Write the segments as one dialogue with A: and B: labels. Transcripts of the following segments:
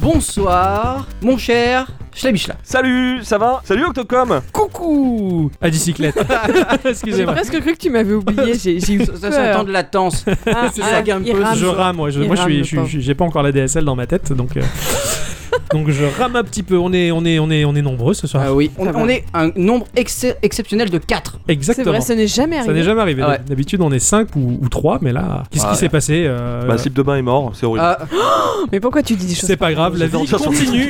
A: Bonsoir, mon cher Schlabichla.
B: Salut, ça va Salut Octocom
C: Euh. Coucou À bicyclette.
D: J'ai
C: Excusez-moi.
D: presque cru que tu m'avais oublié. J'ai j'ai eu
A: Ça, ça s'entend
D: peur.
A: de latence.
D: Ah,
A: C'est
D: ah,
A: ça qui est un
D: il
A: peu-
D: rame.
C: Je rame, ouais, je,
D: Il
C: moi je
D: rame,
C: suis,
D: le
C: je suis-
D: pauvre.
C: j'ai pas encore la DSL dans ma tête, donc euh, donc je rame un petit peu. On est, on est, on est, on est nombreux ce soir.
A: Ah oui, on,
D: Ça va.
A: on est un nombre excep- exceptionnel de 4.
D: C'est
C: Exactement.
D: vrai, ça n'est jamais
C: ça n'est
D: arrivé.
C: jamais arrivé.
A: Ah ouais.
C: D'habitude, on est 5 ou, 3, mais là, qu'est-ce
A: Ah
C: qui s'est passé euh,
B: Bah, Slip de bain est mort, c'est horrible.
D: Mais pourquoi tu dis des choses
C: C'est pas grave, Ah, la
B: J'étais en
C: vie
B: train de
C: continue.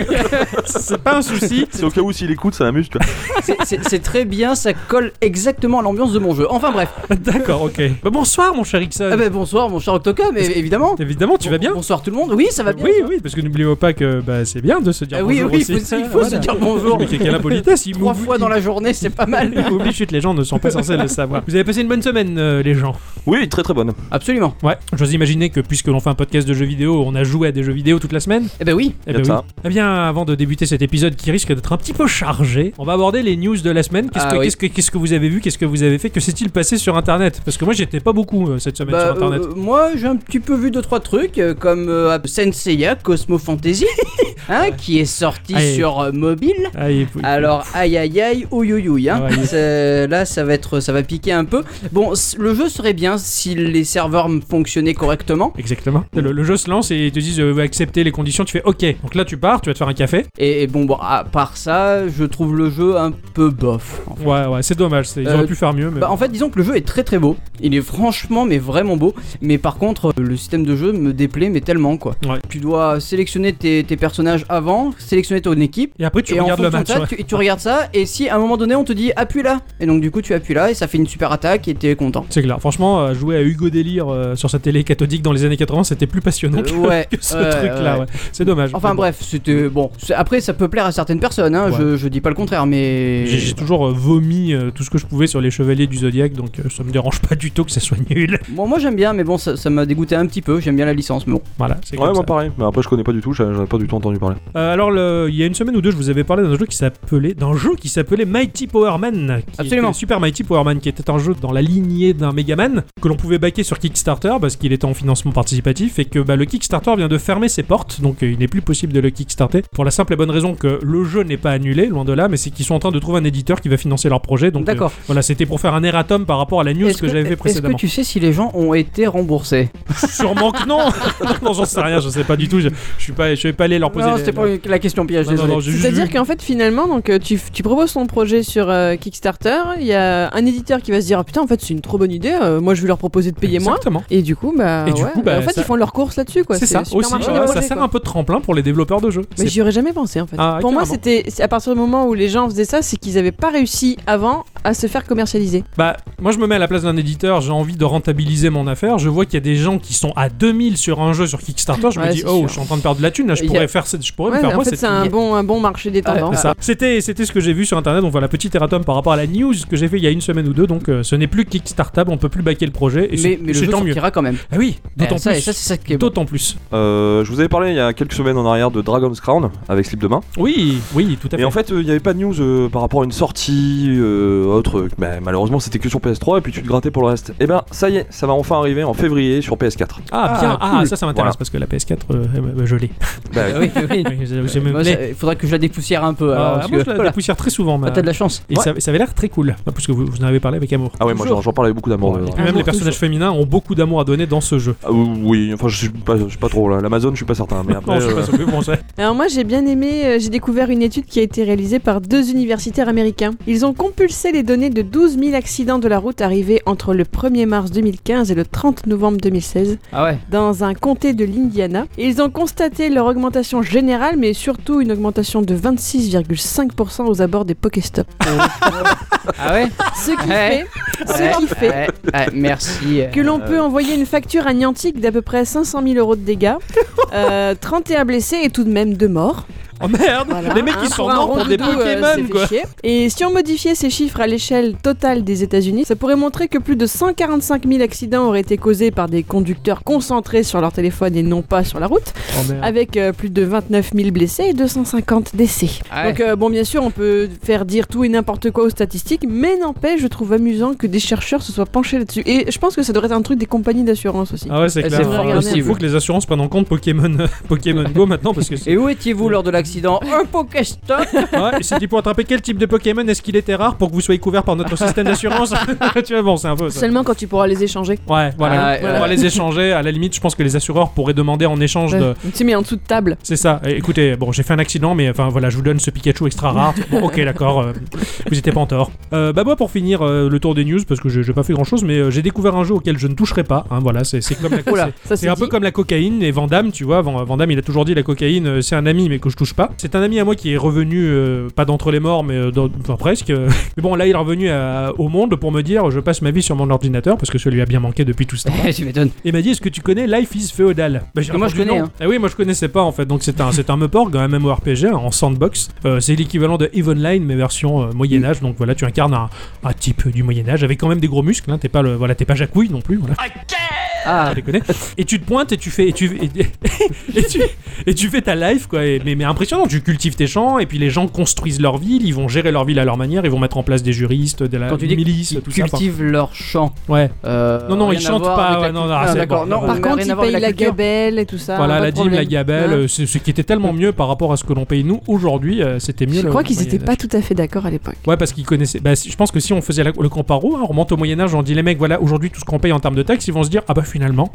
C: C'est pas un souci.
B: C'est au cas où s'il écoute, ça l'amuse, tu vois.
A: c'est c'est très bien, ça colle exactement à l'ambiance de mon jeu. Enfin bref.
C: D'accord, ok. Bah, bonsoir, mon cher Ixon.
A: Ah bah, bonsoir, mon cher Octocom, é- évidemment.
C: Évidemment, tu vas bien
A: Bonsoir tout le monde. Oui, ça va bien.
C: Oui, oui, parce que n'oublions pas que bah, c'est bien de se dire
A: Ah oui,
C: bonjour
A: oui,
C: aussi.
A: il faut- il faut se dire bonjour.
C: Mais quelle impolitesse. il
A: Trois
C: vous-
A: fois dans la journée, c'est pas mal.
C: Il oublie chut, les gens ne sont pas censés le savoir. Vous avez passé une bonne semaine, euh, les gens.
B: Oui, très très bonne.
A: Absolument.
C: Ouais. J'ose imaginer que puisque l'on fait un podcast de jeux vidéo, on a joué à des jeux vidéo toute la semaine.
A: Eh ben oui.
C: Eh
B: Y a de ça.
C: Eh bien, avant de débuter cet épisode qui risque d'être un petit peu chargé, on va aborder les news de la semaine. Qu'est-ce
A: Ah
C: que,
A: oui.
C: qu'est-ce que- qu'est-ce que vous avez vu Qu'est-ce que vous avez fait Que s'est-il passé sur Internet Parce que moi, j'étais pas beaucoup euh, cette semaine
A: Bah,
C: sur Internet.
A: euh, moi, j'ai un petit peu vu deux trois trucs euh, comme euh, Senseiya Cosmo Fantasy, hein, qui est sorti
C: Allez.
A: sur euh, mobile.
C: Ah, il faut- il faut-
A: Alors aïe aïe aïe ouïe ouïe, ouïe, hein.
C: Ah ouais.
A: C'est- là ça va être ça va piquer un peu. Bon, c- le jeu serait bien si les serveurs m- fonctionnaient correctement
C: Exactement. Le, le jeu se lance et ils te disent euh, accepter les conditions. Tu fais OK. Donc là, tu pars, tu vas te faire un café.
A: et, et bon, bon à part ça, je trouve le jeu un peu bof. en fait.
C: Ouais, ouais, c'est dommage. c'est- Ils
A: Euh,
C: auraient pu faire mieux. Mais...
A: Bah, en fait, disons que le jeu est très très beau. Il est franchement mais vraiment beau, mais par contre euh, le système de jeu me déplaît mais tellement quoi.
C: Ouais.
A: Tu dois sélectionner tes, tes personnages avant, sélectionner ton équipe.
C: Et après, tu
A: et en
C: regardes le
A: fonction de
C: match.
A: ça,
C: ouais.
A: tu, et tu regardes ça, et si à un moment donné on te dit appuie là, et donc du coup tu appuies là, et ça fait une super attaque, et t'es content.
C: C'est clair. Franchement, euh, jouer à Hugo Délire euh, sur sa télé cathodique dans les années 80, c'était plus passionnant
A: Euh,
C: que,
A: ouais,
C: que ce
A: ouais,
C: truc-là.
A: ouais.
C: ouais. C'est dommage.
A: Enfin
C: Mais bon.
A: bref, c'était bon. C'est- Après, ça peut plaire à certaines personnes, hein,
C: Ouais.
A: je, je dis pas le contraire, mais.
C: J'ai j'ai toujours euh, vomi euh, tout ce que je pouvais sur les chevaliers du zodiaque, donc euh, ça me dérange pas du tout que ça soit nul.
A: Bon, moi j'aime bien, mais bon, ça ça m'a dégoûté un petit peu. J'aime bien la licence, mais bon.
C: Voilà, c'est
B: Ouais,
C: comme
B: moi
C: ça.
B: pareil. Mais après, je connais pas du tout, j'en j'en ai pas du tout entendu parler.
C: Euh, alors, le- il y a une semaine ou deux, je vous avais parlé d'un jeu qui s'appelait, d'un jeu qui s'appelait Mighty Power Man. qui
A: Absolument.
C: était Super Mighty Power Man, qui était un jeu dans la lignée d'un Mega Man que l'on pouvait backer sur Kickstarter parce qu'il était en financement participatif et que bah, le Kickstarter vient de fermer ses portes, donc euh, il n'est plus possible de le Kickstarter pour la simple et bonne raison que le jeu n'est pas annulé, loin de là, mais c'est qu'ils sont en train de trouver un éditeur qui va financer leur projet. Donc euh,
A: D'accord.
C: voilà, c'était pour faire un erratum par rapport à la news que,
A: Est-ce
C: j'avais fait
A: Est-ce que
C: précédemment.
A: tu sais si les gens ont été remboursés
C: Sûrement que non. non, j'en sais rien, je sais pas du tout. Je, je suis pas, je vais pas aller leur poser.
A: Non,
C: les-
A: c'était pas
C: Non,
A: une- la question piège,
C: non,
A: désolé.
C: non, j'ai juste
D: C'est-à-dire
C: vu-
D: qu'en fait, finalement, donc, euh, tu, f- tu proposes ton projet sur euh, Kickstarter, il y a un éditeur qui va se dire Ah, Putain, en fait, c'est une trop bonne idée, euh, moi je vais leur proposer de payer moins.
C: Exactement.
D: Et du coup, bah,
C: Et du
D: ouais,
C: coup, bah,
D: en fait,
C: ça-
D: ils font leur course là-dessus, quoi.
C: C'est ça
D: super
C: aussi.
D: marché de
C: ouais,
D: projet,
C: ça sert
D: quoi.
C: un peu de tremplin pour les développeurs de jeux.
D: Mais
C: C'est-
D: j'y aurais jamais pensé en fait.
C: Ah,
D: Pour moi,
C: carrément.
D: c'était c'est à partir du moment où les gens faisaient ça, c'est qu'ils avaient pas réussi avant à se faire commercialiser.
C: Bah, moi je me mets à la place d'un éditeur, j'ai envie de rentabiliser mon affaire. Je vois qu'il y a des gens qui sont à 2000 sur un jeu sur Kickstarter. Je me
D: Ouais,
C: dis,
D: c'est
C: oh,
D: sûr.
C: je suis en train de perdre de la thune. Là, je
A: Il y a-
C: pourrais faire, cette- je pourrais me
D: Ouais,
C: faire
D: en
C: moi
D: fait,
C: cette
D: c'est un
C: thune.
D: bon, un bon marché des tendances.
C: C'est ça. C'était, c'était ce que j'ai vu sur internet. Donc voilà, petit erratum par rapport à la news que j'ai fait il y a une semaine ou deux. Donc euh, ce n'est plus Kickstartable, on peut plus baquer le projet. Et
A: Mais,
C: c'est,
A: mais le
C: c'est
A: jeu
C: tant mieux.
A: sortira quand même.
C: Ah oui, d'autant
A: Eh, ça,
C: plus.
A: et ça, c'est ça qui est beau.
C: D'autant plus.
B: Euh, je vous avais parlé il y a quelques semaines en arrière de Dragon's Crown avec Slip de bain.
C: Oui, oui, tout à fait.
B: Et en fait, il n'y avait pas de news euh, par rapport à une sortie euh, autre. Bah, malheureusement, c'était que sur PS3 et puis tu te grattais pour le reste. Et ben, ça y est, ça va enfin arriver en février sur PS4.
C: Ah,
A: Ah,
C: bien, ah,
A: cool.
C: ça, ça m'intéresse
B: Voilà.
C: parce que la PS4, euh, eh ben, ben, je l'ai.
B: Bah,
A: Ah oui, oui.
C: Oui, je- je me
A: Moi,
C: plais.
A: ça- Il faudra que je la dépoussière un peu.
C: Ah,
A: alors,
C: ah,
A: parce
C: moi,
A: que-
C: je la
A: voilà.
C: dépoussière très souvent. ma-
A: Ah, T'as de la chance.
C: Et ça, ça avait l'air très cool, Ah, parce que vous, vous en avez parlé avec amour.
B: Ah ouais, moi j'en j'en parle avec beaucoup d'amour.
C: Et
B: euh,
C: puis même
D: Amour,
C: les personnages féminins ont beaucoup d'amour à donner dans ce jeu.
B: Ah, oui, enfin, je suis pas, je suis pas trop là. L'Amazon, je suis pas certain.
A: Ah,
B: Mais après,
C: Non, je
A: bah,
C: sais
B: euh,
C: pas, ça peut penser.
D: Alors moi j'ai bien aimé, euh, j'ai découvert une étude qui a été réalisée par deux universitaires américains. Ils ont compulsé les données de 12 000 accidents de la route arrivés entre le 1er mars 2015 et le 30 novembre 2016
A: Ah ouais.
D: dans un comté de l'Indiana. Et ils ont constaté leur augmentation générale mais surtout une augmentation de 26,5% aux abords des Pokéstop.
A: Ah ouais.
D: Ce qui
A: Ouais.
D: fait, ce qui fait
A: Ouais, ouais, merci.
D: que l'on peut envoyer une facture à Niantic d'à peu près 500 000 euros de dégâts, euh, 31 blessés et tout de même 2 morts.
C: Oh merde
D: Voilà,
C: Les mecs
D: hein,
C: ils sont
D: un
C: morts
D: rond
C: pour des
D: doudou, euh,
C: Pokémon
D: c'est fait
C: quoi
D: chier. Et si on modifiait ces chiffres à l'échelle totale des États-Unis, ça pourrait montrer que plus de 145 000 accidents auraient été causés par des conducteurs concentrés sur leur téléphone et non pas sur la route,
C: Oh merde.
D: avec euh, plus de 29 000 blessés et 250 décès.
A: Ouais.
D: Donc euh, bon, bien sûr, on peut faire dire tout et n'importe quoi aux statistiques, mais n'empêche, je trouve amusant que des chercheurs se soient penchés là-dessus. Et je pense que ça devrait être un truc des compagnies d'assurance aussi.
C: Ah ouais, c'est
A: C'est
C: clair.
A: fort
C: Ah, c'est
A: possible.
C: fou que les assurances prennent en compte Pokémon, euh, Pokémon Go maintenant parce que c'est.
A: Et où étiez-vous lors de l'accident Un Pokéstop
C: Ouais, et c'est dit pour attraper quel type de Pokémon est-ce qu'il était rare pour que vous soyez couvert par notre système d'assurance Tu vois, bon, c'est un peu ça.
D: Seulement quand tu pourras les échanger.
C: Ouais, voilà.
A: Ah,
C: on
A: ouais.
C: va les échanger. À la limite, je pense que les assureurs pourraient demander en échange de.
D: Tu t'es mis en dessous de table.
C: C'est ça. Eh, Écoutez, bon, j'ai fait un accident, mais enfin voilà, je vous donne ce Pikachu extra rare. Bon, ok, d'accord. euh, vous étiez pas en tort. Euh, bah moi, pour finir euh, le tour des news, parce que j'ai j'ai pas fait grand chose, mais euh, j'ai découvert un jeu auquel je ne toucherai pas. hein, voilà, c'est c'est comme la.
D: Oula,
C: c'est-
D: ça
C: C'est
D: c'est
C: un peu
D: dit.
C: comme la cocaïne et Vandame, tu vois. Van, Van Damme, il a toujours dit la cocaïne, euh, c'est un ami, mais que je touche pas. C'est un ami à moi qui est revenu, euh, pas d'entre les morts, mais euh, dans- enfin presque. euh. Mais bon, là, il est revenu à- au monde pour me dire, je passe ma vie sur mon ordinateur parce que ça lui a bien manqué depuis tout ce temps.
A: Tu m'étonnes.
C: Et il m'a dit, est-ce que tu connais Life is Feudal bah, j'ai
A: Que moi,
C: répondu
A: je connais,
C: non.
A: hein.
C: Ah oui, moi je connaissais pas en fait. Donc c'est un, c'est un meporg, un MMORPG en sandbox. Euh, c'est l'équivalent de Eve Online mais version euh, Moyen Âge. Donc voilà, tu incarnes un, un type du Moyen Âge avec quand même des gros muscles. hein. T'es pas le, voilà, t'es pas Jacouille non plus. Voilà,
A: Ah,
C: pas déconner. Et tu te pointes et tu fais et tu et, et tu, et tu fais ta life quoi. Et- mais mais impressionnant. Tu cultives tes champs et puis les gens construisent leur ville. Ils vont gérer leur ville à leur manière. Ils vont mettre en place des juristes, de la
A: quand tu dis
C: milice,
A: qu'ils
C: tout ça.
A: euh,
C: enfin,
A: cultivent leur champ.
C: ouais.
A: euh,
C: Non, non,
A: rien
C: ils
A: à
C: chantent
A: voir
C: pas,
A: avec la
C: ouais, non,
A: culture.
C: non,
A: Ah,
C: c'est
A: d'accord,
C: bon.
A: non,
C: Par
A: rien
D: Par
A: à
D: contre,
A: voir
D: ils
A: avec
D: payent la,
A: culture.
D: gabelle et tout ça.
C: Voilà,
D: pas
C: la
D: de
C: dîme, la
D: problème.
C: gabelle,
D: Hein.
C: euh, c'est- ce qui était tellement mieux par rapport à ce que l'on paye nous aujourd'hui, euh, c'était mieux.
D: Je
C: le-
D: crois
C: le
D: qu'ils étaient
C: Moyen-Âge.
D: pas tout à fait d'accord à l'époque.
C: Ouais, parce qu'ils connaissaient. Bah, si- je pense que si on faisait la- le comparo, hein, on remonte au Moyen-Âge, on dit les mecs, voilà, aujourd'hui tout ce qu'on paye en termes de taxes, ils vont se dire, ah bah finalement,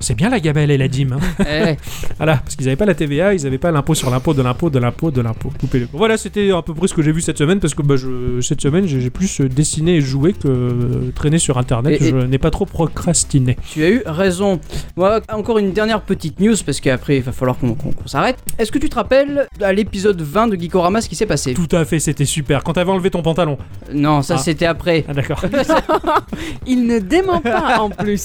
C: c'est bien la gabelle et la dîme. hein.
A: Eh,
C: voilà, parce qu'ils n'avaient pas la TVA, ils n'avaient pas l'impôt sur l'impôt, de l'impôt, de l'impôt, de l'impôt. Coupez-le. Voilà, c'était à peu près ce que j'ai vu cette semaine, parce que bah, je- cette semaine, j'ai j'ai plus euh, dessiné et joué que euh, traîné sur internet.
A: Et- et-
C: Je n'ai pas trop procrastiné.
A: Eh, tu as eu raison. Moi, encore une dernière petite news parce qu'après il va falloir qu'on qu'on- qu'on s'arrête. Est-ce que tu te rappelles à l'épisode 20 de Geekorama ce qui s'est passé
C: Tout à fait, c'était super. Quand t'avais enlevé ton pantalon.
A: Non, ça
C: Ah.
A: c'était après.
C: Ah d'accord.
D: Il ne dément pas en plus.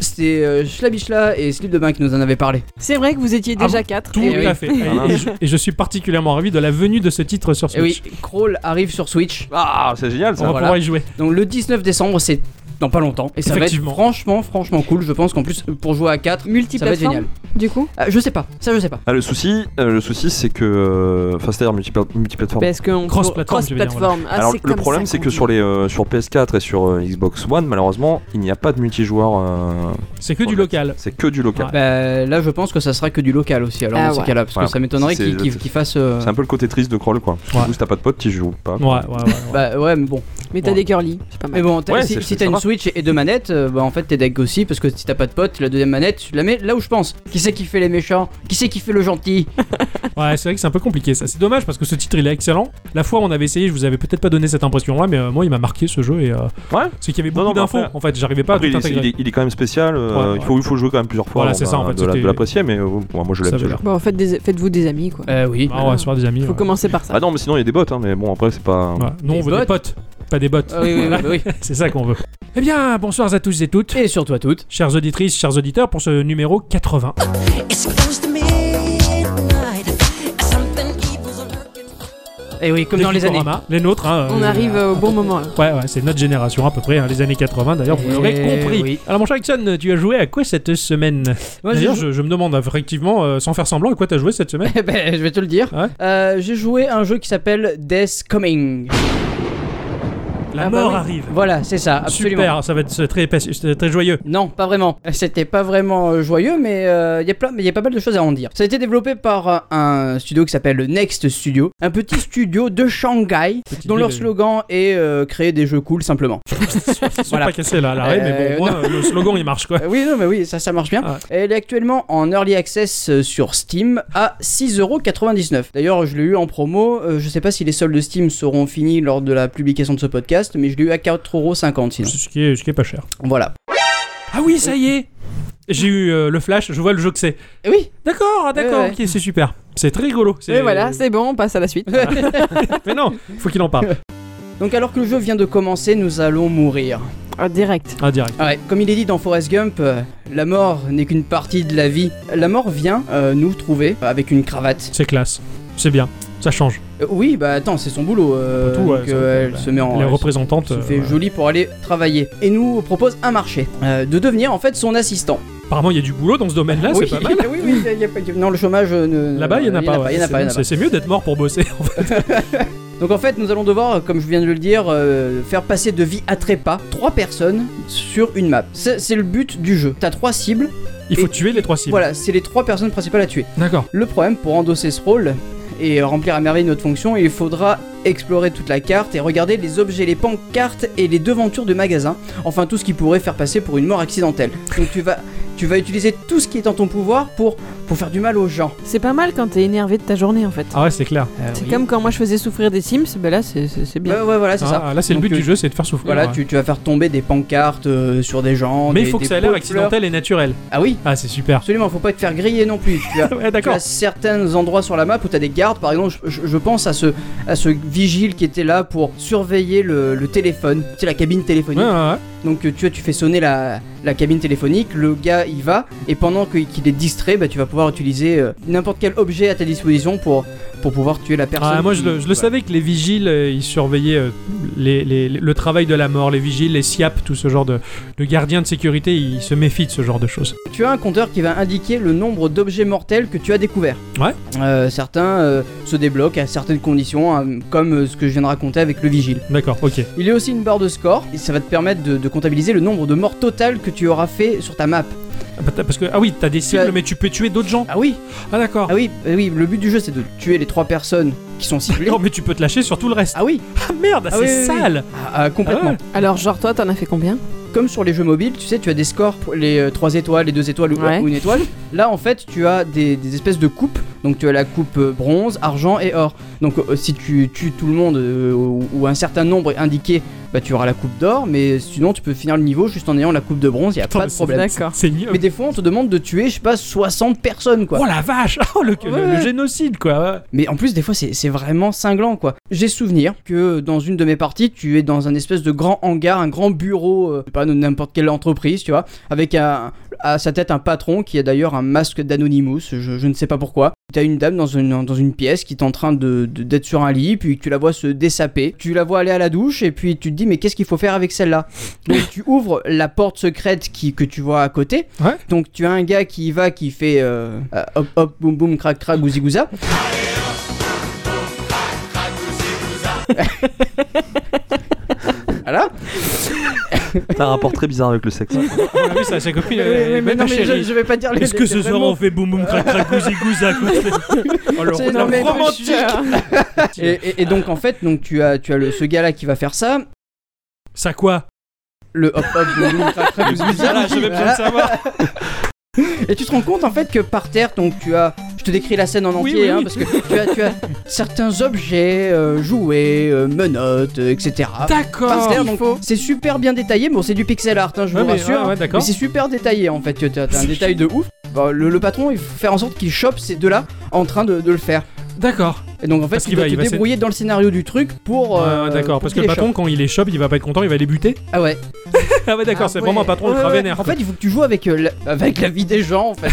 A: C'était euh, Schlabischla et Slip de Bain qui nous en avaient parlé.
D: C'est vrai que vous étiez
C: Ah
D: déjà quatre.
C: Tout
A: Eh oui.
C: à fait. Et,
B: Ah,
C: et je, et je suis particulièrement ravi de la venue de ce titre sur
A: Et Eh oui,
C: Switch.
A: Crawl arrive sur Switch.
B: Ah, c'est génial
C: On va
B: ça.
A: voilà.
C: pouvoir y jouer.
A: Donc le 19 décembre, c'est dans pas longtemps. Et ça va être
C: Effectivement.
A: franchement, franchement cool. Je pense qu'en plus, pour jouer à 4, ça va être génial.
D: euh, Multiplateforme, du coup
A: Ah, je sais pas, ça je sais pas.
B: Ah, le souci, euh, le souci, c'est que, euh, enfin, c'est-à-dire multipla- multiplateforme.
D: Parce qu'on
C: Cross-plateforme, je veux dire,
D: cross-plateforme. Bah, Ah,
B: Alors
D: c'est
B: le
D: comme
B: problème
D: ça
B: c'est
D: qu'on
B: que
D: dit.
B: sur les euh, sur PS4 et sur euh, Xbox One malheureusement il n'y a pas de multijoueur euh,
C: C'est que du
B: Ouais.
C: local.
B: c'est que du local.
C: Ouais.
A: Bah, là, je pense que ça sera que du local aussi. Alors,
D: Ah
A: dans ces
D: ouais.
A: cas-là, parce
B: Ouais,
A: que ça m'étonnerait
B: c'est-
A: qu'ils qu'ils-
B: c'est-
A: qu'ils fassent. euh,
B: C'est un peu le côté triste de Crawl quoi. Parce que
C: Ouais.
B: du coup, si t'as pas de pote tu joues pas.
C: Ouais, ouais, ouais. ouais.
A: Bah, ouais, mais bon.
D: Mais t'as
C: Ouais.
D: des curly, c'est pas
A: Mais
D: mal.
A: bon, t'as-
B: Ouais,
A: si,
B: c'est-
A: si
B: c'est
A: t'as une
B: sympa.
A: Switch et deux manettes, euh, bah en fait t'es deck aussi parce que si t'as pas de pote, la deuxième manette tu la mets là où je pense. Qui c'est qui fait les méchants Qui c'est qui fait le gentil
C: Ouais, c'est vrai que c'est un peu compliqué ça. C'est dommage parce que ce titre il est excellent. La fois où on avait essayé, je vous avais peut-être pas donné cette impression là, mais euh, moi il m'a marqué ce jeu et. euh,
B: Ouais.
C: C'est qu'il y avait
B: Non,
C: beaucoup
B: non, mais
C: d'infos
B: après-
C: en fait, j'arrivais pas
B: Après,
C: à
B: il,
C: tout
B: est,
C: intégrer.
B: il est- il est quand même spécial. euh,
C: Ouais,
B: il faut il faut jouer quand même plusieurs fois.
C: Voilà,
B: avant
C: c'est ça, en
B: de-
C: fait,
B: de la-
C: c'était-
B: de l'apprécier mais euh, bon, moi je l'ai
C: Ça avait
B: absolument.
C: l'air.
D: Bon, en fait, des- faites-vous des amis, quoi.
A: Euh, oui.
C: Ah, on va se faire des amis.
D: Faut
C: ouais.
D: commencer par ça.
B: Ah non mais sinon il y a des bots hein, mais bon après c'est pas.
C: Ouais. Nous on
A: Des
C: veut des potes, pas des bottes.
A: Ah oui, oui, oui, oui.
C: c'est ça qu'on veut. Eh bien, bonsoir à tous et toutes.
A: Et sur toi toutes.
C: Chères auditrices, chers auditeurs, pour ce numéro 80.
E: It's close to midnight. Something evil's lurking.
A: Et Eh oui, comme
C: Des
A: dans les années.
C: Geekorama, Les nôtres. hein,
D: On
C: euh,
D: arrive euh, au bon moment. là.
C: Ouais, ouais, c'est notre génération à peu près, hein, les années 80 d'ailleurs, vous
A: Eh
C: l'aurez compris.
A: oui.
C: Alors mon cher Jackson, tu as joué à quoi cette semaine
A: Moi, j'ai
C: D'ailleurs,
A: joué-
C: je, je me demande effectivement, euh, sans faire semblant, à quoi t'as joué cette semaine
A: Eh ben, je vais te le dire.
C: Ouais.
A: Euh, J'ai joué à un jeu qui s'appelle Death Coming.
C: La
A: Ah bah
C: mort
A: oui.
C: arrive.
A: Voilà, c'est ça, absolument.
C: Super, ça va être euh, très, passi- euh, très joyeux.
A: Non, pas vraiment. Euh, C'était pas vraiment euh, joyeux, mais euh, il y a plein, mais il y a pas mal de choses à en dire. Ça a été développé par euh, un studio qui s'appelle Next Studio, un petit studio de Shanghai,
C: Petite
A: dont
C: ville,
A: leur
C: euh,
A: slogan est euh, créer des jeux cool simplement.
C: Ils sont
A: voilà.
C: pas cassés là à l'arrêt, mais
A: Euh,
C: bon, moi, le slogan il marche quoi.
A: Euh, oui, non, mais oui, ça, ça marche bien.
C: Ah
A: Elle est actuellement en early access euh, sur Steam à 6,99€. D'ailleurs, je l'ai eu en promo. euh, je sais pas si les soldes de Steam seront finis lors de la publication de ce podcast, mais je l'ai eu à 4,50€ sinon.
C: Ce qui, est, ce qui est pas cher.
A: Voilà.
C: Ah oui, ça y est J'ai eu euh, le flash, je vois le jeu que c'est.
A: Et oui.
C: D'accord, ah, d'accord,
A: Ouais, ouais.
C: ok, c'est super. C'est très rigolo.
D: Et voilà, c'est bon, on passe à la suite.
C: Ah. Mais non, faut qu'il en parle.
A: Donc alors que le jeu vient de commencer, nous allons mourir.
D: Ah, direct.
C: Ah, direct.
A: Ouais, comme il est dit dans Forrest Gump, euh, la mort n'est qu'une partie de la vie. La mort vient euh, nous trouver euh, avec une cravate.
C: C'est classe. C'est bien, ça change.
A: Euh, oui, bah attends, c'est son boulot. euh,
C: Pas tout, ouais,
A: donc,
C: ça,
A: euh,
C: ouais,
A: elle
C: bah,
A: se met en.
C: les
A: elle se-
C: représentantes.
A: se
C: euh,
A: fait
C: voilà.
A: jolie pour aller travailler et nous propose un marché euh, de devenir en fait son assistant.
C: Apparemment, il y a du boulot dans ce domaine-là,
A: oui,
C: Ah, c'est pas mal.
A: oui, oui, il y a pas- non le chômage euh, ne,
C: Là-bas, il y en a pas. ouais.
A: il y en a
C: C'est-
A: pas, il y en a pas.
C: C'est c'est mieux d'être mort pour bosser. en fait.
A: Donc en fait, nous allons devoir, comme je viens de le dire, euh, faire passer de vie à trépas trois personnes sur une map. C'est c'est le but du jeu. T'as trois cibles.
C: Il faut
A: Et-
C: tuer les trois cibles.
A: Voilà, c'est les trois personnes principales à tuer.
C: D'accord.
A: Le problème, pour endosser ce rôle et remplir à merveille notre fonction, il faudra explorer toute la carte et regarder les objets, les pancartes et les devantures de magasins. Enfin, tout ce qui pourrait faire passer pour une mort accidentelle. Donc tu vas, tu vas utiliser tout ce qui est en ton pouvoir pour, pour faire du mal aux gens.
D: C'est pas mal quand t'es énervé de ta journée en fait.
C: Ah ouais, c'est clair.
A: Euh,
D: c'est
A: oui.
D: comme quand moi je faisais souffrir des Sims, ben là c'est- c'est c'est bien.
A: Ouais, ouais, voilà, c'est
C: Ah,
A: ça.
C: Là, c'est le
A: Donc,
C: but
A: euh,
C: du jeu, c'est de faire souffrir.
A: Voilà,
C: ouais.
A: tu, tu vas faire tomber des pancartes euh, sur des gens.
C: Mais il
A: des-
C: faut que
A: des
C: ça ait l'air
A: pots de fleurs.
C: accidentel et naturel.
A: Ah oui,
C: Ah, c'est super.
A: absolument, faut pas te faire griller non plus. Tu as,
C: Ouais,
A: tu
C: d'accord.
A: as certains endroits sur la map où tu as des gardes, par exemple, je, je- je pense à ce, à ce vigile qui était là pour surveiller le, le téléphone, c'est la cabine téléphonique.
C: Ouais, ouais, ouais. Ah,
A: Donc euh, tu vois, tu fais sonner la, la cabine téléphonique, le gars y va, et pendant que- qu'il est distrait, bah, tu vas pouvoir utiliser euh, n'importe quel objet à ta disposition pour, pour pouvoir tuer la personne.
C: Ah, moi,
A: qui-
C: je le, je le
A: voilà.
C: savais que les vigiles, euh, ils surveillaient euh, les- les- les- le travail de la mort, les vigiles, les SIAP, tout ce genre de, de gardiens de sécurité, ils se méfient de ce genre de choses.
A: Tu as un compteur qui va indiquer le nombre d'objets mortels que tu as découverts.
C: Ouais.
A: Euh, certains euh, se débloquent à certaines conditions, hein, comme euh, ce que je viens de raconter avec le vigile.
C: D'accord, ok.
A: Il y a aussi une barre de score, et ça va te permettre de, de comptabiliser le nombre de morts totales que tu auras fait sur ta map.
C: Ah, bah, t'as- Parce que, ah oui, t'as des cibles,
A: as-
C: mais tu peux tuer d'autres gens.
A: Ah oui,
C: Ah, d'accord.
A: ah oui, ah oui, le but du jeu c'est de tuer les trois personnes qui sont ciblées.
C: Non, mais tu peux te lâcher sur tout le reste.
A: Ah oui,
C: Ah merde, ah,
A: Ah
C: c'est
A: oui, oui, oui.
C: sale.
A: ah, ah, complètement.
C: Ah
D: Alors genre toi t'en as fait combien
A: Comme sur les jeux mobiles, tu sais, tu as des scores pour les 3 étoiles, les 2 étoiles ou,
D: Ouais.
A: ou une étoile. Là, en fait, tu as des, des espèces de coupes. Donc, tu as la coupe euh, bronze, argent et or. Donc, euh, si tu tues tout le monde euh, ou, ou un certain nombre indiqué, bah, tu auras la coupe d'or. Mais sinon, tu peux finir le niveau juste en ayant la coupe de bronze, il a
C: Attends,
A: pas
C: mais
A: de
C: c'est
A: problème.
D: D'accord.
C: C'est mieux.
A: Ah. Mais des fois, on te demande de tuer, je sais pas, 60 personnes, quoi.
C: Oh la vache Oh le, le-
A: Ouais.
C: le génocide quoi ouais.
A: Mais en plus, des fois, c'est c'est vraiment cinglant, quoi. J'ai souvenir que dans une de mes parties, tu es dans un espèce de grand hangar, un grand bureau, euh, pas de n'importe quelle entreprise, tu vois, avec un, à sa tête un patron qui a d'ailleurs un masque d'Anonymous, je, je ne sais pas pourquoi. T'as une dame dans une, dans une pièce qui est en train de de- d'être sur un lit, puis tu la vois se dessaper, tu la vois aller à la douche, et puis tu te dis, mais qu'est-ce qu'il faut faire avec celle-là Donc tu ouvres la porte secrète qui, que tu vois à côté,
C: Ouais.
A: donc tu as un gars qui y va, qui fait euh, euh, hop hop, boum boum, crac crac, gouzi gouza. Voilà.
B: T'as un rapport très bizarre avec le sexe.
C: Ah oui, ça, sa copine. elle- elle-
A: mais,
C: elle-
A: non,
C: elle-
A: mais je, je vais pas dire les
C: Est-ce que
A: les-
C: ce soir
A: vraiment-
C: on fait boum boum crac crac gouzi gouza quoi Oh le
A: C'est-
C: rôle
A: non, mais-
C: romantique
A: Et, et- et donc en fait, donc tu as, tu as le, ce gars-là qui va faire ça,
C: Ça quoi
A: le hop hop, boum, boum, crac, crac, boum, boum,
C: Voilà, j'avais besoin de
A: voilà.
C: savoir.
A: Et tu te rends compte en fait que par terre, donc tu as, je te décris la scène en
C: Oui,
A: entier,
C: oui,
A: hein,
C: oui.
A: parce que tu as, tu as certains objets, euh, jouets, euh, menottes, euh, etc. Par
C: D'accord.
A: terre, donc, c'est super bien détaillé. Bon, c'est du pixel art, hein, je
C: Ouais,
A: vous
C: mais-
A: rassure.
C: ouais, ouais, d'accord.
A: mais c'est super détaillé en fait. T'as t'as un détail de ouf. Bon, le, le patron, il faut faire en sorte qu'il chope ces deux-là en train de, de le faire.
C: D'accord.
A: Et donc en fait,
C: Parce
A: tu
C: qu'il
A: dois
C: va-
A: te
C: il va se-
A: débrouiller dans le scénario du truc pour.
C: Ouais,
A: euh,
C: ouais, d'accord.
A: pour
C: Parce que
A: qu'il
C: le
A: les
C: patron, quand il est chope, il va pas être content, il va les buter.
A: chope. Ah ouais.
C: Ah ouais, d'accord,
A: Ah
C: c'est
A: ouais.
C: vraiment un patron
A: Ouais,
C: ultra
A: ouais, ouais.
C: vénère.
A: En fait, il faut que tu joues avec, euh, la- avec la vie des gens, en fait.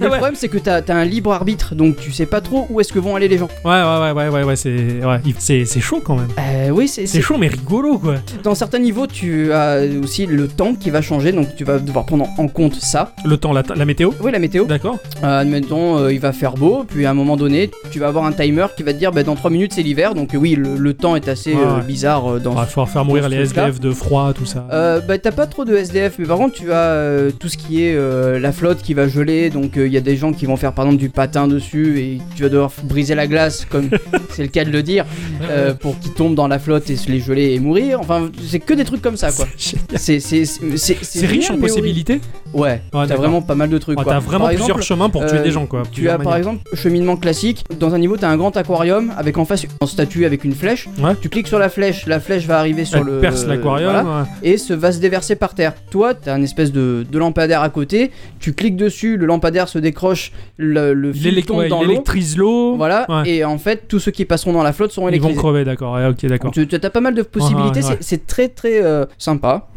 A: le
C: Ouais.
A: problème, c'est que t'as as un libre arbitre, donc tu sais pas trop où est-ce que vont aller les gens.
C: Ouais, ouais, ouais, ouais, ouais, ouais, c'est ouais, il- c'est- c'est chaud quand même.
A: Euh, oui, c'est
C: C'est chaud, mais rigolo quoi.
A: c'est- dans certains niveaux, tu as aussi le temps qui va changer, donc tu vas devoir prendre en compte ça.
C: Le temps, la, la météo.
A: Oui, la météo.
C: D'accord.
A: Euh, admettons, euh, il va faire beau, puis à un moment donné, tu vas avoir un timer qui va te dire, bah, dans 3 minutes, c'est l'hiver. Donc euh, oui, le, le temps est assez
C: Ouais,
A: euh,
C: ouais.
A: bizarre euh, dans
C: Il va falloir faire mourir
A: dans ce
C: les
A: truc-là.
C: SDF de froid, tout ça.
A: Euh, bah t'as pas trop de SDF mais par contre tu as euh, tout ce qui est euh, la flotte qui va geler donc il y a des gens qui vont faire par exemple du patin dessus et tu vas devoir briser la glace comme c'est le cas de le dire euh, pour qu'ils tombent dans la flotte et se les geler et mourir enfin c'est que des trucs comme ça quoi c'est c'est c'est- c'est-
C: C'est riche
A: génial,
C: en
A: mais
C: possibilités.
A: horrible. ouais t'as
C: d'accord.
A: vraiment pas mal de trucs
C: Ah,
A: quoi.
C: T'as vraiment
A: Par
C: plusieurs
A: exemple,
C: chemins pour tuer
A: euh,
C: des gens quoi.
A: tu as
C: plusieurs
A: par
C: manières.
A: exemple cheminement classique, dans un niveau t'as un grand aquarium avec en face une statue avec une flèche,
C: Ouais.
A: tu cliques sur la flèche, la flèche va arriver sur
C: Elle
A: le...
C: perce l'aquarium.
A: voilà
C: ouais.
A: et ce va se déverser par terre. Toi, t'as un espèce de, de lampadaire à côté, tu cliques dessus, le lampadaire se décroche, le, le fil
C: L'élect-
A: tombe
C: ouais,
A: dans
C: il
A: l'eau.
C: électrise l'eau.
A: Voilà,
C: Ouais.
A: et en fait, tous ceux qui passeront dans la flotte seront
C: Ils vont
A: électrisés.
C: crever, d'accord. Ouais, ok, d'accord.
A: Tu as pas mal de possibilités,
C: ouais, ouais.
A: c'est- c'est très très euh, sympa,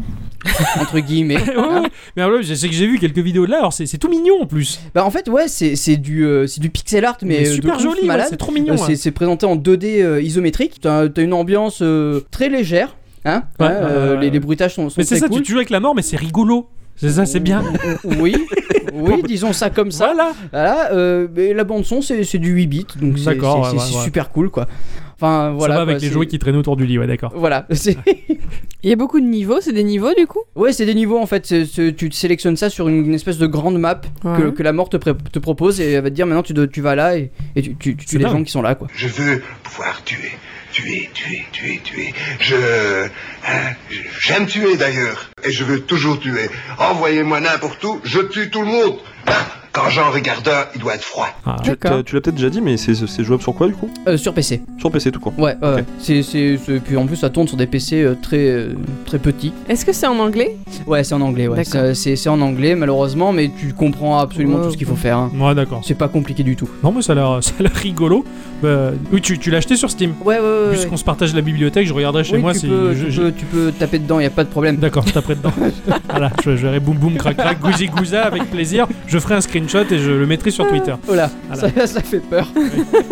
A: entre guillemets.
C: Ouais, ouais, ouais. Mais alors, je sais que j'ai vu quelques vidéos de là, alors c'est c'est tout mignon en plus.
A: Bah en fait, ouais, c'est c'est du, euh, c'est du pixel art, mais,
C: Mais
A: euh, de
C: super
A: ouf,
C: joli, ouais,
A: malade.
C: c'est trop mignon.
A: Euh,
C: ouais.
A: c'est- c'est présenté en 2D euh, isométrique. T'as t'as une ambiance euh, très légère. Hein
C: Ouais,
A: hein, euh,
C: euh,
A: les, les bruitages sont, sont
C: Mais c'est
A: très
C: ça,
A: cool.
C: tu joues avec la mort, mais c'est rigolo. C'est ça, c'est bien.
A: Oui, oui, disons ça comme ça.
C: Voilà.
A: Voilà, euh, mais la bande son c'est c'est du 8 bits, donc c'est c'est-
C: D'accord, ouais,
A: c'est
C: ouais, ouais.
A: super cool quoi. Enfin voilà.
C: ça va avec
A: quoi,
C: les
A: c'est-
C: jouets qui traînent autour du lit, ouais, d'accord.
A: Voilà, c'est-
D: Il y a beaucoup de niveaux, c'est des niveaux du coup
A: ouais, c'est des niveaux en fait. c'est- c'est- tu sélectionnes ça sur une, une espèce de grande map que,
D: Ouais.
A: que la mort te, pré- te propose et elle va te dire maintenant tu, dois- tu vas là et, et tu, tu, tu tues
C: C'est
A: les
C: dingue.
A: gens qui sont là quoi.
F: Je veux pouvoir tuer, tuer, tuer, tuer, tuer. Je... hein, J'aime tuer d'ailleurs. Et je veux toujours tuer. Envoyez-moi n'importe où, je tue tout le monde. Ah, Quand j'en regarde un, il doit être froid.
C: Ah.
B: Tu
D: D'accord.
B: t'as- tu l'as peut-être déjà dit, mais c'est c'est jouable sur quoi du coup
A: Euh, sur PC.
B: Sur PC tout court.
A: Ouais, ouais, ouais. C'est, c'est, c'est- puis en plus ça tourne sur des PC euh, très, euh, très petits.
D: Est-ce que c'est en anglais
A: Ouais, c'est en anglais, ouais.
D: D'accord.
A: C'est, c'est- c'est en anglais malheureusement, mais tu comprends absolument
D: Ouais,
A: tout ce qu'il faut faire. hein.
C: Ouais, d'accord.
A: C'est pas compliqué du tout.
C: Non, mais ça a l'air ça a l'air rigolo. Bah, oui, tu, tu l'as acheté sur Steam.
A: Ouais, ouais, ouais. ouais.
C: Puisqu'on se partage la bibliothèque, je regarderai chez
A: Euh, Oui,
C: moi
A: tu,
C: si.
A: peux,
C: je-
A: tu,
C: je-
A: peux, tu peux taper dedans, y a pas de problème.
C: D'accord, je taperai dedans. voilà, je, je verrai boum boum crac crac, gouzi gouza avec plaisir. Je ferai un screenshot et je le mettrai sur Twitter.
A: Oh là,
C: Voilà.
A: Ça, ça fait peur.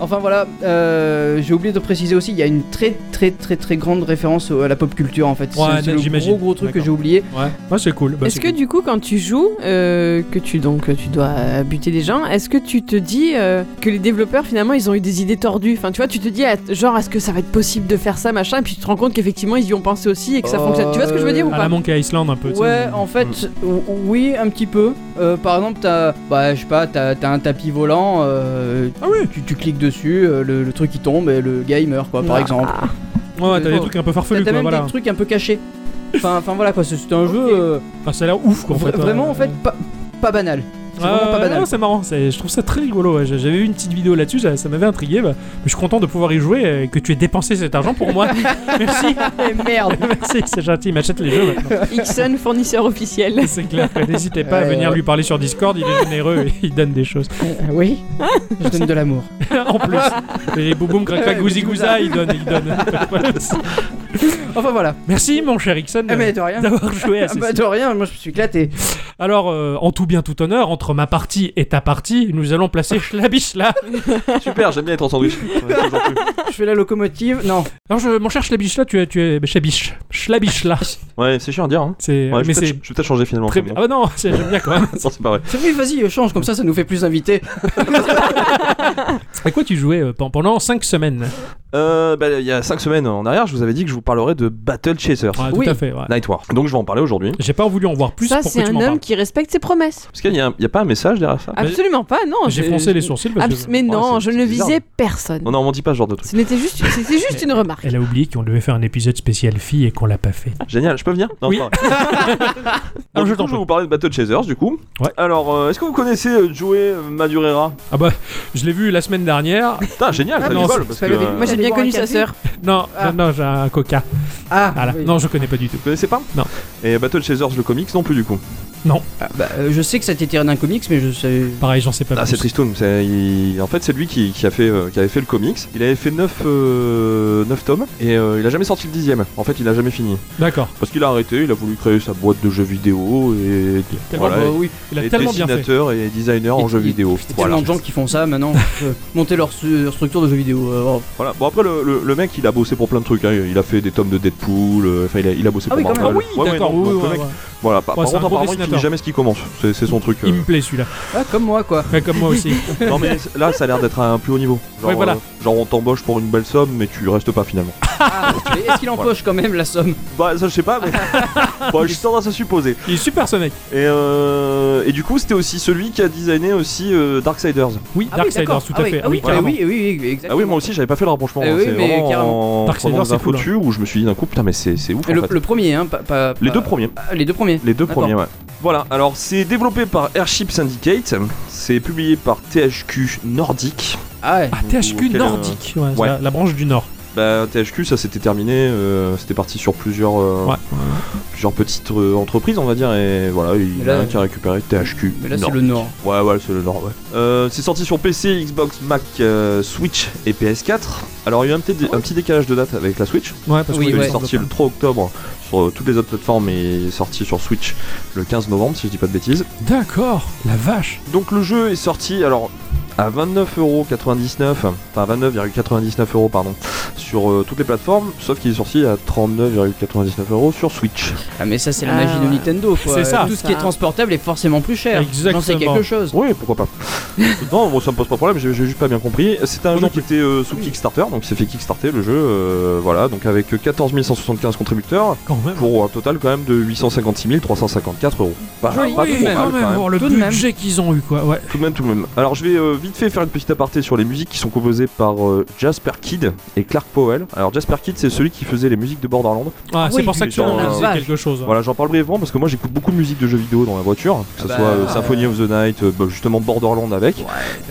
A: enfin voilà, euh, j'ai oublié de préciser aussi, il y a une très très très très grande référence à la pop culture en fait. C'est-
C: Ouais,
A: c'est le
C: j'imagine.
A: gros gros truc que
C: D'accord.
A: j'ai oublié.
C: Ouais, Ouais, c'est cool. Bah,
D: Est-ce
C: c'est
D: que
C: cool.
D: du coup, quand tu joues, euh, que tu donc tu dois euh, buter des gens, est-ce que tu te dis euh, que les développeurs finalement ils ont eu des idées tordues Enfin, tu vois, tu te dis ah, genre est-ce que ça va être possible de faire ça machin, et puis tu te rends compte qu'effectivement ils y ont pensé aussi et que ça
A: Euh,
D: fonctionne. Tu vois ce que je veux dire ou
C: à la
D: pas
C: manque à Islande un peu Mm. tu sais.
A: Ouais, en fait, ou- ou- oui, un petit peu. Euh, par exemple, t'as, bah, je sais pas, t'as, t'as un tapis volant, euh,
C: Ah oui.
A: tu, tu cliques dessus, euh, le, le truc il tombe et le gars il meurt, quoi, par
D: Ah.
A: exemple.
C: Ouais, ouais, t'as des
A: Bon.
C: trucs un peu
A: T'as,
C: farfelus
A: t'as
C: quoi,
A: même
C: voilà.
A: des trucs un peu cachés. Enfin, enfin voilà, quoi, c'est, c'est un jeu euh,
C: Enfin, ça a l'air ouf quoi. en
A: vra-
C: fait, euh, ouais.
A: vraiment, en fait, pas, pas banal. C'est vraiment pas
C: Euh,
A: banal.
C: non, c'est marrant, c'est- je trouve ça très rigolo. ouais. J'ai- J'avais vu une petite vidéo là-dessus, ça, ça m'avait intrigué. bah, mais je suis content de pouvoir y jouer et que tu aies dépensé cet argent pour moi. Merci,
A: Eh, merde
C: merci, c'est gentil, il m'achète les jeux maintenant.
D: Ixon, fournisseur officiel.
C: C'est clair, quoi. n'hésitez pas à
A: Ouais,
C: venir
A: ouais.
C: lui parler sur Discord, il est généreux et il donne des choses.
A: Euh, Oui, je donne de l'amour.
C: en plus, les boum boum crac crac gouzi gouza, il donne, il donne.
A: Enfin voilà.
C: Merci mon cher Ixon euh,
A: Eh, mais
D: ben,
A: de rien.
C: d'avoir joué à
A: Ah
C: ceci.
A: bah de rien, moi je me suis éclaté.
C: Alors, euh, en tout bien tout honneur, entre ma partie et ta partie, nous allons placer Schlabischla.
B: Super, j'aime bien être en sandwich. Ouais, j'en peux plus.
A: Je fais la locomotive. Non,
C: Alors, je, mon cher Schlabischla, tu es, tu es, bah, Schlabisch, Schlabischla.
B: ouais, c'est chiant à dire. Hein.
C: C'est,
B: Ouais, je vais
C: mais
B: peut-être-
C: c'est
B: je vais peut-être changer finalement.
C: Très
B: comme nom.
C: bien. Ah bah non, c'est- j'aime bien quand même.
B: Non, c'est pas vrai.
A: c'est oui, vas-y, euh, change comme ça, ça nous fait plus invités.
B: Ah,
C: À quoi tu jouais euh, pen- pendant 5 semaines
B: Euh, bah, il y a 5 semaines en arrière, je vous avais dit que je vous parlerais de Battle Chaser.
C: Ouais, Tout
A: Oui.
C: à fait, ouais.
B: Night War. Donc je vais en parler aujourd'hui.
C: J'ai pas voulu en voir plus
D: ça,
C: pour
D: c'est
C: que tu
D: un
C: m'en
D: homme
C: parles.
D: qui respecte ses promesses.
B: Parce qu'il n'y a, il y a pas un message derrière
D: Ah
B: ça
D: Absolument pas, non.
C: J'ai
D: je-
C: froncé les sourcils parce
D: Abs-
C: que...
D: Ah, Mais non,
B: c'est-
D: je
B: c'est
D: ne
B: bizarre.
D: visais personne.
B: Non, non, on dit pas ce genre de truc.
D: Ce n'était juste, c'était juste une remarque.
C: Elle a oublié qu'on devait faire un épisode spécial fille et qu'on l'a pas fait.
B: Génial, je peux venir Non,
C: Oui.
B: c'est pas vrai.
C: Ah,
B: Donc,
C: je
B: du coup,
C: t'en
B: je vais
C: prie.
B: vous parler de Battle Chasers du coup.
C: Ouais.
B: Alors, euh, est-ce que vous connaissez euh, Joey euh, Madureira
C: Ah bah, je l'ai vu la semaine dernière.
B: Putain, génial,
A: Ah,
B: t'as
C: non,
B: du
C: c'est-
B: bol parce
A: c'est
B: que.
A: pas le-
B: euh,
D: Moi, j'ai
A: Allez
D: bien
A: boire un
D: connu sa
A: café.
D: sœur.
C: Non,
A: Ah.
C: non, non, j'ai un coca.
A: Ah,
C: Voilà.
A: oui.
C: Non, je connais pas du tout.
B: Vous connaissez pas
C: Non.
B: Et Battle Chasers, le comics non plus du coup.
A: Ah, bah, euh, je sais que ça a été tiré d'un comics, mais je sais.
C: Pareil, j'en sais pas
B: Ah, c'est
C: plus.
B: Tristoun. c'est- il- En fait, c'est lui qui, qui a fait, euh, qui avait fait le comics. Il avait fait 9, tomes et euh, il a jamais sorti le dixième. En fait, il a jamais fini.
C: D'accord.
B: Parce qu'il a arrêté, il a voulu créer sa boîte de jeux vidéo et.
C: Tellement
B: voilà,
A: Bah, oui,
C: Il a
B: et
C: tellement bien fait.
B: dessinateur et designer en
A: Et-
B: jeux
A: et-
B: vidéo.
A: Il y a
B: Voilà.
A: tellement de gens qui font ça maintenant, euh, monter leur, su- leur structure de jeux vidéo. euh, oh.
B: Voilà. Bon après le, le- le mec il a bossé pour plein de trucs. hein. Il a fait des tomes de Deadpool. euh, Enfin il a, il a bossé
A: Ah
B: pour
A: oui, quand
B: Marvel.
A: même.
B: Ouais, ouais,
C: D'accord,
B: non,
C: oui,
B: donc,
C: oui,
B: le mec-
C: ouais.
B: Voilà. Par,
C: Ouais,
B: par
C: c'est un
B: contre
C: gros
B: apparemment il finit
C: dessinateur.
B: jamais ce qu'il commence. C'est c'est son truc. euh.
C: Il me plaît celui-là.
A: Ah, comme moi quoi.
C: Ouais, comme moi aussi.
B: Non mais là ça a l'air d'être à un plus haut niveau. Genre,
C: Ouais, voilà.
B: euh, genre on t'embauche pour une belle somme mais tu restes pas finalement.
A: Ah, mais est-ce qu'il empoche quand même la somme
B: Bah ça je sais pas mais bon, j'ai tendance à supposer.
C: Il est super ce mec.
B: Et, euh, et du coup c'était aussi celui qui a designé aussi euh, Darksiders.
C: Oui,
A: Ah oui,
C: Darksiders,
A: d'accord.
C: tout
A: Ah
C: à fait.
A: Ah oui,
B: carrément.
A: oui, oui, oui,
B: Ah
A: exactement.
B: oui moi aussi j'avais pas fait le rapprochement.
A: Eh
B: hein.
A: oui,
B: c'est
A: mais
B: vraiment
A: carrément.
B: en
C: Darksiders,
B: prenant des
C: c'est
B: infos
C: cool, hein.
B: dessus où je me suis dit d'un coup putain mais c'est c'est ouf.
A: Et
B: en
A: le,
B: fait.
A: le premier, hein, pas, pas-
B: Les
A: pas-
B: deux premiers.
A: Ah, les deux premiers.
B: Les deux
A: D'accord.
B: premiers, ouais. Voilà, alors c'est développé par Airship Syndicate, c'est publié par THQ Nordic.
A: Ah ouais.
C: Ah,
B: Ou- ou
C: THQ
B: quel, euh,
C: nordique. Ouais, c'est
B: ouais.
C: La, la branche du Nord.
B: Bah, THQ, ça s'était terminé, euh, c'était parti sur plusieurs, euh,
C: Ouais.
B: genre petite euh, entreprise, on va dire, et voilà, il y en
A: Mais là-
B: a un qui a récupéré THQ.
A: Mais là,
B: Non.
A: c'est le Nord.
B: Ouais, ouais, c'est le Nord, ouais. Euh, c'est sorti sur PC, Xbox, Mac, euh, Switch et PS4. Alors, il y a eu un petit, dé- un petit décalage de date avec la Switch.
C: Ouais, parce
A: Oui,
B: Il
C: que
A: ouais.
B: est sorti le 3 octobre sur euh, toutes les autres plateformes et il est sorti sur Switch le 15 novembre, si je dis pas de bêtises.
C: D'accord, la vache.
B: Donc, le jeu est sorti, alors, à 29,99€, enfin 29,99€ pardon, sur euh, toutes les plateformes, sauf qu'il est sorti à 39,99€ sur Switch.
A: Ah, mais ça, c'est la
D: Ah,
A: magie de
D: ouais.
A: Nintendo, quoi.
C: C'est ça.
A: Tout ce qui est transportable est forcément plus cher. J'en
C: Exactement.
A: sais quelque chose.
B: Oui, pourquoi pas. non, moi, ça me pose pas de problème, j'ai j'ai juste pas bien compris. C'était un
C: Moi
B: jeu
C: non
B: qui était euh, sous Kickstarter, donc c'est fait Kickstarter le jeu, euh, voilà, donc avec 14 175 contributeurs
C: Quand même.
B: pour un total quand même de 856 354 euros. Pas,
A: Joli.
B: pas
A: Oui,
B: trop mal,
C: quand
B: quand
C: même,
B: même.
C: voir le
A: Tout de même.
C: budget qu'ils ont eu, quoi. Ouais.
B: Tout de même, tout de même. Alors, je vais euh, vite fait faire une petite aparté sur les musiques qui sont composées par euh, Jasper Kidd et Clark Powell. Alors, Jasper Kidd, c'est celui qui faisait les musiques de Borderlands.
C: Ah, c'est
A: Oui,
C: pour ça que tu
B: putain,
C: en
B: la
C: disais
A: vache.
C: quelque chose.
B: Voilà, j'en parle brièvement parce que moi, j'écoute beaucoup de musique de jeux vidéo dans la voiture, que ce
A: Ah bah,
B: soit euh,
A: euh,
B: Symphony of the Night, euh, bah, justement Borderlands avec.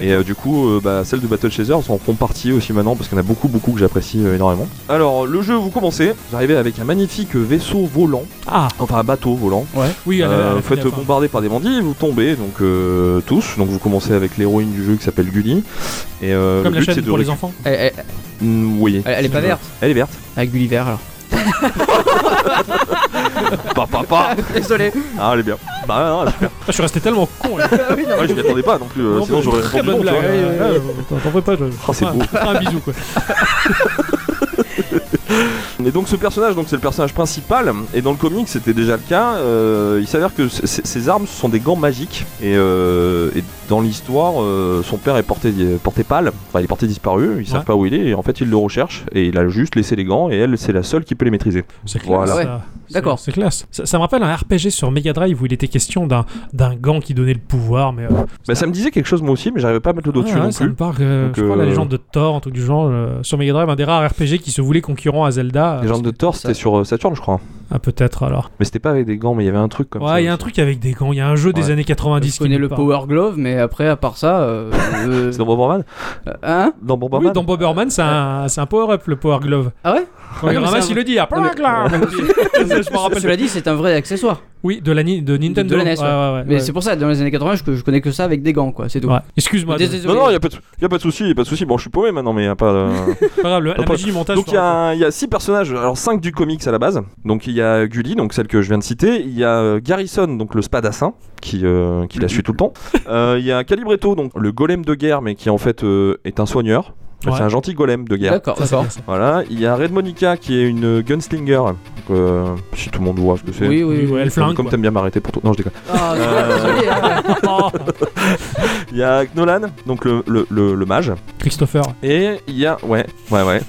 B: Et euh, du coup, euh, bah, celles de Battle Chasers en font partie aussi maintenant parce qu'il y en a beaucoup, beaucoup que j'apprécie euh, énormément. Alors, le jeu, vous commencez, vous arrivez avec un magnifique vaisseau volant,
C: Ah,
B: enfin un bateau volant.
C: oui, à la- à la
B: Euh, vous
C: fin,
B: faites
C: enfin.
B: bombarder par des bandits, vous tombez donc euh, tous. Donc vous commencez avec l'héroïne du jeu qui s'appelle Gully. Et euh,
C: Comme
B: le
C: la
B: but c'est
C: chaîne
B: de
C: pour les
B: récu-
C: enfants.
A: Elle, elle-
B: Mm, oui.
A: elle- elle est pas verte.
B: Elle est verte.
A: Avec Ah, Gulliver, alors.
B: Pa, pa, pa.
A: Désolé.
B: Ah elle est bien. Bah non, elle est super.
C: Ah, je suis resté tellement con. là.
B: Ouais, je m'y attendais pas non plus. euh,
C: Non,
B: sinon
C: mais
B: j'aurais
C: Très
B: répondu
C: bonne
B: non, tu
C: blague.
B: vois.
C: ouais, ouais, ouais, T'en ferais pas, je.
B: Ah, c'est
C: Enfin,
B: beau.
C: Un bisou, quoi.
B: Et donc ce personnage, donc c'est le personnage principal, et dans le comic c'était déjà le cas, euh, il s'avère que c- c- ses armes sont des gants magiques, et, euh, et dans l'histoire, euh, son père est porté, porté pâle, enfin il est porté disparu, ils savent
C: Ouais.
B: pas où il est, et en fait ils le recherchent, et il a juste laissé les gants, et elle c'est la seule qui peut les maîtriser.
C: C'est classe.
B: Voilà.
A: Ouais.
C: ça. C'est-
A: D'accord.
C: C'est classe. Ça, ça me rappelle un RPG sur Mega Drive où il était question d'un d'un gant qui donnait le pouvoir, mais. euh,
B: Bah ça me disait quelque chose moi aussi, mais j'arrivais pas à mettre le dos
C: ah,
B: dessus
C: ouais,
B: non
C: ça me
B: plus.
C: parle. euh,
B: Donc,
C: je crois la
B: euh,
C: légende de Thor, un truc du genre. euh, sur Mega Drive, un des rares RPG qui se voulait concurrent à Zelda. euh,
B: Les gens de Thor
A: ça.
B: c'était sur euh, Saturn je crois,
C: Ah, peut-être alors.
B: mais c'était pas avec des gants, mais il y avait un truc comme ça.
C: ouais, il y a un truc avec des gants. Il y a un jeu des
B: Ouais.
C: années 90
A: Je
C: qui
A: connais
C: nous
A: le
C: parle.
A: Power Glove, mais après, à part ça. euh, euh,
B: C'est dans Bomberman
A: euh, hein
B: Dans Bomberman
C: Oui, dans Bomberman, c'est un, c'est un power-up, le Power Glove.
A: Ah ouais
C: Quand il
A: mais
C: ramasse,
A: c'est un-
C: il le dit. ah,
A: Non, mais-
C: Power Glove Je me rappelle.
A: Cela dit, c'est un vrai accessoire.
C: Oui, de la ni- de Nintendo.
A: de la NES, ouais.
C: Ouais, ouais,
A: Mais
C: ouais.
A: c'est pour ça, dans les années 80, je, je connais que ça avec des gants, quoi. C'est tout.
C: Ouais. Excuse-moi.
A: Dés-
C: donc,
A: désolé.
B: Non, non, il y a pas de, y a pas de souci, y a pas de souci. Bon, je suis paumé maintenant, mais il y a pas. euh,
C: c'est pas grave, le- la
B: Après-
C: magie du montage.
B: Donc
C: je
B: il y, a un- il y a six personnages, alors cinq du comics à la base. Donc il y a Gully, donc celle que je viens de citer. Il y a euh, Garrison, donc le spadassin, qui, euh, qui la suit tout le temps. Euh, Il y a Calibretto, donc le golem de guerre, mais qui en fait euh, est un soigneur.
C: Ouais.
B: C'est un gentil golem de guerre.
A: D'accord,
C: Ça, c'est
A: d'accord.
C: bien, ça.
B: Voilà, il y a Red Monica qui est une gunslinger. Donc, euh, si tout le monde voit ce que c'est.
A: Oui, oui,
C: Oui, ouais,
A: oui.
C: elle flingue.
B: Comme
C: quoi.
B: t'aimes bien m'arrêter pour tout. Non, je déconne.
A: Ah,
B: Euh,
A: désolé, hein.
C: Oh,
B: Il y a Nolan, donc le, le, le, le mage.
C: Christopher.
B: Et il y a. Ouais, ouais, ouais.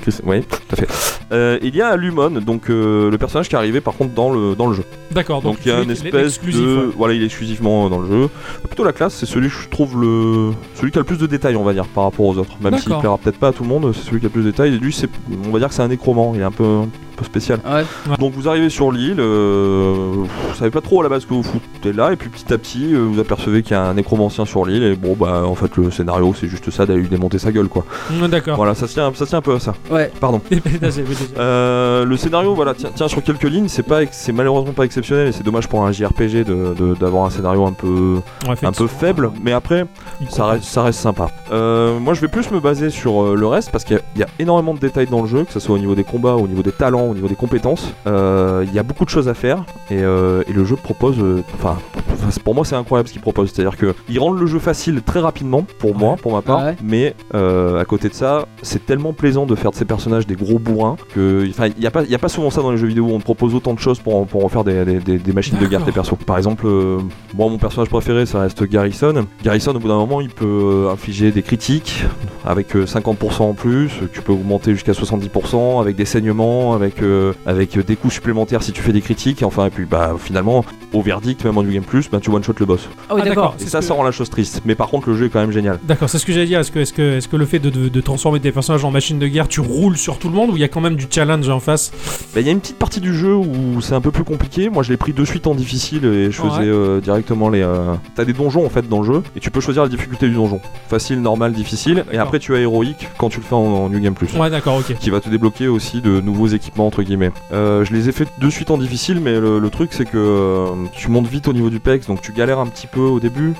B: Chris- ouais, tout à fait. Euh, il y a Lumon, donc euh, le personnage qui est arrivé par contre dans le, dans le jeu.
C: D'accord.
B: Donc il y a
C: celui
B: une
C: qui-
B: espèce
C: l'exclusif,
B: de.
C: ouais.
B: Voilà, il est exclusivement euh, dans le jeu. Plutôt la classe, c'est celui que je trouve le. Celui qui a le plus de détails, on va dire, par rapport aux autres. Même s'il
C: D'accord.
B: plaira peut-être pas à tout le monde, c'est celui qui a le plus de détails. Et lui, c'est... on va dire que c'est un nécromant, il est un peu, un peu spécial.
A: Ouais.
B: Donc vous arrivez sur l'île, euh, vous savez pas trop à la base que vous foutez là, et puis petit à petit, euh, vous apercevez qu'il y a un nécromancien sur l'île, et bon, bah en fait, le scénario, c'est juste ça, d'aller lui démonter sa gueule, quoi.
C: Mm, D'accord.
B: Voilà, ça tient, ça tient un peu à ça.
A: Ouais.
B: Pardon.
C: Désolé, désolé.
B: Euh, le scénario, voilà, tiens, tiens, sur quelques lignes, c'est pas, ex- c'est malheureusement pas exceptionnel et c'est dommage pour un JRPG de- de- d'avoir un scénario un peu,
C: Ouais, fait-
B: un peu faible. Mais après,
C: il-
B: ça reste, ça reste sympa. Euh, moi, je vais plus me baser sur euh, le reste parce qu'il y a- il y, a énormément de détails dans le jeu, que ce soit au niveau des combats, au niveau des talents, au niveau des compétences. Euh, Il y a beaucoup de choses à faire et, euh, et le jeu propose. euh, Enfin, enfin, c'est- pour moi, c'est incroyable ce qu'il propose. C'est-à-dire que il rend le jeu facile très rapidement pour moi, pour ma part.
A: Ouais.
B: Mais euh, à côté de ça, c'est tellement plaisant de faire de ces personnages des gros bourrins que. Enfin, il n'y a, pas- il y a pas souvent ça dans les jeux vidéo où on te propose autant de choses pour en, pour en faire des, des- des- des machines de guerre, tes persos. Par exemple, euh, moi, mon personnage préféré, ça reste Garrison. Garrison, au bout d'un moment, il peut euh, infliger des critiques avec euh, 50% en plus, euh, tu peux augmenter jusqu'à 70% avec des saignements, avec, euh, avec euh, des coups supplémentaires si tu fais des critiques. Enfin, et puis, bah, finalement, au verdict, même en New Game Plus, ben, tu one shot le boss.
A: Ah oui, d'accord.
C: Ah, d'accord.
B: Et
C: C'est
B: ça,
C: ce que-
B: ça rend la chose triste. Mais par contre, le jeu est quand même génial.
C: D'accord, c'est ce que j'allais dire. Est-ce que, est-ce que, est-ce que le fait de, de- de transformer tes personnages en machines de guerre, tu roules sur tout le monde ou il y a quand même du challenge en face
B: Bah, Il y a une petite partie du jeu où c'est un peu plus compliqué. Moi, je l'ai pris de suite en difficile et je
C: Ouais.
B: faisais euh, directement les. euh, T'as des donjons en fait dans le jeu et tu peux choisir la difficulté du donjon. Facile, normal, difficile. Et
C: D'accord.
B: après, tu as héroïque quand tu le fais en, en New Game Plus.
C: Ouais, d'accord, ok.
B: Qui va te débloquer aussi de nouveaux équipements entre guillemets. Euh, je les ai fait de suite en difficile, mais le, le truc c'est que euh, tu montes vite au niveau du PEX, donc tu galères un petit peu au début,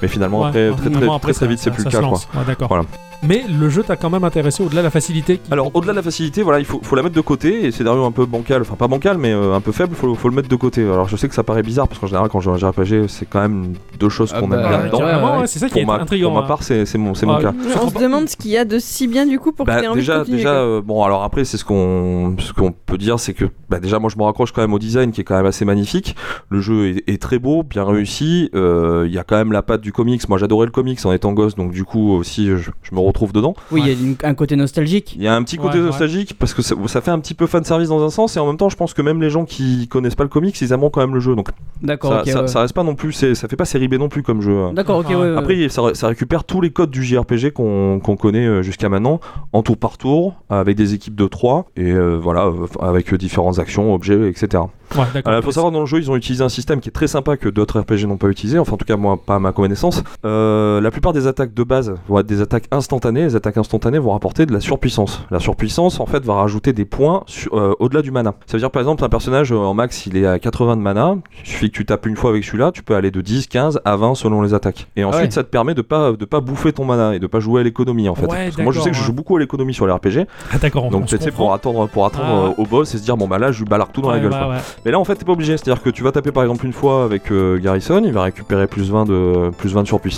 B: mais finalement
C: Ouais,
B: après
C: ouais.
B: très très,
C: Finalement,
B: très,
C: après,
B: très
C: ça-
B: vite c'est
C: ça-
B: plus
C: ça
B: le
C: se
B: cas. quoi.
C: lance. Ouais, d'accord.
B: Voilà.
C: Mais le jeu t'a quand même intéressé au-delà de la facilité. qui-
B: Alors au-delà de la facilité, voilà, il faut, faut la mettre de côté et scénario un peu bancal, enfin pas bancal mais euh, un peu faible, faut, faut le mettre de côté. Alors je sais que ça paraît bizarre parce qu'en général quand j'ai un RPG c'est quand même deux choses
A: Ah
B: qu'on
A: bah,
B: aime
C: Ah,
B: bien
A: ouais,
B: dedans.
A: ouais,
C: carrément, ouais, c'est ça qui
B: Pour
C: est
B: ma,
C: intriguant.
B: pour ma
C: hein.
B: part c'est c'est mon, c'est mon
C: Ah,
B: cas.
C: je
D: On se
C: comprends-
D: demande ce qu'il y a de si bien du coup pour
B: Bah,
D: que t'aies envie de
B: déjà,
D: continuer.
B: déjà
D: quoi.
B: euh, bon alors après c'est ce qu'on ce qu'on peut dire c'est que bah, déjà moi je me raccroche quand même au design qui est quand même assez magnifique. Le jeu est, est très beau, bien réussi. Euh, Il y a quand même la patte du comics. Moi j'adorais le comics en étant gosse donc du coup aussi je- je me retrouve dedans.
A: Oui, il y a une- un côté nostalgique.
B: Il y a un petit côté
C: Ouais, ouais.
B: nostalgique parce que ça, ça fait un petit peu fan service dans un sens et en même temps je pense que même les gens qui connaissent pas le comics ils aimeront quand même le jeu donc
A: D'accord,
B: ça,
A: ok.
B: ça-
A: ouais.
B: ça reste pas non plus c'est- ça fait pas série B non plus comme jeu. hein.
A: D'accord, ok, ouais, ouais.
B: Après il- ça, ça récupère tous les codes du JRPG qu'on qu'on connaît euh, jusqu'à maintenant en tour par tour avec des équipes de 3 et euh, voilà euh, avec euh, différentes actions objets etc.
C: Ouais, d'accord.
B: Il Euh, faut savoir dans le jeu ils ont utilisé un système qui est très sympa que d'autres RPG n'ont pas utilisé enfin en tout cas moi pas à ma connaissance. Euh, la plupart des attaques de base vont être des attaques instantanées. Les attaques instantanées vont rapporter de la surpuissance. La surpuissance en fait va rajouter des points sur- euh, au-delà du mana. Ça veut dire par exemple un personnage euh, en max il est à 80 de mana. Il suffit que tu tapes une fois avec celui-là, tu peux aller de 10, 15 à 20 selon les attaques. Et ensuite
A: ouais.
B: ça te permet de pas de pas bouffer ton mana et de pas jouer à l'économie en fait.
C: Ouais,
B: Parce que moi je
C: d'accord,
B: sais que je
C: ouais.
B: joue beaucoup à l'économie sur les RPG.
C: Ah, d'accord, on- on
B: donc
C: se
B: tu sais
C: comprend.
B: pour attendre pour attendre
C: Ah.
B: euh, au boss et se dire bon bah là je lui balarde tout dans la
C: Ouais,
B: gueule.
C: ouais,
B: quoi.
C: ouais.
B: Mais là en fait t'es pas obligé, c'est-à-dire que tu vas taper par exemple une fois avec euh, Garrison, il va récupérer plus 20 de plus 20 de surpuissance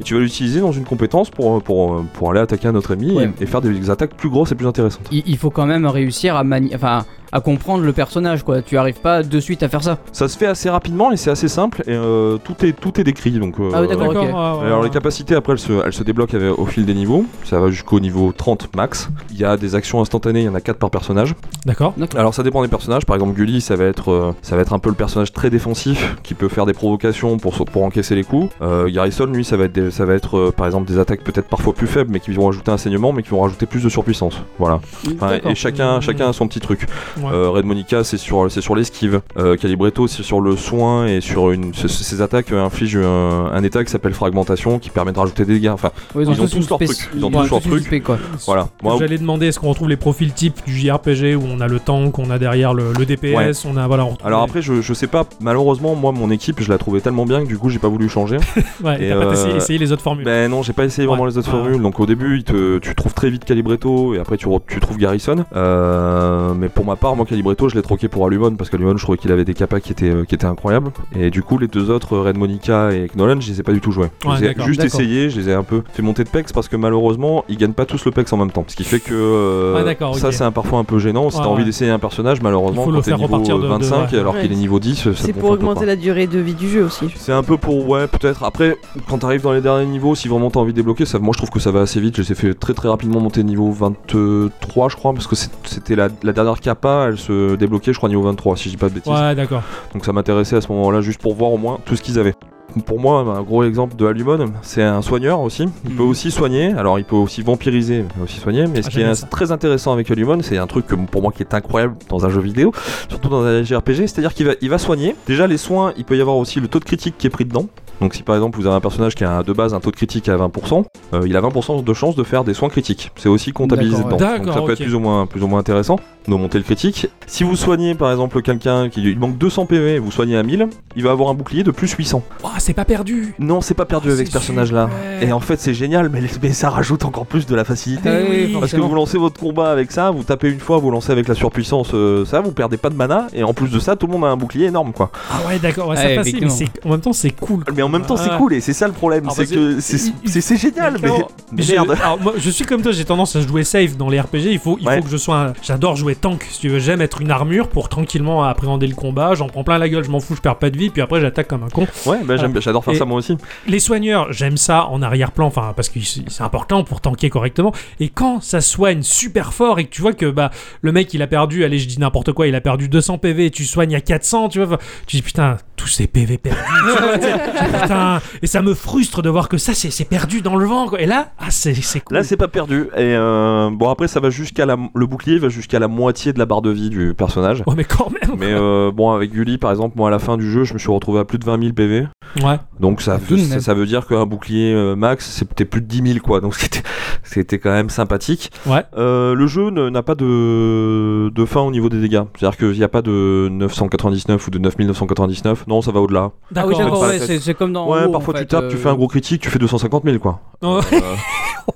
B: et tu vas l'utiliser dans une compétence pour, euh, pour, euh, pour aller attaquer un autre ennemi
A: Ouais.
B: et, et faire des attaques plus grosses et plus intéressantes.
A: Il, il faut quand même réussir à mani- enfin à comprendre le personnage quoi. Tu arrives pas de suite à faire ça.
B: Ça se fait assez rapidement et c'est assez simple et euh, tout est tout est décrit donc euh,
A: Ah oui, d'accord.
C: D'accord,
A: ok.
C: ouais, ouais,
B: Alors
C: ouais.
B: les capacités après elles se, elles se débloquent avec- au fil des niveaux, ça va jusqu'au niveau 30 max. Il y a des actions instantanées, il y en a 4 par personnage.
C: D'accord.
B: Alors ça dépend des personnages, par exemple Gully ça va être euh, ça va être un peu le personnage très défensif qui peut faire des provocations pour, se- pour encaisser les coups. Euh, Garrison lui ça va être des- ça va être euh, par exemple des attaques peut-être parfois plus faibles mais qui vont rajouter un saignement mais qui vont rajouter plus de surpuissance. Voilà. Enfin,
C: D'accord.
B: et chacun
C: Mmh.
B: chacun a son petit truc.
C: Ouais.
B: Euh, Red Monica c'est sur c'est sur l'esquive. Euh, Calibretto c'est sur le soin et sur une ses- ses attaques euh, infligent un, un état qui s'appelle fragmentation qui permet de rajouter des dégâts. Enfin
A: Ouais,
B: ils ont
A: tous une
B: tous leur
A: spéc-
B: truc, ils ont
A: ouais,
B: tous leur
A: une
B: truc.
A: spé, quoi.
B: voilà. Moi,
C: J'allais demander est-ce qu'on retrouve les profils types du JRPG où on a le tank, on a derrière le, le DPS, on a voilà. On retrouve
B: alors
C: les-
B: après je, je sais pas malheureusement moi mon équipe je la trouvais tellement bien que du coup j'ai pas voulu changer.
C: ouais,
B: et
C: t'as pas
B: euh,
C: essayé, essayé les autres formules.
B: Ben non, j'ai pas essayé vraiment
C: Ouais.
B: les autres
C: Ah.
B: formules. Donc au début, il te- tu trouves très vite Calibretto et après tu, re- tu trouves Garrison. Euh, mais pour ma part, moi Calibretto, je l'ai troqué pour Alumon parce qu'Alumon, je trouvais qu'il avait des capas qui étaient, euh, qui étaient incroyables. Et du coup, les deux autres, Red Monica et Knolan, je les ai pas du tout joués.
C: Ouais,
B: je les ai
C: d'accord.
B: juste
A: D'accord.
B: essayé, je les ai un peu fait monter de pex parce que malheureusement, ils gagnent pas tous le pex en même temps. Ce qui fait que euh,
C: Ah, d'accord,
B: ça,
C: ok.
B: c'est un- parfois un peu gênant. Si
C: Ouais,
B: t'as envie
C: ouais.
B: d'essayer un personnage, malheureusement,
C: Il faut le
B: quand t'es
C: faire
B: niveau
C: repartir de- de-
B: 25
C: ouais.
B: alors qu'il est
D: Ouais.
B: niveau 10, ça
D: C'est pour
B: te gonfle un peu, quoi.
D: augmenter la durée de vie du jeu aussi.
B: C'est un peu pour ouais peut-être. Après quand t'arrives dans les derniers niveaux, si vraiment t'as envie de débloquer, ça, moi je trouve que ça va assez vite. Je les ai fait très très rapidement monter niveau 23 je crois parce que c'est- c'était la, la dernière capa, elle se débloquait je crois niveau 23 si je dis pas de bêtises.
C: Ouais, d'accord.
B: Donc ça m'intéressait à ce moment-là juste pour voir au moins tout ce qu'ils avaient. Pour moi, un gros exemple de Alumon, c'est un soigneur aussi. Il peut
A: Mhm.
B: aussi soigner, alors il peut aussi vampiriser, mais aussi soigner. Mais ce
C: Hmm. Ah,
B: qui est
C: j'aime
B: un-
C: ça.
B: très intéressant avec Alumon, c'est un truc que, pour moi qui est incroyable dans un jeu vidéo, surtout dans un JRPG, c'est-à-dire qu'il va, il va soigner. Déjà, les soins, il peut y avoir aussi le taux de critique qui est pris dedans. Donc si par exemple vous avez un personnage qui a de base un taux de critique à 20%, euh, il a 20% de chance de faire des soins critiques. C'est aussi comptabilisé
A: D'accord, ouais.
B: dedans. Donc ça
C: D'accord,
B: peut être
C: ok.
B: plus ou moins, plus ou moins intéressant de monter le critique. Si vous soignez par exemple quelqu'un qui il manque 200 PV et vous soignez à 1000, il va avoir un bouclier de plus 800.
C: Oh, c'est pas perdu.
B: Non, c'est pas perdu
C: Ah,
B: avec
C: c'est
B: ce personnage là.
C: super.
B: Et en fait, c'est génial, mais, mais ça rajoute encore plus de la facilité.
A: Ah oui,
C: oui,
B: Parce que
A: forcément.
B: vous lancez votre combat avec ça, vous tapez une fois, vous lancez avec la surpuissance, euh, ça, vous perdez pas de mana, et en plus de ça, tout le monde a un bouclier énorme quoi.
C: Ah ouais, d'accord.
A: Ouais,
C: Ouais, c'est facile, mais
A: effectivement.
C: c'est- en même temps c'est cool.
B: Mais en même temps, c'est
C: Ah.
B: cool, et c'est ça le problème,
C: Ah,
B: c'est
C: bah,
B: que
C: c'est-
B: c'est
C: il-
B: c'est- c'est génial, mais,
C: D'accord.
B: mais
C: J'ai-
B: merde.
C: alors, moi, je suis comme toi, j'ai tendance à jouer safe dans les RPG. Il faut, il
B: Ouais.
C: faut que je sois. un- J'adore jouer tank. Si tu veux, j'aime être une armure pour tranquillement appréhender le combat. J'en prends plein la gueule, je m'en fous, je perds pas de vie, puis après j'attaque comme un con.
B: Ouais, bah, j'aime- j'adore faire
C: Et-
B: ça moi aussi.
C: Les soigneurs, j'aime ça en arrière-plan, enfin parce que c'est c'est important pour tanker correctement. Et quand ça soigne super fort et que tu vois que bah le mec il a perdu, allez je dis n'importe quoi, il a perdu 200 PV et tu soignes à 400, tu vois, enfin, tu dis putain tous ces PV perdus. tu vois, tu sais. Putain, et ça me frustre de voir que ça, c'est c'est perdu dans le vent. quoi. Et là, ah, c'est c'est cool.
B: Là, c'est pas perdu. Et euh, bon, après, ça va jusqu'à la. Le bouclier va jusqu'à la moitié de la barre de vie du personnage.
C: Ouais, mais quand même.
B: Mais euh, bon, avec Gulli, par exemple, moi, à la fin du jeu, je me suis retrouvé à plus de 20 000 PV.
C: Ouais.
B: Donc ça,
A: Tout de
B: ça,
A: même.
B: ça veut dire qu'un bouclier euh, max, c'était plus de 10 000 quoi. Donc c'était, c'était quand même sympathique.
C: Ouais.
B: Euh, le jeu ne- n'a pas de, de fin au niveau des dégâts. C'est-à-dire qu'il n'y a pas de 999 ou de 9999. Non, ça va au-delà.
A: Ah oui,
C: D'accord.
A: d'accord,
B: ouais,
A: ouais, c'est c'est comme dans.
B: ouais,
A: WoW, en
B: parfois
A: fait,
B: tu tapes, tu
A: euh,
B: fais un gros critique, tu fais 250 000 quoi.
C: Oh.
B: Euh,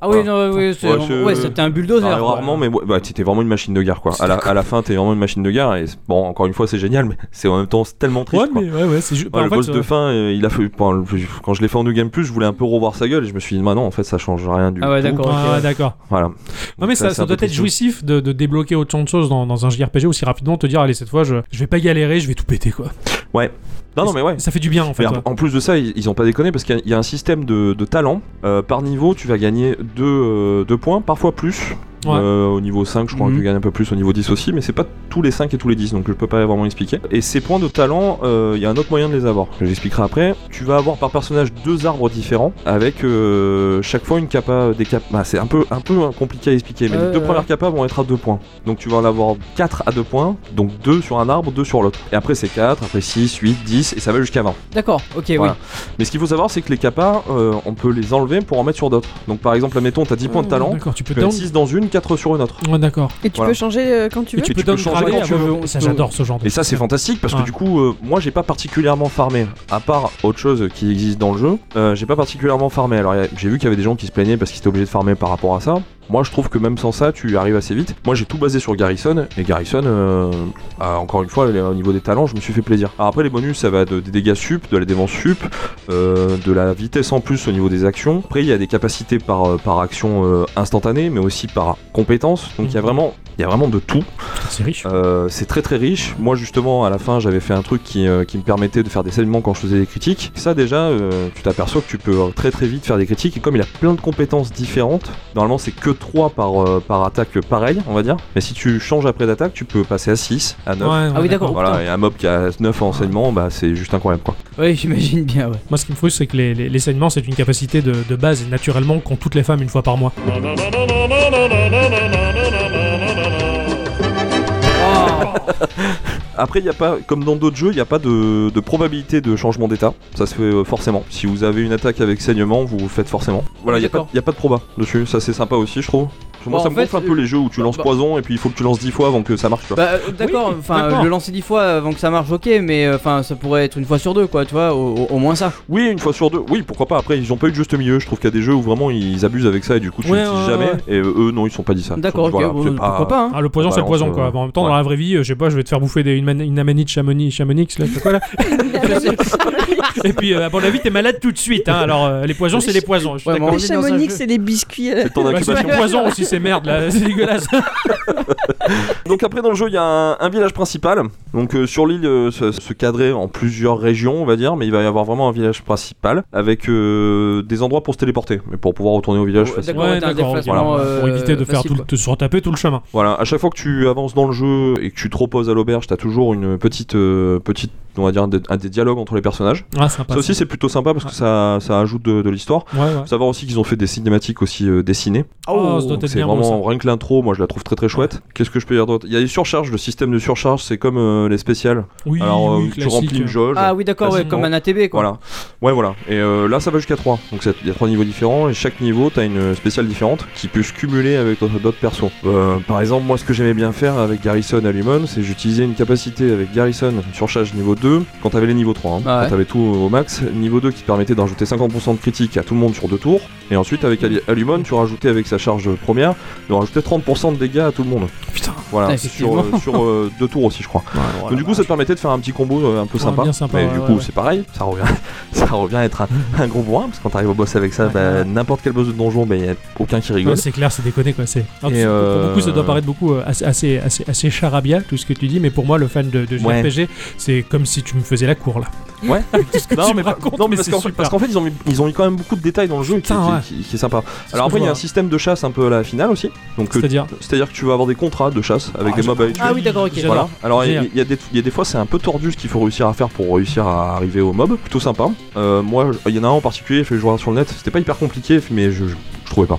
A: Ah oui, non, oui, oui, c'est-
B: Ouais, c'est-
A: ouais, c'était un
B: ça
A: bulldozer.
B: arrive
A: quoi.
B: rarement, mais ouais, bah, t'étais vraiment une machine de guerre quoi. À la, à la fin, t'es vraiment une machine de guerre. Et c'est- bon, encore une fois, c'est génial, mais c'est en même temps tellement triste.
C: Ouais,
B: quoi.
C: mais ouais, ouais, c'est juste.
B: Ouais,
C: bah, en
B: le
C: fait,
B: boss
C: euh,
B: de fin, euh, il a fait, enfin, le- quand je l'ai fait en New Game Plus, je voulais un peu revoir sa gueule et je me suis dit, bah non, en fait, ça change rien du
A: Ah ouais,
B: tout.
A: d'accord. ok,
C: ah,
A: ouais.
C: d'accord.
B: Voilà.
C: Non mais
B: Donc
C: ça, ça
B: c'est un
C: doit
B: peu
C: être
B: triste.
C: jouissif de, de débloquer autant de choses dans, dans un JRPG aussi rapidement, te dire allez cette fois je, je vais pas galérer, je vais tout péter quoi.
B: Non, non, mais ouais.
C: Ça fait du bien en fait.
B: Mais en-
C: ouais.
B: en plus de ça, ils, ils ont pas déconné parce qu'il y a- il y, a un système de, de talent. Euh, par niveau, tu vas gagner 2 points, parfois plus.
C: Ouais.
B: Euh, au niveau 5, je crois
C: Mhm.
B: que tu gagnes un peu plus, au niveau 10 aussi, mais c'est pas tous les 5 et tous les 10, donc je peux pas vraiment expliquer. Et ces points de talent, euh, il y a un autre moyen de les avoir, que j'expliquerai après. Tu vas avoir par personnage deux arbres différents, avec euh, chaque fois une capa, des capas. c'est un peu, un peu hein, compliqué à expliquer, mais
A: Ouais,
B: les deux
C: Euh.
A: ouais.
B: premières capas vont être à 2 points. Donc tu vas en avoir 4 à 2 points, donc 2 sur un arbre, 2 sur l'autre. Et après c'est 4, après 6, 8, 10, et ça va jusqu'à 20.
A: D'accord, ok,
B: Voilà. Mais ce qu'il faut savoir, c'est que les capas, euh, on peut les enlever pour en mettre sur d'autres. Donc par exemple, admettons, t'as 10 points de talent,
C: D'accord, tu peux
B: tu mets
C: down.
B: 6 dans une, 4 sur une autre.
C: Ouais, d'accord.
D: Et tu
B: Voilà.
D: peux changer euh, quand tu
B: Et
D: veux.
B: tu peux
C: downgrader
B: changer quand
C: à
B: tu veux.
C: mauvais- ah, bah, Ça j'adore ce genre de.
B: Et ça, c'est fantastique parce que
C: Ouais.
B: du coup, euh, moi, j'ai pas particulièrement farmé. À part autre chose qui existe dans le jeu, euh, j'ai pas particulièrement farmé. Alors, y a- j'ai vu qu'il y avait des gens qui se plaignaient parce qu'ils étaient obligés de farmer par rapport à ça. Moi, je trouve que même sans ça, tu arrives assez vite. Moi, j'ai tout basé sur Garrison et Garrison, euh, a- encore une fois, au niveau des talents, je me suis fait plaisir. Alors après, les bonus, ça va de, des dégâts sup, de la défense sup, euh, de la vitesse en plus au niveau des actions. Après, il y a des capacités par, euh, par action euh, instantanée, mais aussi par compétence. Donc, il y a
C: Mhm.
B: vraiment, il y a vraiment de tout.
C: Putain, C'est riche.
B: Euh, c'est très très riche. Moi justement à la fin j'avais fait un truc qui, euh, qui me permettait de faire des segments quand je faisais des critiques. Ça déjà euh, tu t'aperçois que tu peux euh, très très vite faire des critiques et comme il a plein de compétences différentes, normalement c'est que 3 par, euh, par attaque pareil on va dire. Mais si tu changes après d'attaque tu peux passer à 6, à 9.
C: Ouais, ouais,
A: Ah oui, d'accord.
B: Voilà, et un mob qui a 9 en enseignement, bah, c'est juste incroyable quoi.
A: Oui, j'imagine bien, ouais.
C: Moi, ce qui me frustre, c'est que les, les, les saignements, c'est une capacité de, de base et naturellement qu'ont toutes les femmes une fois par mois.
B: Ah. Oh. Après, il y a pas, comme dans d'autres jeux, il n'y a pas de, de probabilité de changement d'état. Ça se fait euh, forcément. Si vous avez une attaque avec saignement, vous le faites forcément. Voilà, il n'y a, pas-
A: D'accord.
B: y a pas de proba dessus. Ça, c'est sympa aussi, je trouve. Moi,
A: Bon,
B: ça
A: en
B: me
A: fait,
B: gonfle un peu les jeux où tu lances
A: bah-
B: poison et puis il faut que tu lances 10 fois avant que ça marche. Quoi.
A: Bah, euh, d'accord,
C: Oui,
A: enfin,
C: d'accord.
A: le lancer 10 fois avant que ça marche, ok, mais euh, enfin, ça pourrait être une fois sur deux, quoi, tu vois, au, au- au moins ça.
B: Oui, une fois sur deux. Oui, pourquoi pas. Après, ils n'ont pas eu de juste milieu. Je trouve qu'il y a des jeux où vraiment ils abusent avec ça et du coup, tu
C: Ouais,
B: l'utilises
C: ouais,
B: jamais.
C: ouais.
B: Et euh, eux, non, ils ne sont pas dit ça. Ils
A: D'accord,
B: sont
A: ok,
B: dit, voilà,
A: bon,
B: c'est pas-
A: pourquoi pas, hein.
C: Ah, le poison,
B: On
C: c'est le
B: balance,
C: poison, quoi.
B: euh,
C: Bon, en même temps,
B: ouais.
C: dans la vraie vie, euh, je sais pas, je vais te faire bouffer des, une, man- une amanite chamonix, chamonix, là, je sais pas quoi, là. Et puis, euh, à mon avis, t'es malade tout de suite, hein. Alors, euh, les poisons, c'est les poisons. Je suis
A: Ouais,
C: d'accord.
A: mais
D: Les
A: on est dans un
D: chamonix,
A: jeu.
D: c'est des biscuits. euh,
B: C'est ton
C: Bah, c'est
B: incubation.
C: du poison aussi, ces merdes, là. C'est dégueulasse.
B: Donc après dans le jeu il y a un, un village principal. Donc euh, sur l'île euh, se, se cadrer en plusieurs régions on va dire, mais il va y avoir vraiment un village principal avec euh, des endroits pour se téléporter, mais pour pouvoir retourner au village
A: Ouais,
B: facilement.
A: D'accord, t'as un
C: ok.
A: déplacement,
C: Voilà, pour
A: euh,
C: éviter de faire
A: facile,
C: tout, le- de se retaper tout le chemin.
B: Voilà, à chaque fois que tu avances dans le jeu et que tu te reposes à l'auberge, t'as toujours une petite euh, petite on va dire un des, un des dialogues entre les personnages.
C: Ah, sympa.
B: ça aussi c'est plutôt sympa parce que ça, ça ajoute de, de l'histoire.
C: Ouais, ouais.
B: Faut savoir aussi qu'ils ont fait des cinématiques aussi euh, dessinées.
C: Oh, ça doit
B: Donc
C: être
B: c'est
C: bien beau,
B: vraiment
C: ça.
B: rien que l'intro, moi je la trouve très très chouette. Qu'est-ce que je peux dire d'autre Il y a les surcharges, le système de surcharge c'est comme euh, les spéciales.
C: Oui,
B: Alors
C: oui,
B: euh, tu
C: classique.
B: remplis une jauge.
A: Ah oui, d'accord, ouais,
C: Facilement.
A: comme un ATB, quoi.
B: Voilà. Ouais, voilà. Et euh, là, ça va jusqu'à 3. Donc, c'est- il y a 3 niveaux différents. Et chaque niveau, t'as une spéciale différente qui peut se cumuler avec d'autres d'autres persos. Euh, par exemple, moi, ce que j'aimais bien faire avec Garrison à Lumon, c'est j'utilisais une capacité avec Garrison, une surcharge niveau 2, quand t'avais les niveaux 3. hein.
A: Ah ouais.
B: Quand t'avais tout au max. Niveau 2 qui te permettait d'ajouter 50% de critique à tout le monde sur deux tours. Et ensuite, avec Ali- Alumon, tu rajoutais avec sa charge première, de rajouter 30% de dégâts à tout le monde.
C: Putain,
B: Voilà. Sur,
A: Effectivement.
B: euh, sur euh, deux tours aussi, je crois. Donc, du coup, ça te permettait de faire un petit combo euh, un peu
C: Ouais,
B: sympa.
C: bien sympa,
B: Mais
C: ouais,
B: du
C: ouais,
B: coup,
C: ouais.
B: c'est pareil, ça revient, ça ça revient à être un, un gros bourrin, parce que quand t'arrives au boss avec ça,
C: Ouais,
B: bah,
C: ouais.
B: n'importe quel boss de donjon, bah, y a aucun qui rigole.
C: euh. Ouais, c'est clair, c'est déconné quoi. C'est Alors,
B: Et
C: c'est-
B: euh,
C: pour beaucoup ça doit paraître beaucoup euh, assez, assez assez assez charabia tout ce que tu dis, mais pour moi le fan de, de
B: Ouais.
C: JRPG, c'est comme si tu me faisais la cour là.
B: Ouais.
C: tout ce que
B: non,
C: tu
B: mais,
C: me
B: pas-
C: racontes,
B: non, mais
C: mais
B: parce
C: c'est
B: qu'en
C: super.
B: parce qu'en fait, ils ont, mis, ils ont mis quand même beaucoup de détails dans le jeu qui-
C: Putain,
B: qui, qui- qui est sympa.
C: C'est ce
B: Alors
C: que
B: après, il
C: je
B: y a un
C: vois.
B: système de chasse un peu à la finale aussi. Donc, euh,
C: c'est-à-dire
B: c'est-à-dire que tu vas avoir des contrats de chasse avec
C: Ah,
B: des
C: je-
B: mobs à tuer.
A: Ah oui, d'accord, ok.
C: J'adore.
B: Voilà. Alors il y,
C: Génial.
B: il y a des- il y a des fois c'est un peu tordu ce qu'il faut réussir à faire pour réussir à arriver au mob. Plutôt sympa. Euh, moi il y en a un en particulier, je fait jouer sur le net. C'était pas hyper compliqué mais je, je, je trouvais pas.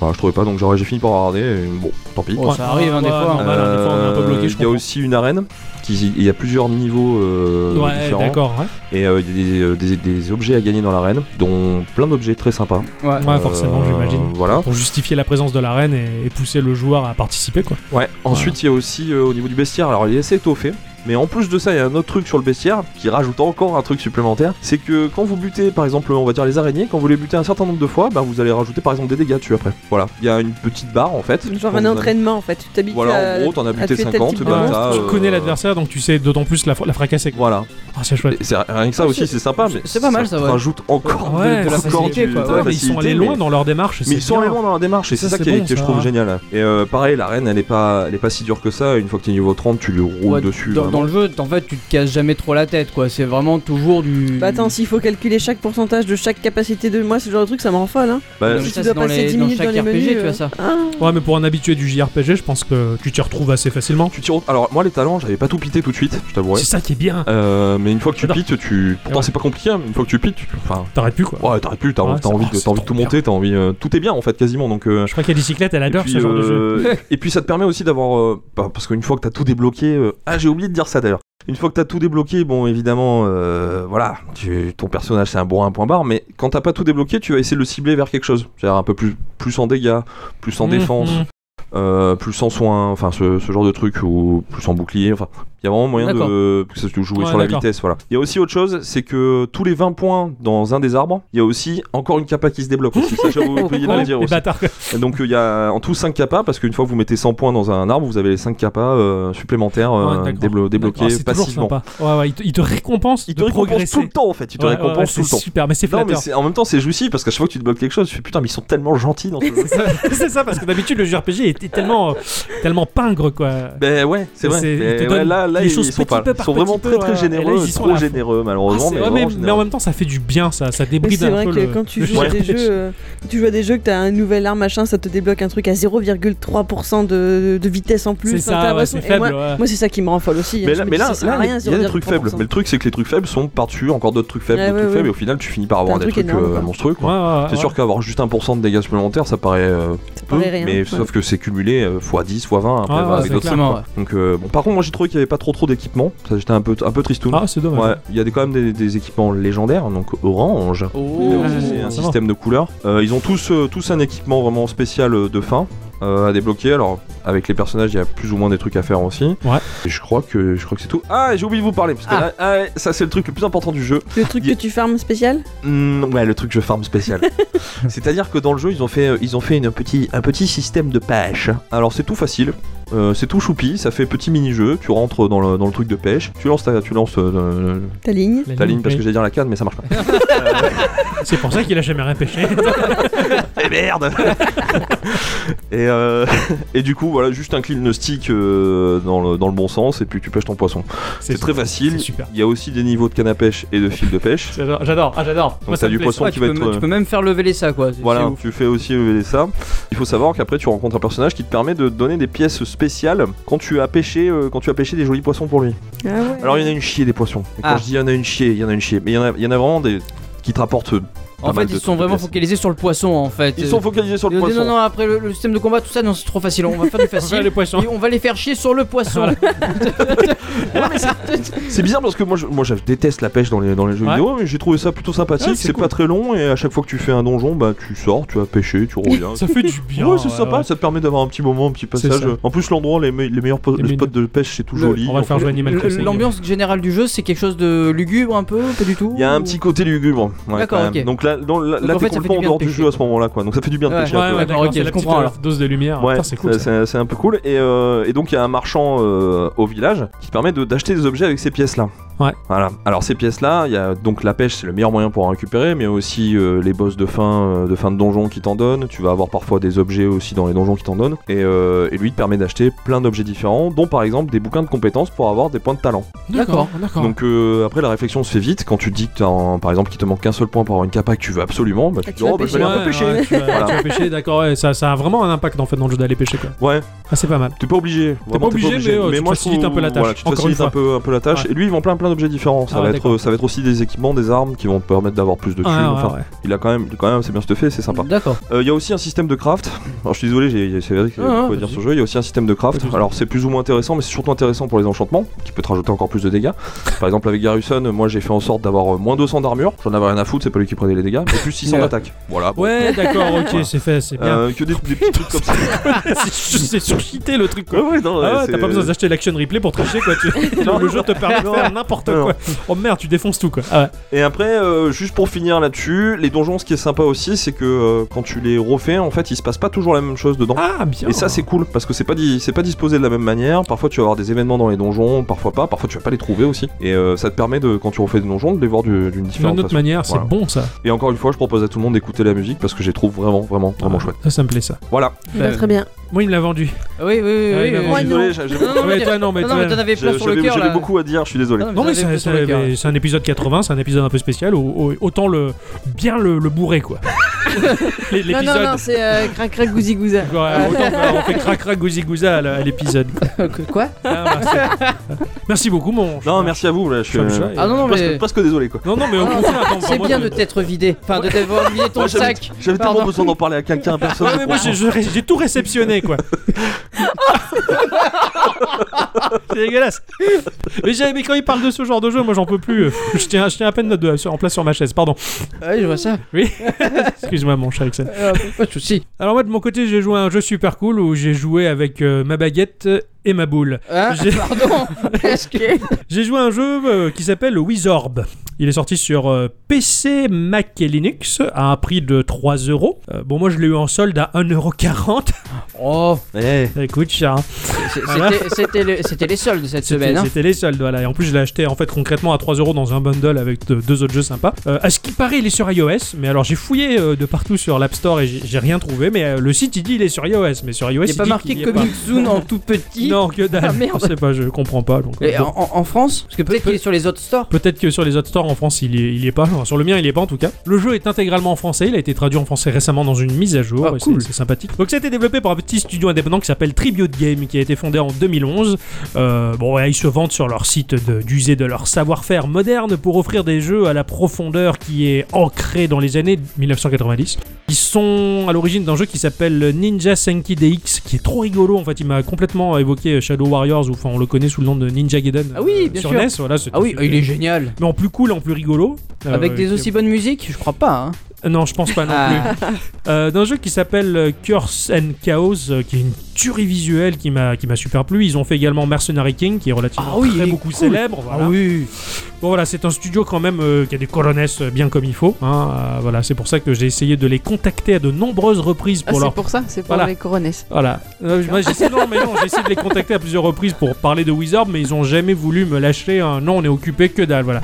B: Enfin, je trouvais pas donc j'aurais- j'ai fini par regarder. et bon tant pis.
A: Oh, ça arrive hein, des
C: Ouais,
A: fois.
C: non, bah, là, des fois, on est un peu bloqué,
B: Euh, Il
C: je
B: y a
C: comprends.
B: aussi une arène. qui- Il y a plusieurs niveaux euh,
C: Ouais,
B: différents
C: d'accord. ouais.
B: et euh, il y a des, des- des objets à gagner dans l'arène, dont plein d'objets très sympas.
A: Ouais.
C: Ouais, forcément,
B: Euh,
C: j'imagine.
B: Voilà.
C: Pour justifier la présence de la reine et, et pousser le joueur à participer quoi.
B: Ouais, ensuite il y a aussi euh, au niveau du bestiaire, alors il est assez étoffé. Mais en plus de ça, il y a un autre truc sur le bestiaire qui rajoute encore un truc supplémentaire. C'est que quand vous butez, par exemple, on va dire les araignées, quand vous les butez un certain nombre de fois, bah, vous allez rajouter par exemple des dégâts dessus après. Voilà, il y a une petite barre en fait.
D: Genre
B: Quand
D: un
B: vous-
D: entraînement en fait, tu t'habitues
B: Voilà,
D: à-
B: en gros, t'en as buté
D: tuer tel
B: 50,
D: type
B: bah,
D: de
B: t'as,
D: monstre.
C: tu
B: euh,
C: connais l'adversaire donc tu sais d'autant plus la, fra- la fracasser. quoi.
B: Voilà,
C: Ah c'est chouette.
B: Et c'est rien que ça
A: Ah,
B: aussi,
A: c'est-
B: c'est sympa, mais
A: c'est pas mal, ça, ouais.
B: rajoute encore
C: Ouais,
A: de la
B: encore
A: facilité,
B: du-
A: quoi.
B: de
A: Ouais,
B: la
C: mais ils sont
B: facilité,
C: allés
B: mais-
C: loin dans leur démarche.
B: Mais
C: c'est
B: ils sont
C: bien.
B: allés loin dans la démarche, et
C: Ça,
B: c'est ça,
C: c'est
B: qui est-
C: bon,
B: que je
C: ça.
B: trouve génial. Et euh, pareil, la reine, elle est pas, elle est pas si dure que ça. Une fois que t'es niveau 30, tu lui roules
A: Ouais,
B: dessus.
A: Dans,
B: vraiment.
A: dans le jeu, en fait, tu te casses jamais trop la tête, quoi. C'est vraiment toujours du.
D: Bah attends, s'il faut calculer chaque pourcentage de chaque capacité de moi, ce genre de truc, ça me rend folle. Hein.
B: Bah,
A: Non, mais
D: si
A: ça,
D: tu
A: c'est
D: dois
A: dans
D: passer
A: les-
D: 10
A: dans
D: minutes
A: chaque
D: dans les
A: RPG,
D: menus.
A: tu
D: euh,
A: vois ça.
D: ah.
C: Ouais, mais pour un habitué du JRPG, je pense que tu t'y retrouves assez facilement.
B: tu tires au- Alors, moi, les talents, j'avais pas tout pité tout de suite, je t'avouerai.
C: C'est ça qui est bien.
B: Euh, mais une fois que tu
C: J'adore.
B: pites, tu. Pourtant,
C: Ouais.
B: c'est pas compliqué, hein, mais une fois que tu pites, tu. Enfin.
C: T'arrêtes plus quoi.
B: Ouais, t'arrêtes plus, t'as
C: Ouais,
B: t'as
C: c'est-
B: envie,
C: oh,
B: de-
C: c'est
B: t'as envie de tout
C: trop bien.
B: monter, t'as envie. euh, tout est bien en fait, quasiment. Donc, euh,
C: Je crois qu'à bicyclette, elle adore
B: et puis,
C: ce genre de jeu.
B: euh, et puis ça te permet aussi d'avoir. euh, bah, parce qu'une fois que t'as tout débloqué. euh, Ah, j'ai oublié de dire ça d'ailleurs. Une fois que t'as tout débloqué, bon, évidemment, euh, voilà, tu- ton personnage c'est un bourrin, point barre, mais quand t'as pas tout débloqué, tu vas essayer de le cibler vers quelque chose. C'est-à-dire un peu plus, plus en dégâts, plus en
C: Mhm,
B: défense,
C: mhm.
B: euh, plus en soins, enfin ce, ce genre de truc, ou plus en bouclier, enfin, il y a vraiment moyen
A: D'accord.
B: de que ça se joue
C: Ouais,
B: sur la
C: d'accord.
B: vitesse, voilà. Il y a aussi autre chose, c'est que tous les 20 points dans un des arbres, il y a aussi encore une capa qui se débloque aussi. ça, j'avais oublié de le
C: Ouais, Eh ben,
B: dire
C: Oh, les
B: aussi.
C: bâtards, quoi.
B: Et Donc euh, il y a en tout 5 kappas parce qu'une fois que vous mettez 100 points dans un arbre, vous avez les 5 kappas euh, supplémentaires euh,
C: Ouais, d'accord.
B: déblo-
C: Ah,
B: débloqués
C: c'est toujours
B: passivement.
C: sympa. Ouais, ouais, il te, il te récompense
B: Ils te
C: de
B: récompensent
C: progresser.
B: tout le temps en fait, ils te
C: Ouais, ouais,
B: récompensent tout
C: ouais,
B: le temps.
C: C'est super, mais c'est
B: Non mais
C: flatteur.
B: c'est- en même temps c'est jouissif parce qu'à chaque fois que tu débloques quelque chose, tu fais putain mais ils sont tellement gentils dans ce jeu.
C: C'est ça, c'est ça, parce que d'habitude le JRPG était tellement, euh, tellement pingre quoi.
B: Ben ouais, c'est vrai.
C: C'est- ils
B: Ben
C: te
B: ouais,
C: donnent
B: là, là,
C: les
B: ils,
C: choses
B: ils sont
C: petit
B: pas.
C: peu
B: Ils
C: par
B: sont vraiment
C: petit peu,
B: très très
C: ouais. Et là,
B: généreux,
C: ils y sont à
B: trop
C: la fin.
B: généreux
C: Ah,
B: malheureusement.
C: c'est-
B: mais,
C: ouais,
B: vraiment
C: mais, mais
B: généreux.
C: en même temps ça fait du bien ça, ça
D: Mais
C: débride
D: c'est
C: bah, un
D: vrai
C: peu
D: que
C: le.
D: quand tu
C: le
D: joues à des
C: JRPG.
D: jeux, euh, tu joues à des jeux que t'as un nouvel arme machin, ça te débloque un truc à 0,3% de, de vitesse en plus.
C: C'est
D: Enfin, t'as
C: ça, ouais,
D: l'impression-
C: c'est
D: et moi,
C: faible. ouais.
D: moi, c'est ça qui me rend folle aussi. hein.
B: Mais
D: Je
B: là,
D: me
B: mais
D: dis,
B: là,
D: ça sert à
B: là, il
D: rien,
B: y a des trucs
D: 0,3%.
B: faibles. Mais le truc, c'est que les trucs faibles sont par-dessus encore d'autres trucs faibles,
D: Ouais,
B: d'autres
D: ouais,
B: trucs faibles,
D: ouais.
B: et au final, tu finis par avoir
D: T'as un
B: des
D: truc
B: trucs
D: énorme,
B: euh,
D: quoi.
B: monstrueux. quoi.
C: Ouais, ouais, ouais.
B: C'est sûr qu'avoir juste un pourcent de dégâts supplémentaires, ça paraît euh,
D: Ça
B: peu,
D: paraît rien.
B: mais
D: Ouais.
B: sauf que c'est cumulé euh, x 10, x 20, après
C: Ouais,
B: bah,
C: ouais,
B: avec
C: Ah, c'est
B: d'autres
C: clair.
B: trucs.
A: Forcément, ouais.
B: Donc, euh, bon, par contre, moi j'ai trouvé qu'il n'y avait pas trop trop d'équipements, ça j'étais un peu, un peu tristoun.
C: Ah, c'est dommage.
B: Ouais, il y a des, quand même des, des équipements légendaires, donc orange, Euh,
A: Oh.
C: Ouais,
B: c'est
C: ça va.
B: un système de couleurs. Euh, ils ont tous, euh, tous un équipement vraiment spécial euh, de fin euh, à débloquer. Alors, avec les personnages, il y a plus ou moins des trucs à faire aussi.
C: Ouais.
B: Et je crois que, je crois que c'est tout. Ah, et j'ai oublié de vous parler, parce que
A: Ah.
B: là, ah, ça c'est le truc le plus important du jeu.
D: Le truc
B: Il y a-
D: que tu fermes spécial
B: Hmm, ouais, le truc je farm spécial. C'est-à-dire que dans le jeu, ils ont fait, euh, ils ont fait une petit, un petit système de pêche. Alors c'est tout facile, euh, c'est tout choupi, ça fait petit mini-jeu. Tu rentres dans le, dans le truc de pêche, tu lances ta, tu lances euh,
D: Ta ligne
C: La
B: ta ligne
C: ligne,
B: parce
C: oui.
B: que j'allais dire la canne, mais ça marche pas.
C: C'est pour ça qu'il a jamais rien pêché.
B: Eh merde et, euh, et du coup, voilà, juste incline le stick euh, dans, le, dans le bon sens et puis tu pêches ton poisson. C'est très
C: c'est
B: facile.
C: super.
B: Il y a aussi des niveaux de canne à pêche et de fil de pêche.
C: J'adore, j'adore, ah, j'adore. Moi,
B: t'as
C: me
B: du
C: plaît.
B: poisson.
A: Ouais,
B: qui
A: tu,
B: va
A: peux
B: être,
A: même-
B: euh,
A: tu peux même faire leveler ça, quoi. C'est- c'est
B: Voilà,
A: ouf.
B: tu fais aussi lever ça. Il faut savoir qu'après tu rencontres un personnage qui te permet de donner des pièces spéciales quand tu as pêché, euh, quand tu as pêché des jolis poissons pour lui.
D: Ah ouais.
B: Alors il y en a une chier des poissons. Et quand
A: Ah.
B: je dis il y en a une chier, il y en a une chier. Mais il y en a, il y en a vraiment des qui te rapportent. euh,
A: En
B: pas
A: fait,
B: mal de
A: ils
B: trucs
A: sont
B: de
A: vraiment
B: pièces.
A: focalisés sur le poisson, en fait.
B: Ils sont focalisés sur
A: Ils
B: le
A: ont dit,
B: poisson.
A: non, non, après le, le système de combat, tout ça, non, c'est trop facile. On va faire du
C: Ouais,
A: facile.
C: les poissons.
A: Et on va les faire chier sur le poisson.
B: C'est bizarre parce que moi je, moi je déteste la pêche dans les, dans les jeux
C: Ouais.
B: vidéo, mais j'ai trouvé ça plutôt sympathique.
C: Ah, c'est
B: c'est
C: cool.
B: pas très long et à chaque fois que tu fais un donjon, bah tu sors, tu vas pêcher, tu reviens.
C: Ça fait du bien.
B: ouais, c'est
C: ouais,
B: sympa,
C: ouais.
B: ça te permet d'avoir un petit moment, un petit
C: C'est
B: passage.
C: ça.
B: En plus, l'endroit, les, me- les meilleurs po-
C: Les
B: spots
C: menus.
B: de pêche, c'est tout
A: Le-
B: joli.
C: On va le
B: Donc,
C: faire jouer Animal
A: Le-
C: Crossing.
A: L'ambiance générale du jeu, c'est quelque chose de lugubre un peu, pas du tout.
B: Il y a un
A: ou-
B: petit côté lugubre. Ouais,
A: D'accord,
B: quand même.
A: ok.
B: Donc là, dans, là,
A: Donc
B: là,
A: en
B: t'es
A: fait, ça fait du
B: complètement en
A: bien
B: dehors
A: de
B: du
A: pêcher.
B: jeu à ce moment-là, quoi. Donc ça fait du bien de
A: Ouais,
B: pêcher.
C: Ouais,
B: un peu,
C: ouais,
B: ouais.
C: d'accord,
A: ok,
C: ok,
A: je
C: la petite,
A: comprends,
C: euh,
A: alors.
C: dose de lumière.
B: Ouais,
C: Putain, c'est cool.
B: ça-
C: ça.
B: c'est c'est un peu cool. Et, euh, et donc il y a un marchand euh, au village qui te permet de- d'acheter des objets avec ces pièces-là.
C: Ouais.
B: Voilà. Alors ces pièces-là, il y a donc la pêche, c'est le meilleur moyen pour en récupérer, mais aussi euh, les boss de fin, euh, de fin de donjon qui t'en donnent. Tu vas avoir parfois des objets aussi dans les donjons qui t'en donnent, et, euh, et lui il te permet d'acheter plein d'objets différents, dont par exemple des bouquins de compétences pour avoir des points de talent.
A: D'accord.
C: d'accord.
B: Donc euh, après la réflexion se fait vite quand tu te dis que t'as un- par exemple qu'il te manque qu'un seul point pour avoir une capa que tu veux absolument, bah tu
D: Ah,
B: te
D: tu
B: dis
D: vas
B: oh bah je vais
D: pêcher.
B: aller un peu pêcher.
C: ouais, tu vas,
B: Voilà.
C: tu vas pêcher, d'accord, ouais, ça, ça a vraiment un impact en fait dans le jeu d'aller pêcher quoi.
B: Ouais,
C: Ah, c'est pas mal.
B: t'es pas obligé. vraiment,
C: pas obligé, mais, euh, tu te
B: moi, je
C: facilites
B: trouve-
C: un peu la tâche,
B: voilà, tu te
C: encore une
B: facilites un peu, un peu la tâche.
C: Ouais.
B: Et lui, ils vend plein plein d'objets différents. Ça,
C: Ah,
B: va être,
C: d'accord.
B: ça va être aussi des équipements, des armes qui vont te permettre d'avoir plus de thunes.
C: Ah, ouais,
B: enfin,
C: ouais.
B: il a quand même, quand même, c'est bien stuffé, c'est sympa.
A: D'accord.
B: Euh, Il y a aussi un système de craft. Alors je suis désolé, j'ai- j'ai- c'est vrai
A: Ah,
B: que vous
A: ah,
B: pouvez
A: vas-y.
B: dire sur le jeu. Il y a aussi un système de craft.
C: Vas-y.
B: Alors c'est plus ou moins intéressant, mais c'est surtout intéressant pour les enchantements, qui peut te rajouter encore plus de dégâts. Par exemple avec Garrison, moi j'ai fait en sorte d'avoir euh, moins 200 d'armure. J'en avais rien à foutre, c'est pas lui qui prenait les dégâts, mais plus 600
A: Ouais.
B: d'attaque. Voilà. bon.
C: Ouais, d'accord, ok,
B: Voilà.
C: c'est fait, c'est bien.
B: Euh, que des, des petits trucs comme ça.
C: c'est c'est surchité le truc quoi.
B: ouais, non, ouais,
C: Ah ouais,
B: c'est-
C: t'as pas besoin d'acheter l'action replay pour tricher quoi. Tu...
B: Non.
C: le jeu te permet de faire n'importe
B: Non.
C: quoi. Oh merde, tu défonces tout quoi. Ah ouais.
B: Et après, euh, juste pour finir là-dessus, les donjons, ce qui est sympa aussi, c'est que euh, quand tu les refais, en fait, il se passe pas toujours la même chose dedans.
C: Ah, bien.
B: Et ça c'est cool parce que c'est pas di- c'est pas disposé de la même manière. Parfois tu vas avoir des événements dans les donjons, parfois pas, parfois tu vas pas les trouver aussi. Et euh, ça te permet de quand tu refais des donjons de les voir du- d'une
C: D'une
B: différente
C: autre
B: façon.
C: manière, c'est
B: Voilà.
C: bon ça.
B: Et encore une fois, je propose à tout le monde d'écouter la musique parce que je les trouve vraiment vraiment vraiment
C: Ah,
B: chouette.
C: Ça, ça me plaît ça.
B: Voilà.
A: euh,
D: Bah, Très bien.
C: Moi, il me l'a vendu.
A: Oui, oui, oui.
C: Ah,
A: oui,
C: il m'a
A: oui.
C: vendu.
B: Désolé, j'ai- j'ai-
A: Non, non,
C: Ouais,
A: mais-
C: toi, non, mais
A: non,
C: toi-
A: mais t'en avais plein
B: j'ai-
A: sur le
B: j'avais
A: cœur
B: j'avais
A: là.
B: beaucoup à dire, je suis désolé.
C: Non mais
A: t'en avais
C: c'est
A: plein sur le
C: c'est-
A: cœur.
C: mais c'est un épisode 80, c'est un épisode un peu spécial, au- au- autant le bien le, le bourrer quoi. L'é-
D: Non,
C: L'épisode.
D: non, non, c'est euh, crac crac gouzi gouza.
C: Ouais, autant faire- on fait cracra gouzigouza à l'- à l'épisode. quoi.
A: Euh, Quoi
C: Ah, merci. merci beaucoup mon.
B: Non, merci à vous là, je suis
C: Comme
B: euh,
C: ça,
A: Ah non, non,
B: presque,
A: mais.
B: presque désolé quoi.
C: Non non mais au contraire. attends,
A: Ah, C'est
C: moi,
A: bien
C: je-
A: de t'être vidé, enfin de t'avoir oublié ton
B: Moi, j'avais-
A: sac.
B: J'avais
A: Pardon.
B: tellement besoin d'en parler à quelqu'un, à personne.
C: Ouais, mais moi j'ai je ré- j'ai tout réceptionné quoi. c'est dégueulasse. Mais, j'ai- mais quand il parle de ce genre de jeu, moi j'en peux plus. Euh, Je tiens, je tiens à peine de- sur- en place sur ma chaise, pardon.
A: Ah Oui, je vois ça.
C: Excuse-moi mon chat Alexandre.
A: Euh, pas de soucis.
C: Alors moi de mon côté j'ai joué à un jeu super cool où j'ai joué avec euh, ma baguette et ma boule.
A: Hein
C: J'ai-
A: Pardon Est-ce que.
C: J'ai joué à un jeu euh, qui s'appelle Wizorb. Il est sorti sur euh, PC, Mac et Linux à un prix de 3 euros. Euh, Bon moi je l'ai eu en solde à 1,40€.
A: Oh,
B: Eh,
C: Ça coûte cher. hein.
A: c'est-
C: Voilà.
A: c'était- c'était le- c'était les soldes cette semaine.
C: C'était
A: hein.
C: c'était les soldes, voilà. Et en plus, je l'ai acheté en fait concrètement à 3 euros dans un bundle avec de- deux autres jeux sympas. Euh, à ce qui paraît, il est sur iOS, mais alors j'ai fouillé euh, de partout sur l'App Store et j'ai j'ai rien trouvé. Mais euh, le site il dit il est sur iOS, mais sur
A: Il
C: iOS
A: n'y a pas
C: dit
A: marqué
C: qu'il y est
A: Comic Zone en tout petit.
C: Non, que dalle.
A: Ah, merde.
C: Je sais pas, je comprends pas. donc,
A: Et
C: euh,
A: en, en- en France Parce que peut-être qu'il est sur les autres stores.
C: Peut-être que sur les autres stores en France, il y est, il y est pas. Enfin, sur le mien, il y est pas en tout cas. Le jeu est intégralement en français. Il a été traduit en français récemment dans une mise à jour.
A: Ah,
C: et c'est-
A: cool.
C: C'est sympathique. Donc, ça a été développé par un petit studio indépendant qui s'appelle Tribute Game, qui a été fondé en 2011. Euh, bon, ouais, ils se vantent sur leur site de- d'user de leur savoir-faire moderne pour offrir des jeux à la profondeur qui est ancrée dans les années 1990. Ils sont à l'origine d'un jeu qui s'appelle Ninja Senki DX, qui est trop rigolo. En fait, il m'a complètement évoqué Shadow Warriors, ou enfin, on le connaît sous le nom de Ninja Gaiden. euh,
A: Ah oui, bien
C: sur
A: sûr.
C: NES, voilà, c'est-
A: Ah oui,
C: c'est-
A: il est génial.
C: mais en plus cool, en plus rigolo. Euh,
A: Avec des
C: qui-
A: aussi bonnes musiques Je crois pas. Hein.
C: Euh, Non, je pense pas non
A: Ah.
C: plus. Euh, D'un jeu qui s'appelle euh, Curse and Chaos, euh, qui est une tuerie visuelle qui m'a qui m'a super plu. Ils ont fait également Mercenary King, qui est relativement
A: Ah oui,
C: très
A: il est
C: beaucoup
A: cool.
C: célèbre. voilà.
A: Ah oui.
C: Bon voilà, c'est un studio quand même euh, qui a des colonesses euh, bien comme il faut. hein. Euh, voilà, c'est pour ça que j'ai essayé de les contacter à de nombreuses reprises
D: Ah,
C: pour leur
D: c'est pour ça, c'est pour
C: Voilà.
D: les coronets.
C: voilà. Euh, moi, j'ai essayé- non, mais non, j'ai essayé de les contacter à plusieurs reprises pour parler de Wizard, mais ils ont jamais voulu me lâcher un non, on est occupé que dalle. Voilà.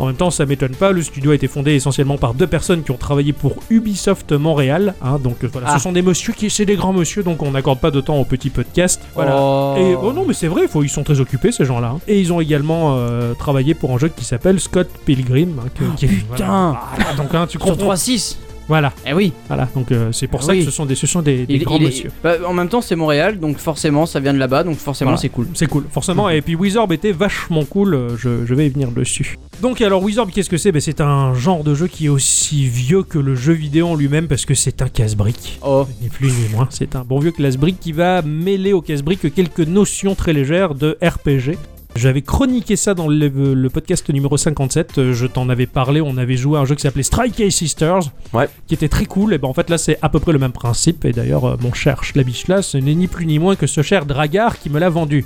C: En même temps, ça m'étonne pas. Le studio a été fondé essentiellement par deux personnes qui ont travaillé pour Ubisoft Montréal. hein, donc euh, voilà,
A: Ah.
C: ce sont des messieurs qui, c'est des grands messieurs, donc on n'accorde pas de temps aux petits podcasts. Voilà.
A: Oh.
C: Et oh non mais c'est vrai, faut, ils sont très occupés ces gens-là. hein. Et ils ont également euh, travaillé pour un jeu qui s'appelle Scott Pilgrim. hein, que- qui-
A: Ah, putain.
C: voilà. donc hein, tu
A: Sur
C: comprends.
A: 3-6.
C: Voilà,
A: Eh oui.
C: voilà. Donc euh, c'est pour ça
A: Oui.
C: que ce sont des, ce sont des, des
A: Il-
C: grands
A: il est-
C: messieurs.
A: bah, en même temps, c'est Montréal, donc forcément, ça vient de là-bas, donc forcément,
C: Voilà.
A: c'est cool.
C: C'est cool, forcément. Et puis Wizorb était vachement cool, euh, je, je vais y venir dessus. Donc alors Wizorb, qu'est-ce que c'est Ben, C'est un genre de jeu qui est aussi vieux que le jeu vidéo en lui-même parce que c'est un casse-brique.
A: Oh.
C: Ni plus ni moins, c'est un bon vieux casse-brique qui va mêler au casse-brique quelques notions très légères de RPG. J'avais chroniqué ça dans le, le podcast numéro 57, euh, je t'en avais parlé, on avait joué à un jeu qui s'appelait Strike A Sisters,
B: Ouais.
C: qui était très cool, et ben en fait là c'est à peu près le même principe, et d'ailleurs euh, mon cher Schlabich là, ce n'est ni plus ni moins que ce cher Dragar qui me l'a vendu.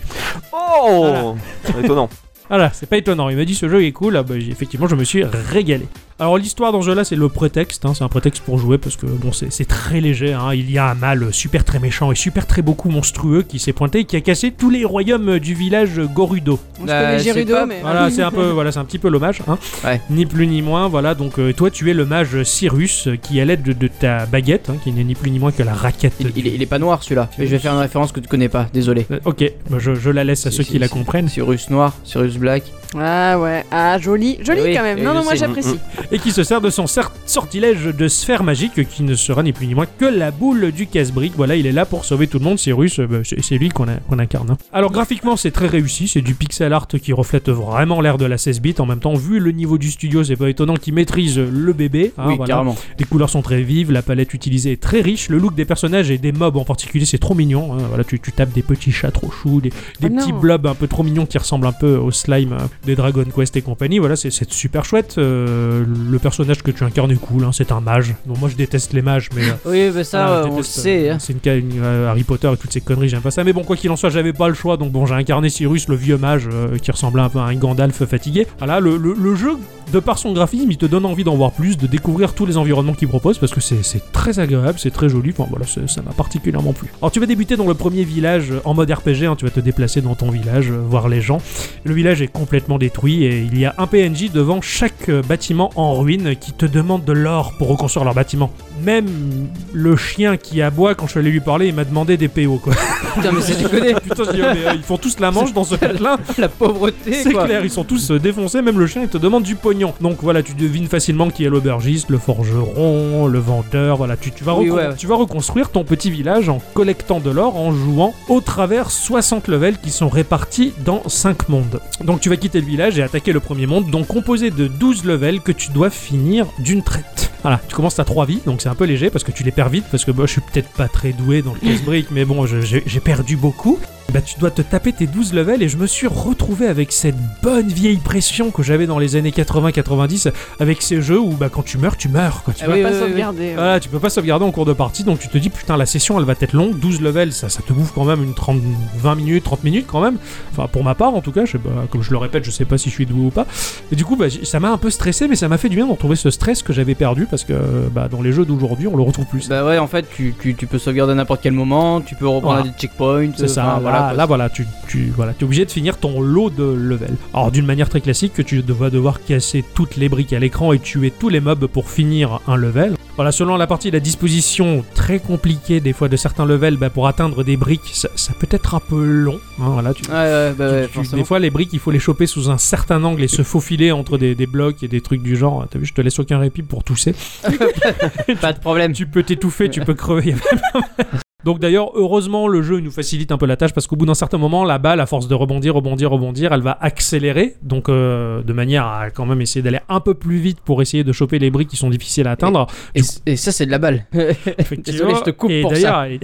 B: Oh Étonnant.
C: Voilà, c'est pas étonnant. Il m'a dit ce jeu est cool. Ah, bah, j'ai- effectivement, je me suis régalé. Alors l'histoire dans ce jeu-là, c'est le prétexte. hein, c'est un prétexte pour jouer parce que bon, c'est c'est très léger. hein. Il y a un mâle super très méchant et super très beaucoup monstrueux qui s'est pointé et qui a cassé tous les royaumes du village Gorudo.
D: Bon, je
A: Bah,
D: connais
A: c'est
D: Gerudo,
A: pas-
D: mais...
C: Voilà, c'est un peu, voilà, c'est un petit peu l'hommage. Hein.
A: Ouais.
C: Ni plus ni moins. Voilà, donc euh, toi, tu es le mage Cyrus euh, qui, à l'aide de, de ta baguette, hein, qui n'est ni plus ni moins que la raquette.
A: Il,
C: du-
A: il est- il est pas noir celui-là. Mais je vais faire une référence que tu connais pas, désolé.
C: Euh, Ok, bah, je, je la laisse à
A: Si,
C: ceux
A: si,
C: qui la
A: si.
C: comprennent
A: Cyrus noir, Cyrus black.
D: Ah ouais, ah joli, joli
A: Eh oui,
D: quand même.
A: eh
D: Non,
A: oui,
D: non,
A: je
D: moi
A: sais.
D: j'apprécie.
C: et qui se sert de son cer- sortilège de sphère magique qui ne sera ni plus ni moins que la boule du casse-brique. Voilà, il est là pour sauver tout le monde. Cyrus, euh, bah, c'est c'est lui qu'on a- qu'on incarne. hein. Alors graphiquement, c'est très réussi. C'est du pixel art qui reflète vraiment l'air de la 16 bits. En même temps, vu le niveau du studio, c'est pas étonnant qu'il maîtrise le bébé. hein,
A: oui,
C: voilà.
A: carrément.
C: Les couleurs sont très vives, la palette utilisée est très riche, le look des personnages et des mobs en particulier c'est trop mignon. hein. Voilà, tu, tu tapes des petits chats trop choux, des, des
D: Oh non.
C: petits blobs un peu trop mignons qui ressemblent un peu au slime euh, des Dragon Quest et compagnie. Voilà, c'est- c'est super chouette. Euh, le personnage que tu incarnes est cool, hein, c'est un mage. Bon, moi je déteste les mages, mais. euh,
A: Oui, mais ça,
C: voilà, je
A: euh, on le
C: déteste,
A: sait.
C: euh,
A: hein.
C: C'est une, ca- une, euh, Harry Potter et toutes ces conneries, j'aime pas ça. Mais bon, quoi qu'il en soit, j'avais pas le choix. Donc bon, j'ai incarné Cyrus, le vieux mage euh, qui ressemblait un peu à un Gandalf fatigué. Voilà, le, le- le jeu, de par son graphisme, il te donne envie d'en voir plus, de découvrir tous les environnements qu'il propose parce que c'est c'est très agréable, c'est très joli. Enfin voilà, c'est- ça m'a particulièrement plu. Alors tu vas débuter dans le premier village euh, en mode RPG. hein, tu vas te déplacer dans ton village, euh, voir les gens. Le village est complètement détruit et il y a un PNJ devant chaque euh, bâtiment en ruine qui te demande de l'or pour reconstruire leur bâtiment. Même le chien qui aboie quand je l'ai lui parler, il m'a demandé des PO quoi.
A: Putain, mais c'est déconné.
C: Putain, je dis, oh, mais, euh, ils font tous la manche dans ce là
A: La pauvreté,
C: c'est
A: quoi.
C: clair, ils sont tous euh, défoncés, même le chien il te demande du pognon. Donc voilà, tu devines facilement qui est l'aubergiste, le forgeron, le vendeur, voilà, tu, tu vas,
A: Oui,
C: recon-
A: ouais, ouais.
C: tu vas reconstruire ton petit village en collectant de l'or, en jouant au travers 60 levels qui sont répartis dans 5 mondes. Donc tu vas quitter le village et attaquer le premier monde, donc composé de 12 levels que tu dois finir d'une traite. Voilà, tu commences à 3 vies, donc c'est un peu léger parce que tu les perds vite, parce que moi je suis peut-être pas très doué dans le casse-brique, mais bon, je- j'ai j'ai perdu beaucoup. Bah tu dois te taper tes 12 levels et je me suis retrouvé avec cette bonne vieille pression que j'avais dans les années 80-90 avec ces jeux où bah quand tu meurs tu meurs quoi. Tu
A: Ah
C: vois.
A: oui,
D: pas
A: oui, oui.
D: sauvegarder. euh.
C: Voilà, tu peux pas sauvegarder en cours de partie, donc tu te dis putain la session elle va être longue, 12 levels, ça, ça te bouffe quand même une 30, 20 minutes, 30 minutes quand même. Enfin pour ma part en tout cas, je sais pas, comme je le répète, je sais pas si je suis doué ou pas. Et du coup bah, j- ça m'a un peu stressé, mais ça m'a fait du bien d'en trouver ce stress que j'avais perdu parce que euh, bah, dans les jeux d'aujourd'hui on le retrouve plus.
A: Bah ouais, en fait, tu, tu, tu peux sauvegarder à n'importe quel moment, tu peux reprendre
C: Voilà.
A: à des checkpoints.
C: C'est ça,
A: enfin,
C: voilà,
A: quoi.
C: là voilà, tu, tu voilà, es obligé de finir ton lot de level. Alors d'une manière très classique, que tu vas devoir casser toutes les briques à l'écran et tuer tous les mobs pour finir un level. Voilà, selon la partie, la disposition très compliquée des fois de certains levels, bah, pour atteindre des briques, ça, ça peut être un peu long. hein, voilà, tu,
A: Ouais, ouais, bah
C: tu-
A: ouais,
C: tu-
A: forcément.
C: des fois, les briques, il faut les choper sous un certain angle et se faufiler entre des, des blocs et des trucs du genre. T'as vu, je te laisse aucun répit pour tousser.
A: Pas de problème.
C: Tu peux t'étouffer, tu peux crever. Donc d'ailleurs, heureusement, le jeu nous facilite un peu la tâche parce qu'au bout d'un certain moment, la balle, à force de rebondir, rebondir, rebondir, elle va accélérer. Donc euh, de manière à quand même essayer d'aller un peu plus vite pour essayer de choper les briques qui sont difficiles à atteindre.
A: Et, et ça, c'est de la balle. Désolé, je te coupe
C: Et
A: pour
C: d'ailleurs,
A: ça.
C: Elle est...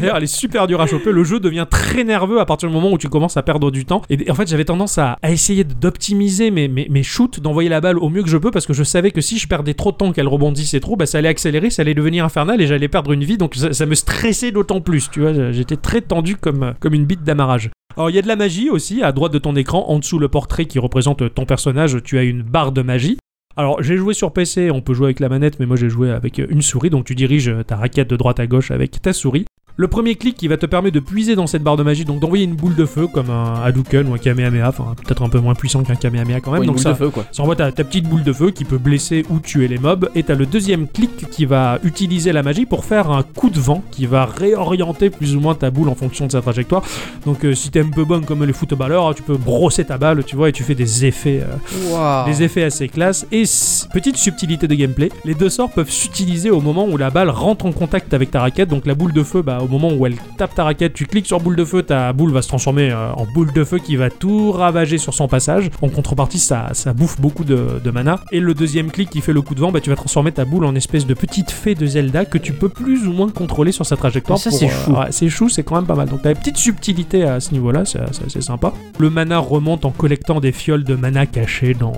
C: d'ailleurs, elle est super dure à choper. Le jeu devient très nerveux à partir du moment où tu commences à perdre du temps. Et en fait, j'avais tendance à, à essayer d'optimiser mes, mes, mes shoots, d'envoyer la balle au mieux que je peux parce que je savais que si je perdais trop de temps, qu'elle rebondissait trop, bah, ça allait accélérer, ça allait devenir infernal et j'allais perdre une vie. Donc ça, ça me stressait d'autant plus. Tu vois, j'étais très tendu comme, comme une bite d'amarrage. Alors il y a de la magie aussi, à droite de ton écran, en dessous le portrait qui représente ton personnage, tu as une barre de magie. Alors j'ai joué sur PC, on peut jouer avec la manette, mais moi j'ai joué avec euh, une souris, donc tu diriges euh, ta raquette de droite à gauche avec ta souris. Le premier clic qui va te permettre de puiser dans cette barre de magie, donc d'envoyer une boule de feu comme un Hadouken ou un Kamehameha, enfin peut-être un peu moins puissant qu'un Kamehameha quand même,
A: Ou une
C: donc
A: boule
C: ça,
A: de feu, quoi.
C: ça envoie ta, ta petite boule de feu qui peut blesser ou tuer les mobs. Et t'as le deuxième clic qui va utiliser la magie pour faire un coup de vent qui va réorienter plus ou moins ta boule en fonction de sa trajectoire. Donc euh, si t'es un peu bon comme les footballeurs, tu peux brosser ta balle, tu vois, et tu fais des effets. euh,
A: Waouh.
C: des effets assez classe et s- petite subtilité de gameplay, les deux sorts peuvent s'utiliser au moment où la balle rentre en contact avec ta raquette. Donc la boule de feu, bah, au moment où elle tape ta raquette, tu cliques sur boule de feu, ta boule va se transformer euh, en boule de feu qui va tout ravager sur son passage. En contrepartie, ça, ça bouffe beaucoup de, de mana. Et le deuxième clic qui fait le coup de vent, bah, tu vas transformer ta boule en espèce de petite fée de Zelda que tu peux plus ou moins contrôler sur sa trajectoire.
A: Ah, ça,
C: pour,
A: c'est
C: euh,
A: chou.
C: ouais, c'est chou, c'est quand même pas mal. Donc t'as des petites subtilités à ce niveau-là, c'est c'est- c'est sympa. Le mana remonte en collectant des fioles de mana cachées dans,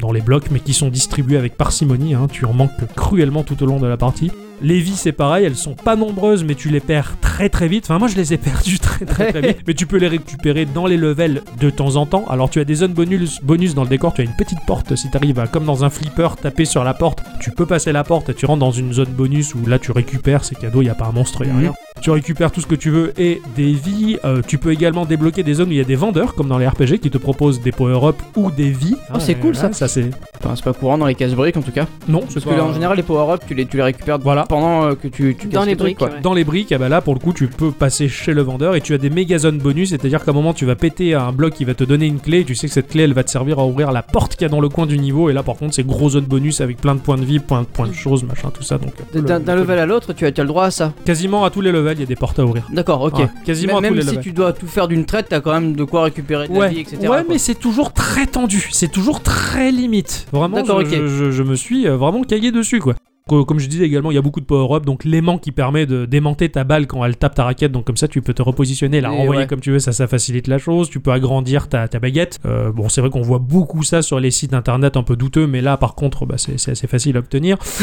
C: dans les blocs, mais qui sont distribuées avec parcimonie. hein. Tu en manques cruellement tout au long de la partie. Les vies, c'est pareil, elles sont pas nombreuses, mais tu les perds très très vite. Enfin, moi, je les ai perdues très très très vite. Mais tu peux les récupérer dans les levels de temps en temps. Alors, tu as des zones bonus, bonus dans le décor. Tu as une petite porte. Si t'arrives à, comme dans un flipper, taper sur la porte, tu peux passer la porte et tu rentres dans une zone bonus où là, tu récupères ces cadeaux. Il y a pas un monstre, il y a
A: Mhm.
C: rien. Tu récupères tout ce que tu veux et des vies. Euh, tu peux également débloquer des zones où il y a des vendeurs, comme dans les RPG, qui te proposent des power-ups ou des vies.
A: Ah, c'est
C: euh,
A: cool, ça.
C: ouais, Ça, c'est.
A: Enfin, c'est pas courant dans les cases briques en tout cas.
C: Non,
A: Parce
C: c'est
A: que
C: pas-
A: là, en général, les power-ups, tu les, tu les récupères
C: Voilà.
A: pendant euh, que tu, tu
D: Dans
A: casses
D: les
A: trucs,
D: briques,
A: quoi.
D: ouais.
C: Dans les briques, ah bah là pour le coup tu peux passer chez le vendeur et tu as des méga zones bonus, c'est-à-dire qu'à un moment tu vas péter un bloc qui va te donner une clé et tu sais que cette clé elle va te servir à ouvrir la porte qu'il y a dans le coin du niveau et là par contre c'est gros zone bonus avec plein de points de vie, plein de points de choses, machin tout ça donc... euh,
A: D'un
C: le-
A: d'un level à l'autre, tu as, tu as le droit à ça.
C: Quasiment à tous les levels il y a des portes à ouvrir.
A: D'accord, ok.
C: Ouais, quasiment
A: même
C: à tous
A: même
C: les
A: si
C: levels.
A: tu dois tout faire d'une traite, t'as quand même de quoi récupérer de la
C: Ouais,
A: vie, etc.
C: ouais,
A: quoi.
C: mais c'est toujours très tendu, c'est toujours très limite. Vraiment, je,
A: D'accord, ok.
C: je, je- je me suis euh, vraiment caillé dessus, quoi. Co- Comme je disais également, il y a beaucoup de power-up, donc l'aimant qui permet de démenter ta balle quand elle tape ta raquette, donc comme ça tu peux te repositionner, la
A: Et
C: renvoyer
A: ouais.
C: comme tu veux, ça, ça facilite la chose, tu peux agrandir ta, ta baguette. Euh, bon, c'est vrai qu'on voit beaucoup ça sur les sites internet un peu douteux, mais là par contre, bah, c'est c'est assez facile à obtenir.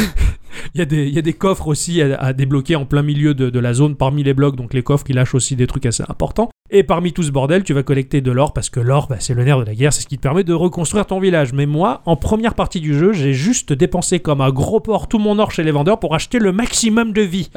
C: Il y, a des- il y a des coffres aussi à, à débloquer en plein milieu de, de la zone parmi les blocs, donc les coffres qui lâchent aussi des trucs assez importants. Et parmi tout ce bordel, tu vas collecter de l'or parce que l'or, bah, c'est le nerf de la guerre, c'est ce qui te permet de reconstruire ton village. Mais moi, en première partie du jeu, j'ai juste dépensé comme un gros porc tout mon or chez les vendeurs pour acheter le maximum de vie.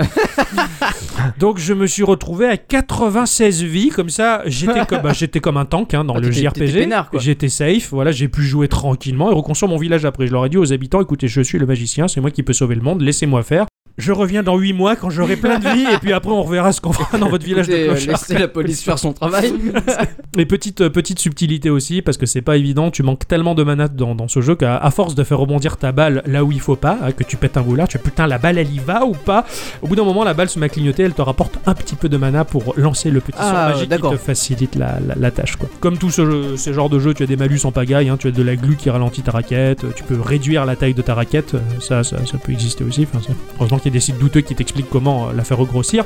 C: donc je me suis retrouvé à 96 vies, comme ça j'étais comme, bah, j'étais comme un tank hein, dans
A: Ah,
C: le
A: t'étais-
C: JRPG.
A: t'étais peinard, quoi.
C: J'étais safe, voilà, j'ai pu jouer tranquillement et reconstruire mon village après. Je leur ai dit aux habitants, écoutez, je suis le magicien, c'est moi qui peux sauver le monde, laissez-moi faire. Je reviens dans 8 mois quand j'aurai plein de vie et puis après on reverra ce qu'on fera dans votre village
A: Écoutez,
C: de
A: euh,
C: clochards.
A: laissez la police faire son travail.
C: Et petite, euh, petite subtilité aussi, parce que c'est pas évident, tu manques tellement de mana dans, dans ce jeu qu'à à force de faire rebondir ta balle là où il faut pas, hein, que tu pètes un boulard, tu fais, putain la balle elle y va ou pas Au bout d'un moment la balle se met à clignoter, elle te rapporte un petit peu de mana pour lancer le petit
A: Ah,
C: sort magique qui
A: d'accord.
C: te facilite la, la- la tâche. Quoi. Comme tout ce jeu, ces genres de jeu, tu as des malus en pagaille, hein, tu as de la glu qui ralentit ta raquette, euh, tu peux réduire la taille de ta raquette, euh, ça, ça, ça peut exister aussi. Enfin, ça- Heureusement qu'il y a des sites douteux qui t'expliquent comment euh, la faire regrossir.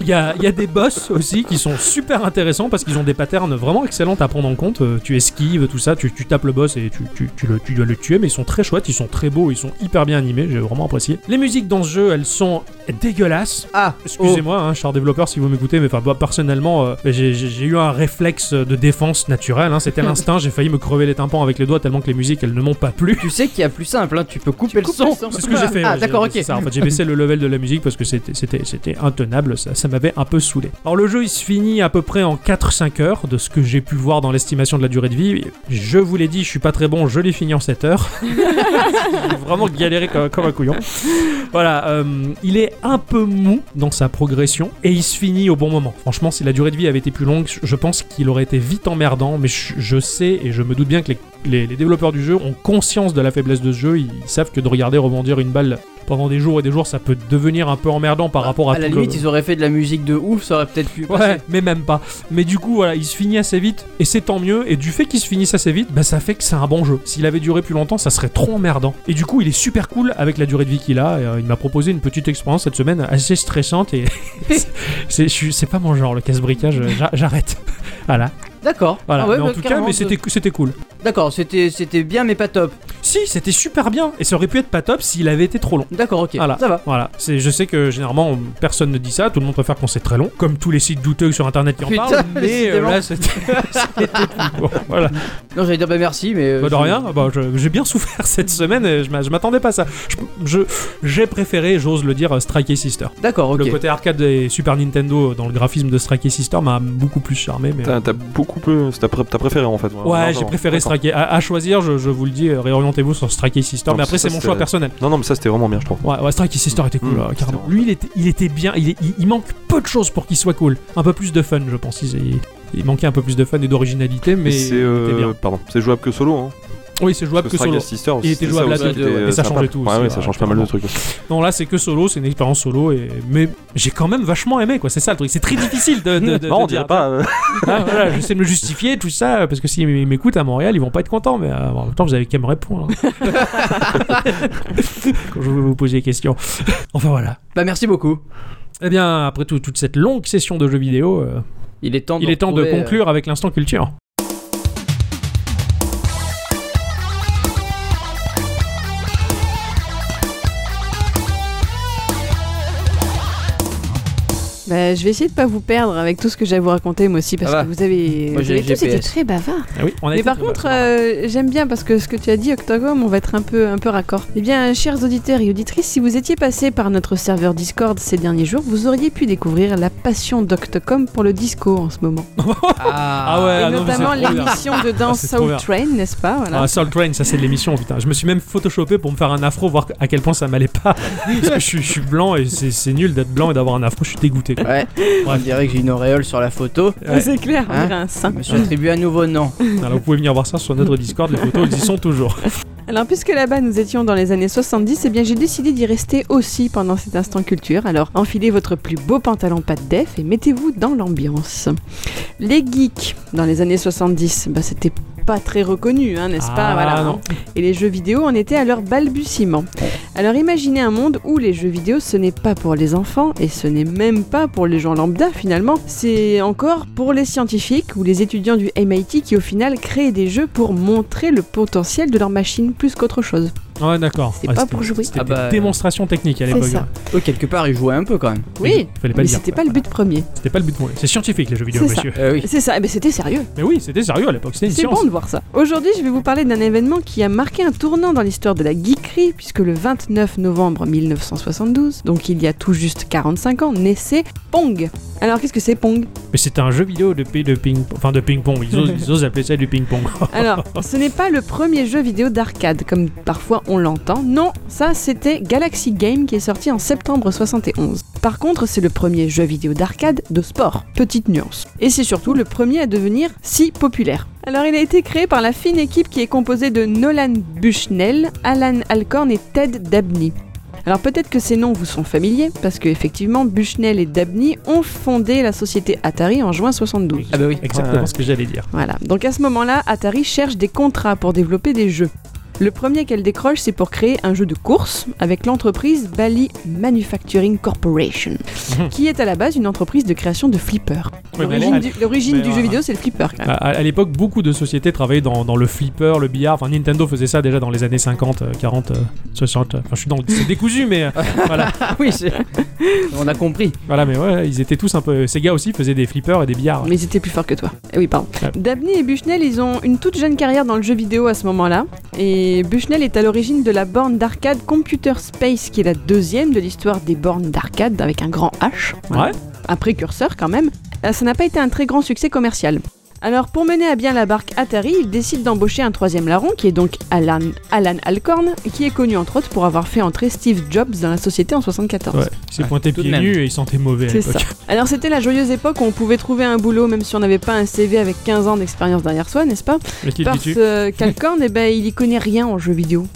C: Il y, a, il y a des boss aussi qui sont super intéressants parce qu'ils ont des patterns vraiment excellents à prendre en compte. Euh, tu esquives, tout ça, tu, tu tapes le boss et tu, tu- tu le, tu dois le tuer, mais ils sont très chouettes, ils sont très beaux, ils sont hyper bien animés, j'ai vraiment apprécié. Les musiques dans ce jeu, elles sont dégueulasses.
A: Ah,
C: Excusez-moi, hein, cher développeur, si vous m'écoutez, mais enfin, bah, personnellement, euh, j'ai- j'ai j'ai eu un réflexe de défense naturelle. hein, C'était l'instinct, j'ai failli me crever les tympans avec les doigts tellement que les musiques, elles ne m'ont pas plu.
A: oh, tu sais qu'il y a plus simple, hein, tu peux couper le
D: coupes le
A: son.
D: son.
C: C'est ce que j'ai fait.
A: Ah,
C: ouais, j'ai-
A: d'accord,
C: c'est
A: ok.
C: ça. En fait, j'ai baissé le level de la musique parce que c'était- c'était c'était intenable. Ça, ça m'avait un peu saoulé. Alors, le jeu, il se finit à peu près en 4-5 heures de ce que j'ai pu voir dans l'estimation de la durée de vie. Je vous l'ai dit, je suis pas très bon, je l'ai fini en 7 heures. j'ai vraiment galéré comme, comme un couillon. Voilà, euh, il est un peu mou dans sa progression et il se finit au bon moment. Franchement, si la durée de vie avait été plus longue, je- je pense qu'il aurait été vite emmerdant, mais je, je sais et je me doute bien que les les, les développeurs du jeu ont conscience de la faiblesse de ce jeu, ils, savent que de regarder rebondir une balle pendant des jours et des jours, ça peut devenir un peu emmerdant par rapport à,
A: À la
C: Ah, tout le-
A: limite, ils auraient fait de la musique de ouf, ça aurait peut-être pu.
C: Ouais, mais même pas. Mais du coup, voilà, il se finit assez vite, et c'est tant mieux. Et du fait qu'il se finisse assez vite, bah, ça fait que c'est un bon jeu. S'il avait duré plus longtemps, ça serait trop emmerdant. Et du coup, il est super cool avec la durée de vie qu'il a. et, euh, il m'a proposé une petite expérience cette semaine assez stressante, et c'est je suis- c'est pas mon genre, le casse-bricage, euh, j'a- j'arrête. voilà,
A: D'accord.
C: voilà.
A: Ah ouais,
C: mais en
A: bah,
C: tout cas,
A: carrément,
C: mais c'était c'était cool.
A: D'accord, c'était c'était bien, mais pas top.
C: Si, c'était super bien, et ça aurait pu être pas top s'il avait été trop long.
A: D'accord, ok.
C: Voilà.
A: Ça va.
C: Voilà, c'est, je sais que généralement personne ne dit ça, tout le monde préfère qu'on c'est très long, comme tous les sites douteux sur internet qui en
A: Putain,
C: parlent, mais euh,
A: décidément.
C: là c'était, c'était tout court. Voilà.
A: Non, j'allais dire bah merci, mais. euh,
C: Bah, de
A: je-
C: rien, bah, je- j'ai bien souffert cette semaine, et je m'a- je m'attendais pas à ça. Je- je- j'ai préféré, j'ose le dire, euh, Strike Sister.
A: D'accord, ok.
C: Le côté arcade des Super Nintendo dans le graphisme de Strike Sister m'a beaucoup plus charmé, mais.
B: T'as t'as beaucoup plus. T'as pr- t'as préféré en fait.
C: Ouais, j'ai préféré
B: Strike.
C: Strike à, à choisir, je, je vous le dis, euh, réorientez-vous sur Strike Sister,
B: Non,
C: mais après
B: ça,
C: c'est mon
B: c'est-
C: choix personnel.
B: Non, non, mais ça c'était vraiment bien, je trouve.
C: Ouais, ouais, Strike Sister était cool,
B: Mm,
C: euh,
B: c'était
C: carrément.
B: vraiment
C: Lui, il était, il était bien, il, est- il- il manque peu de choses pour qu'il soit cool. Un peu plus de fun, je pense. Il, il- il manquait un peu plus de fun et d'originalité, mais
B: Et c'est.
C: il était
B: euh,
C: bien.
B: Pardon, c'est jouable que solo. Hein.
C: Oui, c'est jouable
B: Parce
C: que
B: Strike
C: solo.
B: Sisters,
C: Il était
B: c'était
C: jouable
B: ça
C: à
B: aussi
A: deux,
B: qui était,
A: ouais.
B: euh,
C: Et ça
B: sympa.
C: changeait tout
B: Ouais,
C: aussi, hein,
B: ouais, ça
C: ouais,
B: change pas mal de trucs. aussi.
C: Non, là, c'est que solo, c'est une expérience solo, et... mais j'ai quand même vachement aimé, quoi. C'est ça le truc. C'est très difficile de. de, de-
B: Non,
C: de
B: on dirait
C: dire-
B: pas. euh,
C: Ah, voilà, j'essaie de me justifier, tout ça, parce que s'ils m'écoutent à Montréal, ils vont pas être contents, mais euh, en même temps, vous avez qu'à me répondre. hein. Quand je vais vous poser des questions. Enfin, voilà.
A: Bah merci beaucoup.
C: Eh bien, après tout- toute cette longue session de jeux vidéo. euh,
A: Il est temps.
C: Il
A: d'en
C: est temps de
A: retrouver, euh,
C: conclure avec l'instant culture.
D: Bah, je vais essayer de pas vous perdre avec tout ce que j'ai à vous raconter, moi aussi, parce
A: Ah bah.
D: que vous avez,
A: Moi,
D: vous
A: j'ai
D: avez tous
A: GPS.
D: été très bavard.
C: Ah oui, on a
D: Mais
C: été
D: par
C: très
D: contre,
C: mal.
D: euh, j'aime bien parce que ce que tu as dit, Octogone, on va être un peu, un peu raccord. Eh bien, chers auditeurs et auditrices, si vous étiez passé par notre serveur Discord ces derniers jours, vous auriez pu découvrir la passion d'Octocom pour le disco en ce moment.
C: Ah ouais,
D: et
C: ah non, mais c'est
D: notamment
C: trop bien.
D: l'émission de danse
C: Ah, c'est trop
D: Soul
C: bien.
D: Train, n'est-ce pas voilà.
C: Ah, Soul Train, ça c'est de l'émission, putain. Je me suis même photoshopé pour me faire un afro, voir à quel point ça m'allait pas. Parce que je, suis- je suis blanc et c'est c'est nul d'être blanc et d'avoir un afro, je suis dégoûté. quoi.
A: Ouais, on dirait que j'ai une auréole sur la photo.
C: Ah, Ouais.
D: C'est clair, on
A: Hein
D: dirait un saint.
A: Je me suis attribué un nouveau nom.
C: Alors vous pouvez venir voir ça sur notre Discord, les photos elles y sont toujours.
D: Alors, puisque là-bas nous étions dans les années 70, eh bien j'ai décidé d'y rester aussi pendant cet instant culture. Alors, enfilez votre plus beau pantalon pas de def et mettez-vous dans l'ambiance. Les geeks dans les années 70, bah, c'était pas très reconnu, hein, n'est-ce pas
C: Ah,
D: Voilà.
C: non.
D: Et les jeux vidéo en étaient à leur balbutiement. Alors imaginez un monde où les jeux vidéo ce n'est pas pour les enfants et ce n'est même pas pour les gens lambda finalement, c'est encore pour les scientifiques ou les étudiants du MIT qui au final créent des jeux pour montrer le potentiel de leur machine plus qu'autre chose.
C: Ouais, d'accord.
D: C'est
C: Ah,
D: pas
C: c'était-
D: pour jouer.
C: C'était
A: Ah bah,
C: des démonstrations techniques à
D: c'est
C: l'époque.
D: ça.
C: ouais.
A: Eux, quelque part, ils jouaient un peu quand même.
D: Oui,
C: Fallait pas
D: mais
C: le dire.
D: c'était pas le but premier.
C: C'était pas le but. ouais. C'est scientifique les jeux vidéo,
D: C'est ça.
C: monsieur.
A: Euh, oui.
D: C'est ça, mais c'était sérieux.
C: Mais oui, c'était sérieux à l'époque, c'était une
D: C'est
C: science.
D: bon de voir ça. Aujourd'hui, je vais vous parler d'un événement qui a marqué un tournant dans l'histoire de la geekerie, puisque le 29 novembre 1972, donc il y a tout juste 45 ans, naissait Pong. Alors qu'est-ce que c'est Pong
C: Mais c'était un jeu vidéo de, pi- de ping Enfin, de ping-pong. Ils osent, ils osent appeler ça du ping-pong.
D: Alors, ce n'est pas le premier jeu vidéo d'arcade, comme parfois on l'entend. Non, ça c'était Galaxy Game qui est sorti en septembre 71. Par contre, c'est le premier jeu vidéo d'arcade de sport. Petite nuance. Et c'est surtout le premier à devenir si populaire. Alors, il a été créé par la fine équipe qui est composée de Nolan Bushnell, Alan Alcorn et Ted Dabney. Alors peut-être que ces noms vous sont familiers, parce que effectivement, Bushnell et Dabney ont fondé la société Atari en juin 72.
A: Ah bah oui.
C: Exactement
B: Ouais.
C: ce que j'allais dire.
D: Voilà, donc à ce moment-là, Atari cherche des contrats pour développer des jeux. Le premier qu'elle décroche, c'est pour créer un jeu de course avec l'entreprise Bally Manufacturing Corporation,
C: Mhm.
D: qui est à la base une entreprise de création de flippers.
C: Ouais, mais
D: L'origine
C: à-
D: du, l'origine
C: mais
D: du
C: ouais.
D: jeu vidéo, c'est le flipper. Quand
C: à,
D: même.
C: à- à l'époque, beaucoup de sociétés travaillaient dans, dans le flipper, le billard. Enfin, Nintendo faisait ça déjà dans les années 50, euh, 40, euh, 60. Enfin, je suis dans le... C'est décousu, mais euh, voilà.
A: Ah oui, c'est- on a compris.
C: Voilà, mais ouais, ils étaient tous un peu... Ces gars aussi faisaient des flippers et des billards.
D: Mais ils étaient plus forts que toi. Eh oui, pardon.
C: Ah, Ouais.
D: Dabney et Bushnell, ils ont une toute jeune carrière dans le jeu vidéo à ce moment-là. Et Bushnell est à l'origine de la borne d'arcade Computer Space, qui est la deuxième de l'histoire des bornes d'arcade avec un grand H. Voilà.
C: Ouais.
D: un précurseur quand même, euh, ça n'a pas été un très grand succès commercial. Alors pour mener à bien la barque Atari, il décide d'embaucher un troisième larron qui est donc Alan, Alan Alcorn, qui est connu entre autres pour avoir fait entrer Steve Jobs dans la société en 74.
C: Ouais, ils s'est
A: Ouais,
C: pointé
A: tout de
C: pieds
A: même.
C: nus et ils sentaient mauvais à
D: C'est ça.
C: l'époque.
D: Alors c'était la joyeuse époque où on pouvait trouver un boulot même si on n'avait pas un CV avec 15 ans d'expérience derrière soi, n'est-ce pas
C: Mais qui le
D: Parce
C: dis-tu
D: euh, qu'Alcorn, eh ben, il y connaît rien en jeux vidéo.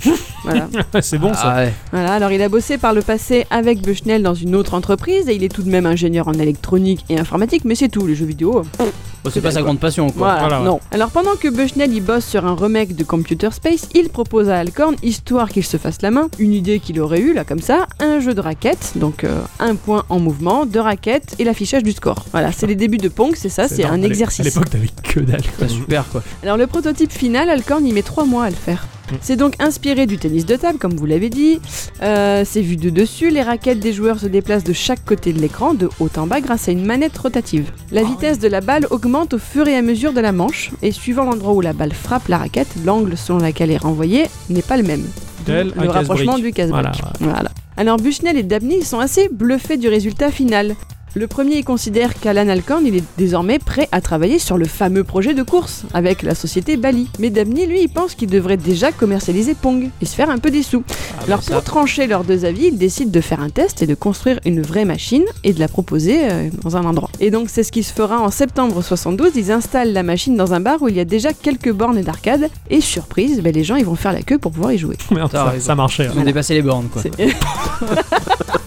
D: voilà.
C: C'est bon, ça.
A: Ah ouais.
D: Voilà, alors il a bossé par le passé avec Bushnell dans une autre entreprise et il est tout de même ingénieur en électronique et informatique, mais c'est tout, les jeux vidéo. euh,
A: Bon, c'est pas sa grande passion quoi.
D: Voilà,
C: Voilà, ouais.
D: non. Alors pendant que Bushnell y bosse sur un remake de Computer Space, il propose à Alcorn, histoire qu'il se fasse la main, une idée qu'il aurait eue là comme ça, un jeu de raquettes, donc euh, un point en mouvement, deux raquettes et l'affichage du score. Voilà, c'est les débuts de Pong, c'est Ah, ça, c'est
C: énorme.
D: un
C: À l'é- À
D: exercice.
C: l'époque, t'avais que dalle.
A: Pas super quoi.
D: Alors le prototype final, Alcorn y met trois mois à le faire.
C: Mm.
D: C'est donc inspiré du tennis de table, comme vous l'avez dit. Euh, c'est vu de dessus, les raquettes des joueurs se déplacent de chaque côté de l'écran, de haut en bas, grâce à une manette rotative.
C: Ah
D: La vitesse de la balle augmente au fur et à mesure de la manche, et suivant l'endroit où la balle frappe la raquette, l'angle selon lequel elle est renvoyée n'est pas le même. D'où
C: Tel un
D: le rapprochement
C: casse-brique.
D: du casse
C: Voilà.
D: voilà. Alors Bushnell et Dabney ils sont assez bluffés du résultat final. Le premier considère qu'Alan Alcorn il est désormais prêt à travailler sur le fameux projet de course avec la société Bali. Mais Dabney lui il pense qu'il devrait déjà commercialiser Pong et se faire un peu des sous. Alors pour trancher leurs deux avis, ils décident de faire un test et de construire une vraie machine et de la proposer euh, dans un endroit. Et donc c'est ce qui se fera en septembre 72, ils installent la machine dans un bar où il y a déjà quelques bornes d'arcade et surprise, ben, les gens ils vont faire la queue pour pouvoir y jouer.
C: Merde,
A: T'as
C: ça,
A: raison.
C: ça marchait. hein.
A: Ils ont
C: ouais.
A: dépassé les bornes quoi.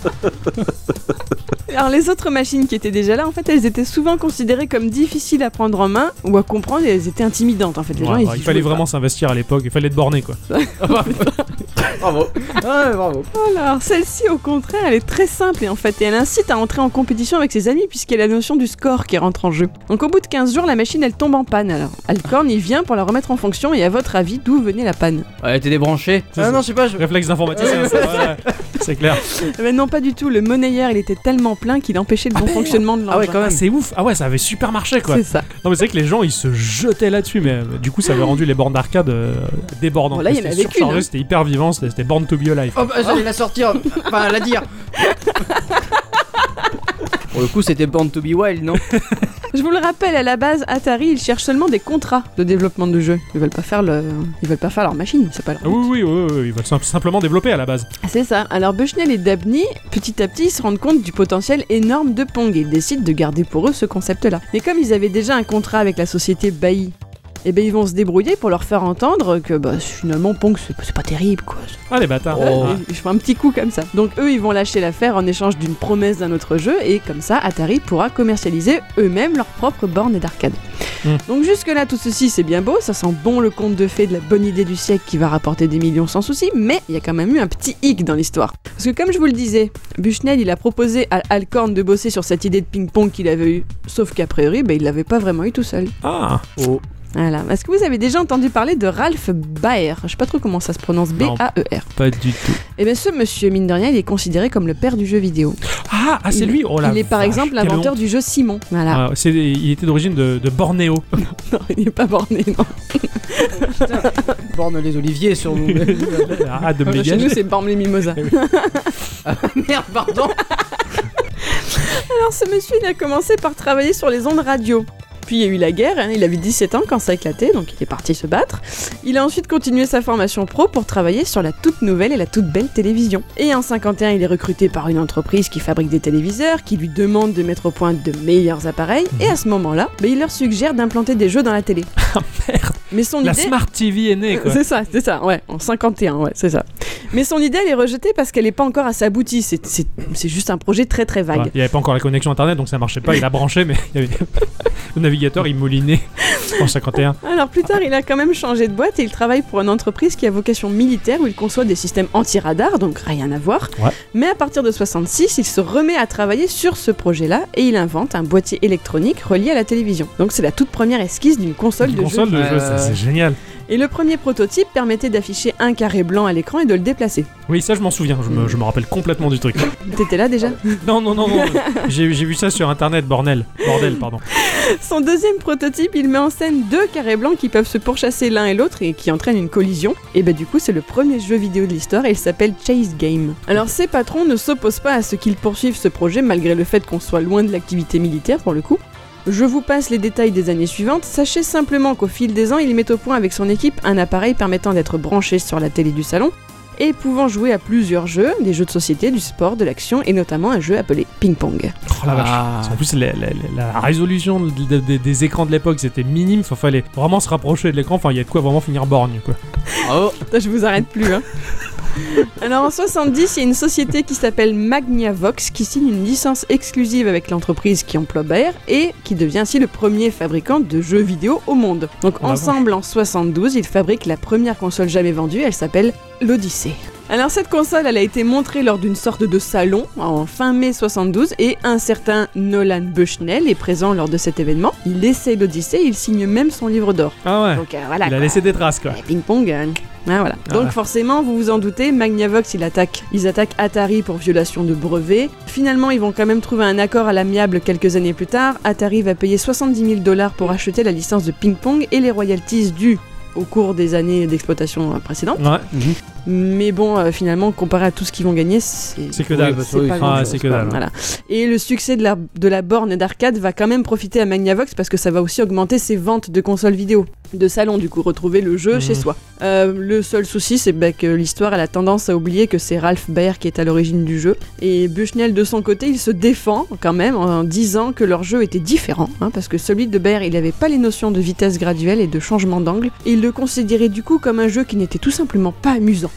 D: C'est- Alors les autres machines qui étaient déjà là, en fait, elles étaient souvent considérées comme difficiles à prendre en main ou à comprendre et elles étaient intimidantes. En fait, les gens,
C: Ouais,
D: ils
C: ouais,
D: y
C: il fallait
D: jouaient
C: vraiment s'investir à l'époque, il fallait être borné quoi.
A: bravo. Ouais, bravo.
D: pas. Alors celle-ci, au contraire, elle est très simple et en fait, et elle incite à entrer en compétition avec ses amis puisqu'il y a la notion du score qui rentre en jeu. Donc au bout de 15 jours, la machine, elle tombe en panne. Alors Alcorn, il vient pour la remettre en fonction et à votre avis, d'où venait la panne
A: Ouais, t'es débranché.
C: ça.
A: Ah non, je sais pas. Je...
C: Réflexe d'informaticien.
A: Ouais,
C: ça, ouais. c'est clair.
D: Mais Eh ben, non, pas du tout. Le monnayeur, il était tellement plein qu'il empêchait le bon fonctionnement de l'engin.
A: Ah ouais, quand
C: Ah,
A: même.
C: c'est ouf. Ah ouais, ça avait super marché quoi.
D: C'est ça.
C: Non mais c'est vrai que les gens ils se jetaient là-dessus, mais euh, du coup ça avait rendu les bornes d'arcade euh, débordantes.
D: Bon, là, il y en
C: C'était
D: avait qu'une,
C: surchargé,
D: hein.
C: C'était hyper vivant, c'était c'était Born to Be Alive.
A: Oh bah j'allais la sortir, enfin la dire. Pour le coup, c'était Born to be Wild, non
D: Je vous le rappelle, à la base, Atari, ils cherchent seulement des contrats de développement de jeux. Ils veulent pas faire le, ils veulent pas faire leur machine. C'est pas leur
C: Ah Oui, oui, oui, oui, ils veulent sim- simplement développer à la base.
D: C'est ça. Alors Bushnell et Dabney, petit à petit, ils se rendent compte du potentiel énorme de Pong et ils décident de garder pour eux ce concept-là. Mais comme ils avaient déjà un contrat avec la société Bailly, eh ben ils vont se débrouiller pour leur faire entendre que bah, finalement Pong c'est c'est pas terrible quoi.
C: Ah les bâtards.
A: Oh.
C: Ah.
D: Et Ils font un petit coup comme ça. Donc eux ils vont lâcher l'affaire en échange d'une promesse d'un autre jeu et comme ça Atari pourra commercialiser eux-mêmes leurs propres bornes d'arcade.
C: Hmm.
D: Donc jusque là tout ceci c'est bien beau, ça sent bon le conte de fées de la bonne idée du siècle qui va rapporter des millions sans souci, mais il y a quand même eu un petit hic dans l'histoire. Parce que comme je vous le disais, Bushnell il a proposé à Alcorn de bosser sur cette idée de ping-pong qu'il avait eue, sauf qu'a priori bah, il l'avait pas vraiment eu tout seul.
C: Ah.
A: Oh.
D: Voilà. Est-ce que vous avez déjà entendu parler de Ralph Baer Je sais pas trop comment ça se prononce, E
C: Non.
D: B-A-E-R.
C: Pas du tout.
D: Et bien Eh ben, ce monsieur, mine de rien, il est considéré comme le père du jeu vidéo.
C: Ah, ah c'est
D: Il-
C: lui. Oh la
D: il est par
C: vache,
D: exemple
C: quelle
D: l'inventeur
C: honte.
D: du jeu Simon. Voilà.
C: Ah, c'est- il était d'origine de, de Bornéo.
D: Non, il n'est pas borné, non.
A: Borne les oliviers sur nous.
C: Arrête de me
D: Ah, Chez nous,
C: dégager.
D: c'est Born les Mimosas.
A: Merde, pardon.
D: Alors ce monsieur, il a commencé par travailler sur les ondes radio. Puis il y a eu la guerre, hein, il avait 17 ans quand ça a éclaté, donc il est parti se battre. Il a ensuite continué sa formation pro pour travailler sur la toute nouvelle et la toute belle télévision. Et en 51, il est recruté par une entreprise qui fabrique des téléviseurs, qui lui demande de mettre au point de meilleurs appareils, et à ce moment-là, bah, il leur suggère d'implanter des jeux dans la télé.
C: Ah, merde.
D: Mais son
C: La
D: idée...
C: Smart TV est née quoi.
D: C'est ça, c'est ça, ouais, en 51, ouais, c'est ça. Mais son idée, elle est rejetée parce qu'elle n'est pas encore assez aboutie, c'est- c'est c'est juste un projet très très vague.
C: Ouais, il n'y avait pas encore la connexion internet donc ça marchait pas. Il a branché mais il y avait- le navigateur il moulinait en 51.
D: Alors plus tard, il a quand même changé de boîte et il travaille pour une entreprise qui a vocation militaire où il conçoit des systèmes anti-radar, donc rien à voir.
C: Ouais.
D: Mais à partir de 66, il se remet à travailler sur ce projet-là et il invente un boîtier électronique relié à la télévision. Donc c'est la toute première esquisse d'une console
C: Une
D: de jeu.
C: console de jeu,
A: Ouais,
C: ça,
A: ouais,
C: c'est
A: ouais.
C: génial.
D: Et le premier prototype permettait d'afficher un carré blanc à l'écran et de le déplacer.
C: Oui, ça je m'en souviens, je me, je me rappelle complètement du truc.
D: T'étais là déjà
C: Non, non, non, non, j'ai j'ai vu ça sur internet, bordel. Bordel, pardon.
D: Son deuxième prototype, il met en scène deux carrés blancs qui peuvent se pourchasser l'un et l'autre et qui entraînent une collision. Et ben du coup, c'est le premier jeu vidéo de l'histoire et il s'appelle Chase Game. Alors ses patrons ne s'opposent pas à ce qu'ils poursuivent ce projet malgré le fait qu'on soit loin de l'activité militaire pour le coup. Je vous passe les détails des années suivantes, sachez simplement qu'au fil des ans, il met au point avec son équipe un appareil permettant d'être branché sur la télé du salon et pouvant jouer à plusieurs jeux, des jeux de société, du sport, de l'action et notamment un jeu appelé Ping Pong.
C: Oh la vache.
A: Ah.
C: Ah. En plus, la, la- la- la résolution de- de- de- des écrans de l'époque, c'était minime. Il fallait vraiment se rapprocher de l'écran. Enfin, il y a de quoi vraiment finir borgne, quoi.
A: Oh,
D: Putain, Je vous arrête plus. hein. Alors en 70, il y a une société qui s'appelle Magnavox qui signe une licence exclusive avec l'entreprise qui emploie Bayer et qui devient ainsi le premier fabricant de jeux vidéo au monde. Donc
C: Bravo.
D: ensemble en 72, ils fabriquent la première console jamais vendue, elle s'appelle l'Odyssée. Alors cette console, elle a été montrée lors d'une sorte de salon en fin mai 72 et un certain Nolan Bushnell est présent lors de cet événement. Il essaie l'Odyssée, il signe même son livre d'or.
C: Ah ouais.
D: Donc euh, voilà.
C: Il a
D: quoi.
C: laissé des traces, quoi.
D: Eh, Ping-pong. hein. Ah, voilà.
C: Ah.
D: Donc forcément, vous vous en doutez, Magnavox, il attaque, ils attaquent Atari pour violation de brevet. Finalement, ils vont quand même trouver un accord à l'amiable quelques années plus tard. Atari va payer 70 000 dollars pour acheter la licence de ping-pong et les royalties dues au cours des années d'exploitation euh, précédentes.
C: Ouais.
D: Mais bon, euh, finalement, comparé à tout ce qu'ils vont gagner, c'est...
C: C'est que dalle.
A: Oui, bah,
D: c'est
A: oui,
D: pas
A: oui.
C: grand-
D: grand-chose,
C: c'est que
D: quoi.
C: dalle.
D: Voilà. Et le succès de la, de la borne d'arcade va quand même profiter à Magnavox parce que ça va aussi augmenter ses ventes de consoles vidéo. De salon, du coup, retrouver le jeu
C: Mhm.
D: chez soi. Euh, le seul souci, c'est bah, que l'histoire elle a tendance à oublier que c'est Ralph Baer qui est à l'origine du jeu. Et Bushnell, de son côté, il se défend quand même en disant que leur jeu était différent, hein, parce que celui de Baer, il n'avait pas les notions de vitesse graduelle et de changement d'angle, et il le considérait du coup comme un jeu qui n'était tout simplement pas amusant.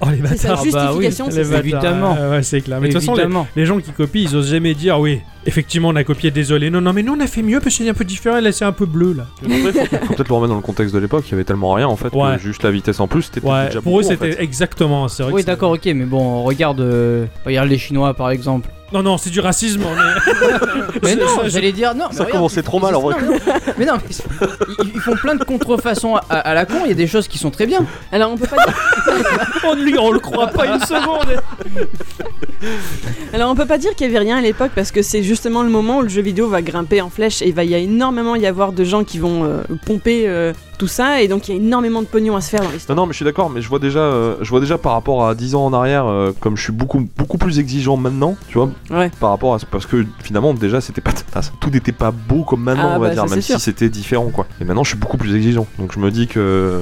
C: Oh les
D: C'est sa
C: bâtards.
A: juste- bah oui,
D: justification,
C: Les
D: c'est ça.
C: bâtards.
A: Évidemment.
C: Ouais, ouais, c'est clair. Mais de toute façon, les,
A: évidemment.
C: les gens qui copient, ils osent jamais dire oui. Effectivement, on a copié, désolé. Non, non, mais nous, on a fait mieux parce que c'est un peu différent. Là, c'est un peu bleu, là.
B: Faut peut-être le remettre dans le contexte de l'époque, il y avait tellement rien en fait, que
C: Ouais.
B: juste la vitesse en plus, c'était peut-être
C: Ouais.
B: déjà
C: Pour eux,
B: beaucoup, en fait.
C: c'était exactement. c'est vrai
A: Oui,
C: que c'est-
A: d'accord, ok, mais bon, regarde, euh, regarde les Chinois par exemple.
C: Non, non, c'est du racisme. on est-
A: Mais
C: C'est-
A: non,
C: ça, je-
A: j'allais dire non. mais
G: Ça
A: regarde,
G: commençait trop mal en vrai.
A: non, non. Mais non, mais c'est- ils, ils font plein de contrefaçons à, à la con. Il y a des choses qui sont très bien.
D: Alors on peut pas dire,
C: on, ne lui- on le croit pas une seconde.
D: alors on peut pas dire qu'il y avait rien à l'époque parce que c'est justement le moment où le jeu vidéo va grimper en flèche et il va y a énormément y avoir de gens qui vont euh, pomper euh, tout ça et donc il y a énormément de pognon à se faire dans l'histoire.
B: Non, non, mais je suis d'accord, mais je vois déjà, euh, je vois déjà par rapport à 10 ans en arrière, euh, comme je suis beaucoup, beaucoup plus exigeant maintenant, tu vois,
D: Ouais.
B: par rapport à ce, parce que finalement déjà c'était pas, ah, ça- tout n'était pas beau comme maintenant,
D: Ah,
B: on va
D: bah, ça,
B: dire, même
D: c'est sûr.
B: si c'était différent, quoi. Et maintenant je suis beaucoup plus exigeant, donc je me dis que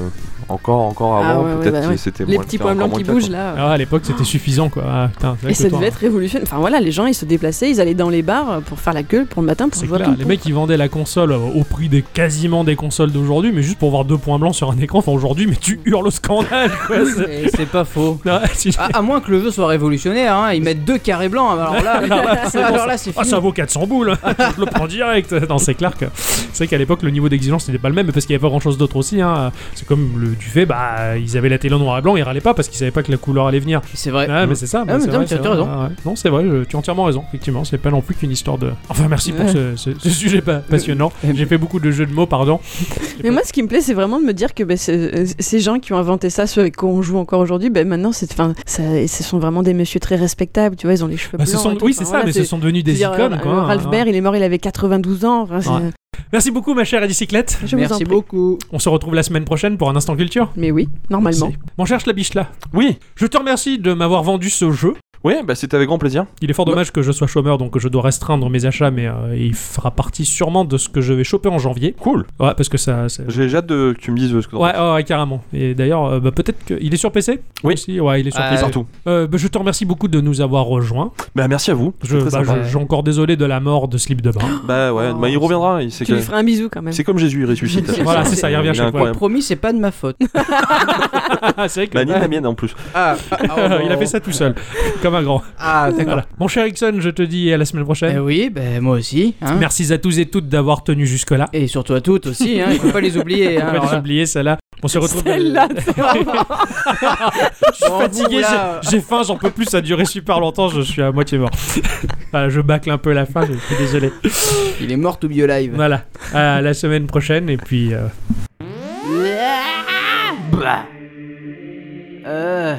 B: encore, encore
D: Ah,
B: avant,
D: ouais, ouais,
B: peut-être
D: bah,
B: que
D: ouais.
B: c'était
D: Les
B: moins le
D: petits
B: cas,
D: points
B: encore
D: blancs
B: moins
D: qui
B: le cas,
D: bougent
B: quoi.
D: là. euh,
C: Ah, à l'époque, c'était suffisant, quoi. Ah, putain, c'est vrai
D: Et
C: que
D: ça
C: toi,
D: devait être révolutionnaire. Enfin voilà, les gens ils se déplaçaient, ils allaient dans les bars euh, pour faire la gueule pour le matin pour
C: C'est
D: jouer à
C: clair, les
D: ping-pong.
C: mecs ils vendaient la console euh, au prix des quasiment des consoles d'aujourd'hui, mais juste pour voir deux points blancs sur un écran. Enfin aujourd'hui, mais tu hurles au scandale quoi. c'est-
A: Et c'est pas faux.
C: Non, si-
A: À, à moins que le jeu soit révolutionnaire, hein, ils mettent deux carrés blancs. Alors là, alors là, c'est
C: Ah,
A: fini.
C: ça vaut 400 boules, je le prends direct. Non, c'est clair que c'est vrai qu'à l'époque le niveau d'exigence n'était pas le même parce qu'il n'y avait pas grand chose d'autre aussi. hein. C'est comme le duvet, bah ils avaient la télé en noir et blanc, ils râlaient pas parce qu'ils savaient pas que la couleur allait venir.
A: C'est vrai.
C: Ouais, mais c'est ça. bah,
A: mais
C: c'est
A: non,
C: vrai,
A: mais tu as-
C: c'est
A: tu as
C: vrai,
A: raison.
C: ouais, ouais. Non, c'est vrai, je- tu as entièrement raison, effectivement. C'est pas non plus qu'une histoire de. Enfin, merci pour ce, ce- ce sujet pa- passionnant. J'ai fait beaucoup de jeux de mots, pardon.
D: Mais moi, ce qui me plaît, c'est vraiment de me dire que ben, c'est- euh, ces gens qui ont inventé ça, ceux avec qui on joue encore aujourd'hui, ben, maintenant, c'est, enfin, ça- et ce sont vraiment des messieurs très respectables, tu vois, ils ont les cheveux
C: Bah,
D: blancs.
C: ce sont,
D: et tout,
C: oui,
D: enfin,
C: c'est ça,
D: voilà,
C: mais ce sont devenus
D: je
C: des
D: veux dire,
C: icônes,
D: euh,
C: quoi.
D: Ralph
C: hein.
D: Baer, il est mort, il avait 92 ans. Enfin, c'est- euh,
C: Ouais. Merci beaucoup, ma chère bicyclette.
D: Je vous en
A: Merci
D: prie.
A: beaucoup.
C: On se retrouve la semaine prochaine pour un instant culture.
D: Mais oui, normalement.
C: C'est- Mon cher Schlabichla,
B: Oui,
C: je te remercie de m'avoir vendu ce jeu.
B: oui, bah c'était avec grand plaisir.
C: Il est fort dommage que je sois chômeur, donc je dois restreindre mes achats, mais euh, il fera partie sûrement de ce que je vais choper en janvier.
B: Cool.
C: Ouais, parce que ça. ça-
B: J'ai j'ai hâte de, que tu me dises ce que t'en
C: Ouais, ouais, ouais, carrément. Et d'ailleurs, euh, bah, peut-être qu'il est sur PC
B: Oui.
C: Aussi ouais, il est sur
A: Ah,
B: penses. Et
C: PC.
B: partout.
C: Euh, bah, je te remercie beaucoup de nous avoir rejoints.
B: Bah merci à vous.
C: Je,
B: C'est très
C: bah,
B: sympa.
C: je- je suis encore désolé de la mort de Slip de Bain.
B: Bah ouais,
D: Oh,
B: bah, il reviendra. il- C'est
D: Tu lui
B: que-
D: feras un bisou quand même.
B: c'est comme Jésus, il ressuscite.
C: voilà, c'est ça, il
B: Il
C: revient
B: est
C: chaque fois.
B: incroyable.
A: Promis, c'est pas de ma faute.
C: Ah, c'est vrai que-
B: Bah, ni la mienne en plus.
A: Ah, ah, ah,
C: il a fait ça tout seul, comme un grand.
A: Ah, d'accord.
C: Voilà. Mon cher Ixon, je te dis à la semaine
A: Eh
C: prochaine.
A: oui, ben moi aussi. hein.
C: Merci à tous et toutes d'avoir tenu jusque-là.
A: Et surtout à toutes aussi, hein, il faut pas les oublier.
C: On
A: hein,
C: va
A: alors
C: les
A: là.
C: oublier, celle-là. On se retrouve.
D: Celle-là,
C: je suis
A: Bon,
C: fatigué,
A: vous, là.
C: j'ai j'ai faim, j'en peux plus, ça a duré super longtemps, je suis à moitié mort. Voilà, je bâcle un peu la fin, je suis désolé.
A: Il est mort ou bio live.
C: Voilà, à la semaine prochaine et puis. euh,
A: Bah. Euh...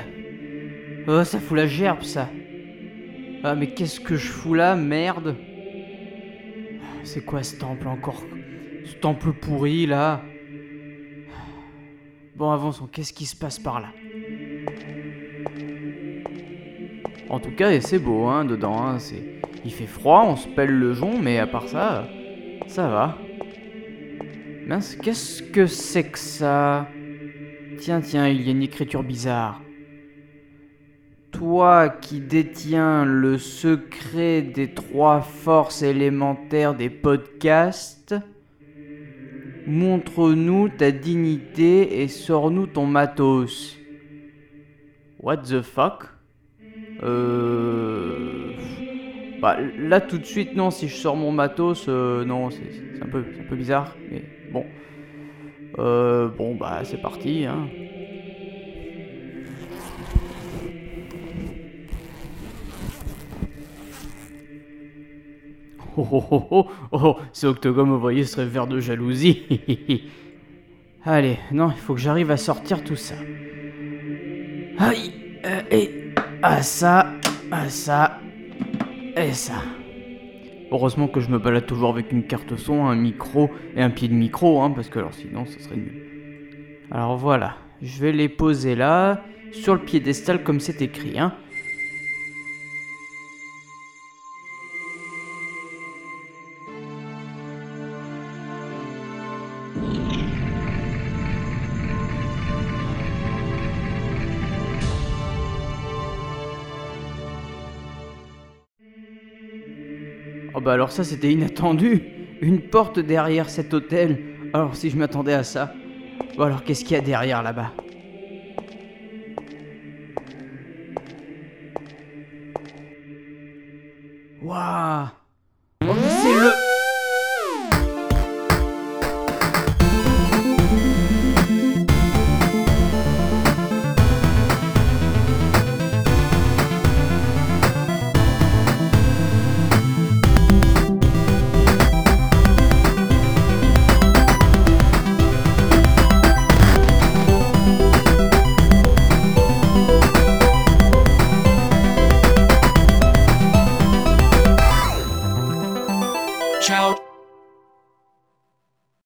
A: Oh, ça fout la gerbe, ça. Ah, mais qu'est-ce que je fous là, merde C'est quoi ce temple encore Ce temple pourri, là Bon, avançons, qu'est-ce qui se passe par là En tout cas, et c'est beau, hein, dedans, hein, c'est... Il fait froid, on se pèle le jonc, mais à part ça, ça va. Mince, qu'est-ce que c'est que ça Tiens, tiens, il y a une écriture bizarre. Toi qui détiens le secret des trois forces élémentaires des podcasts, montre-nous ta dignité et sors-nous ton matos. What the fuck Euh. Bah là tout de suite non, si je sors mon matos, euh, non, c'est c'est un, peu- c'est un peu bizarre, mais bon. Euh, bon bah c'est parti hein. Oh oh oh oh, oh ce octogone me voyait serait vert de jalousie. Allez, non, il faut que j'arrive à sortir tout ça. Aïe, euh, et ah ça, ah ça, et ça. Heureusement que je me balade toujours avec une carte son, un micro et un pied de micro, hein, parce que alors sinon ça serait nul. Alors voilà, je vais les poser là, sur le piédestal comme c'est écrit. Hein. Oh bah alors ça c'était inattendu Une porte derrière cet hôtel Alors si je m'attendais à ça... Bon alors qu'est-ce qu'il y a derrière là-bas Waouh Oh mais c'est le...
E: Ciao.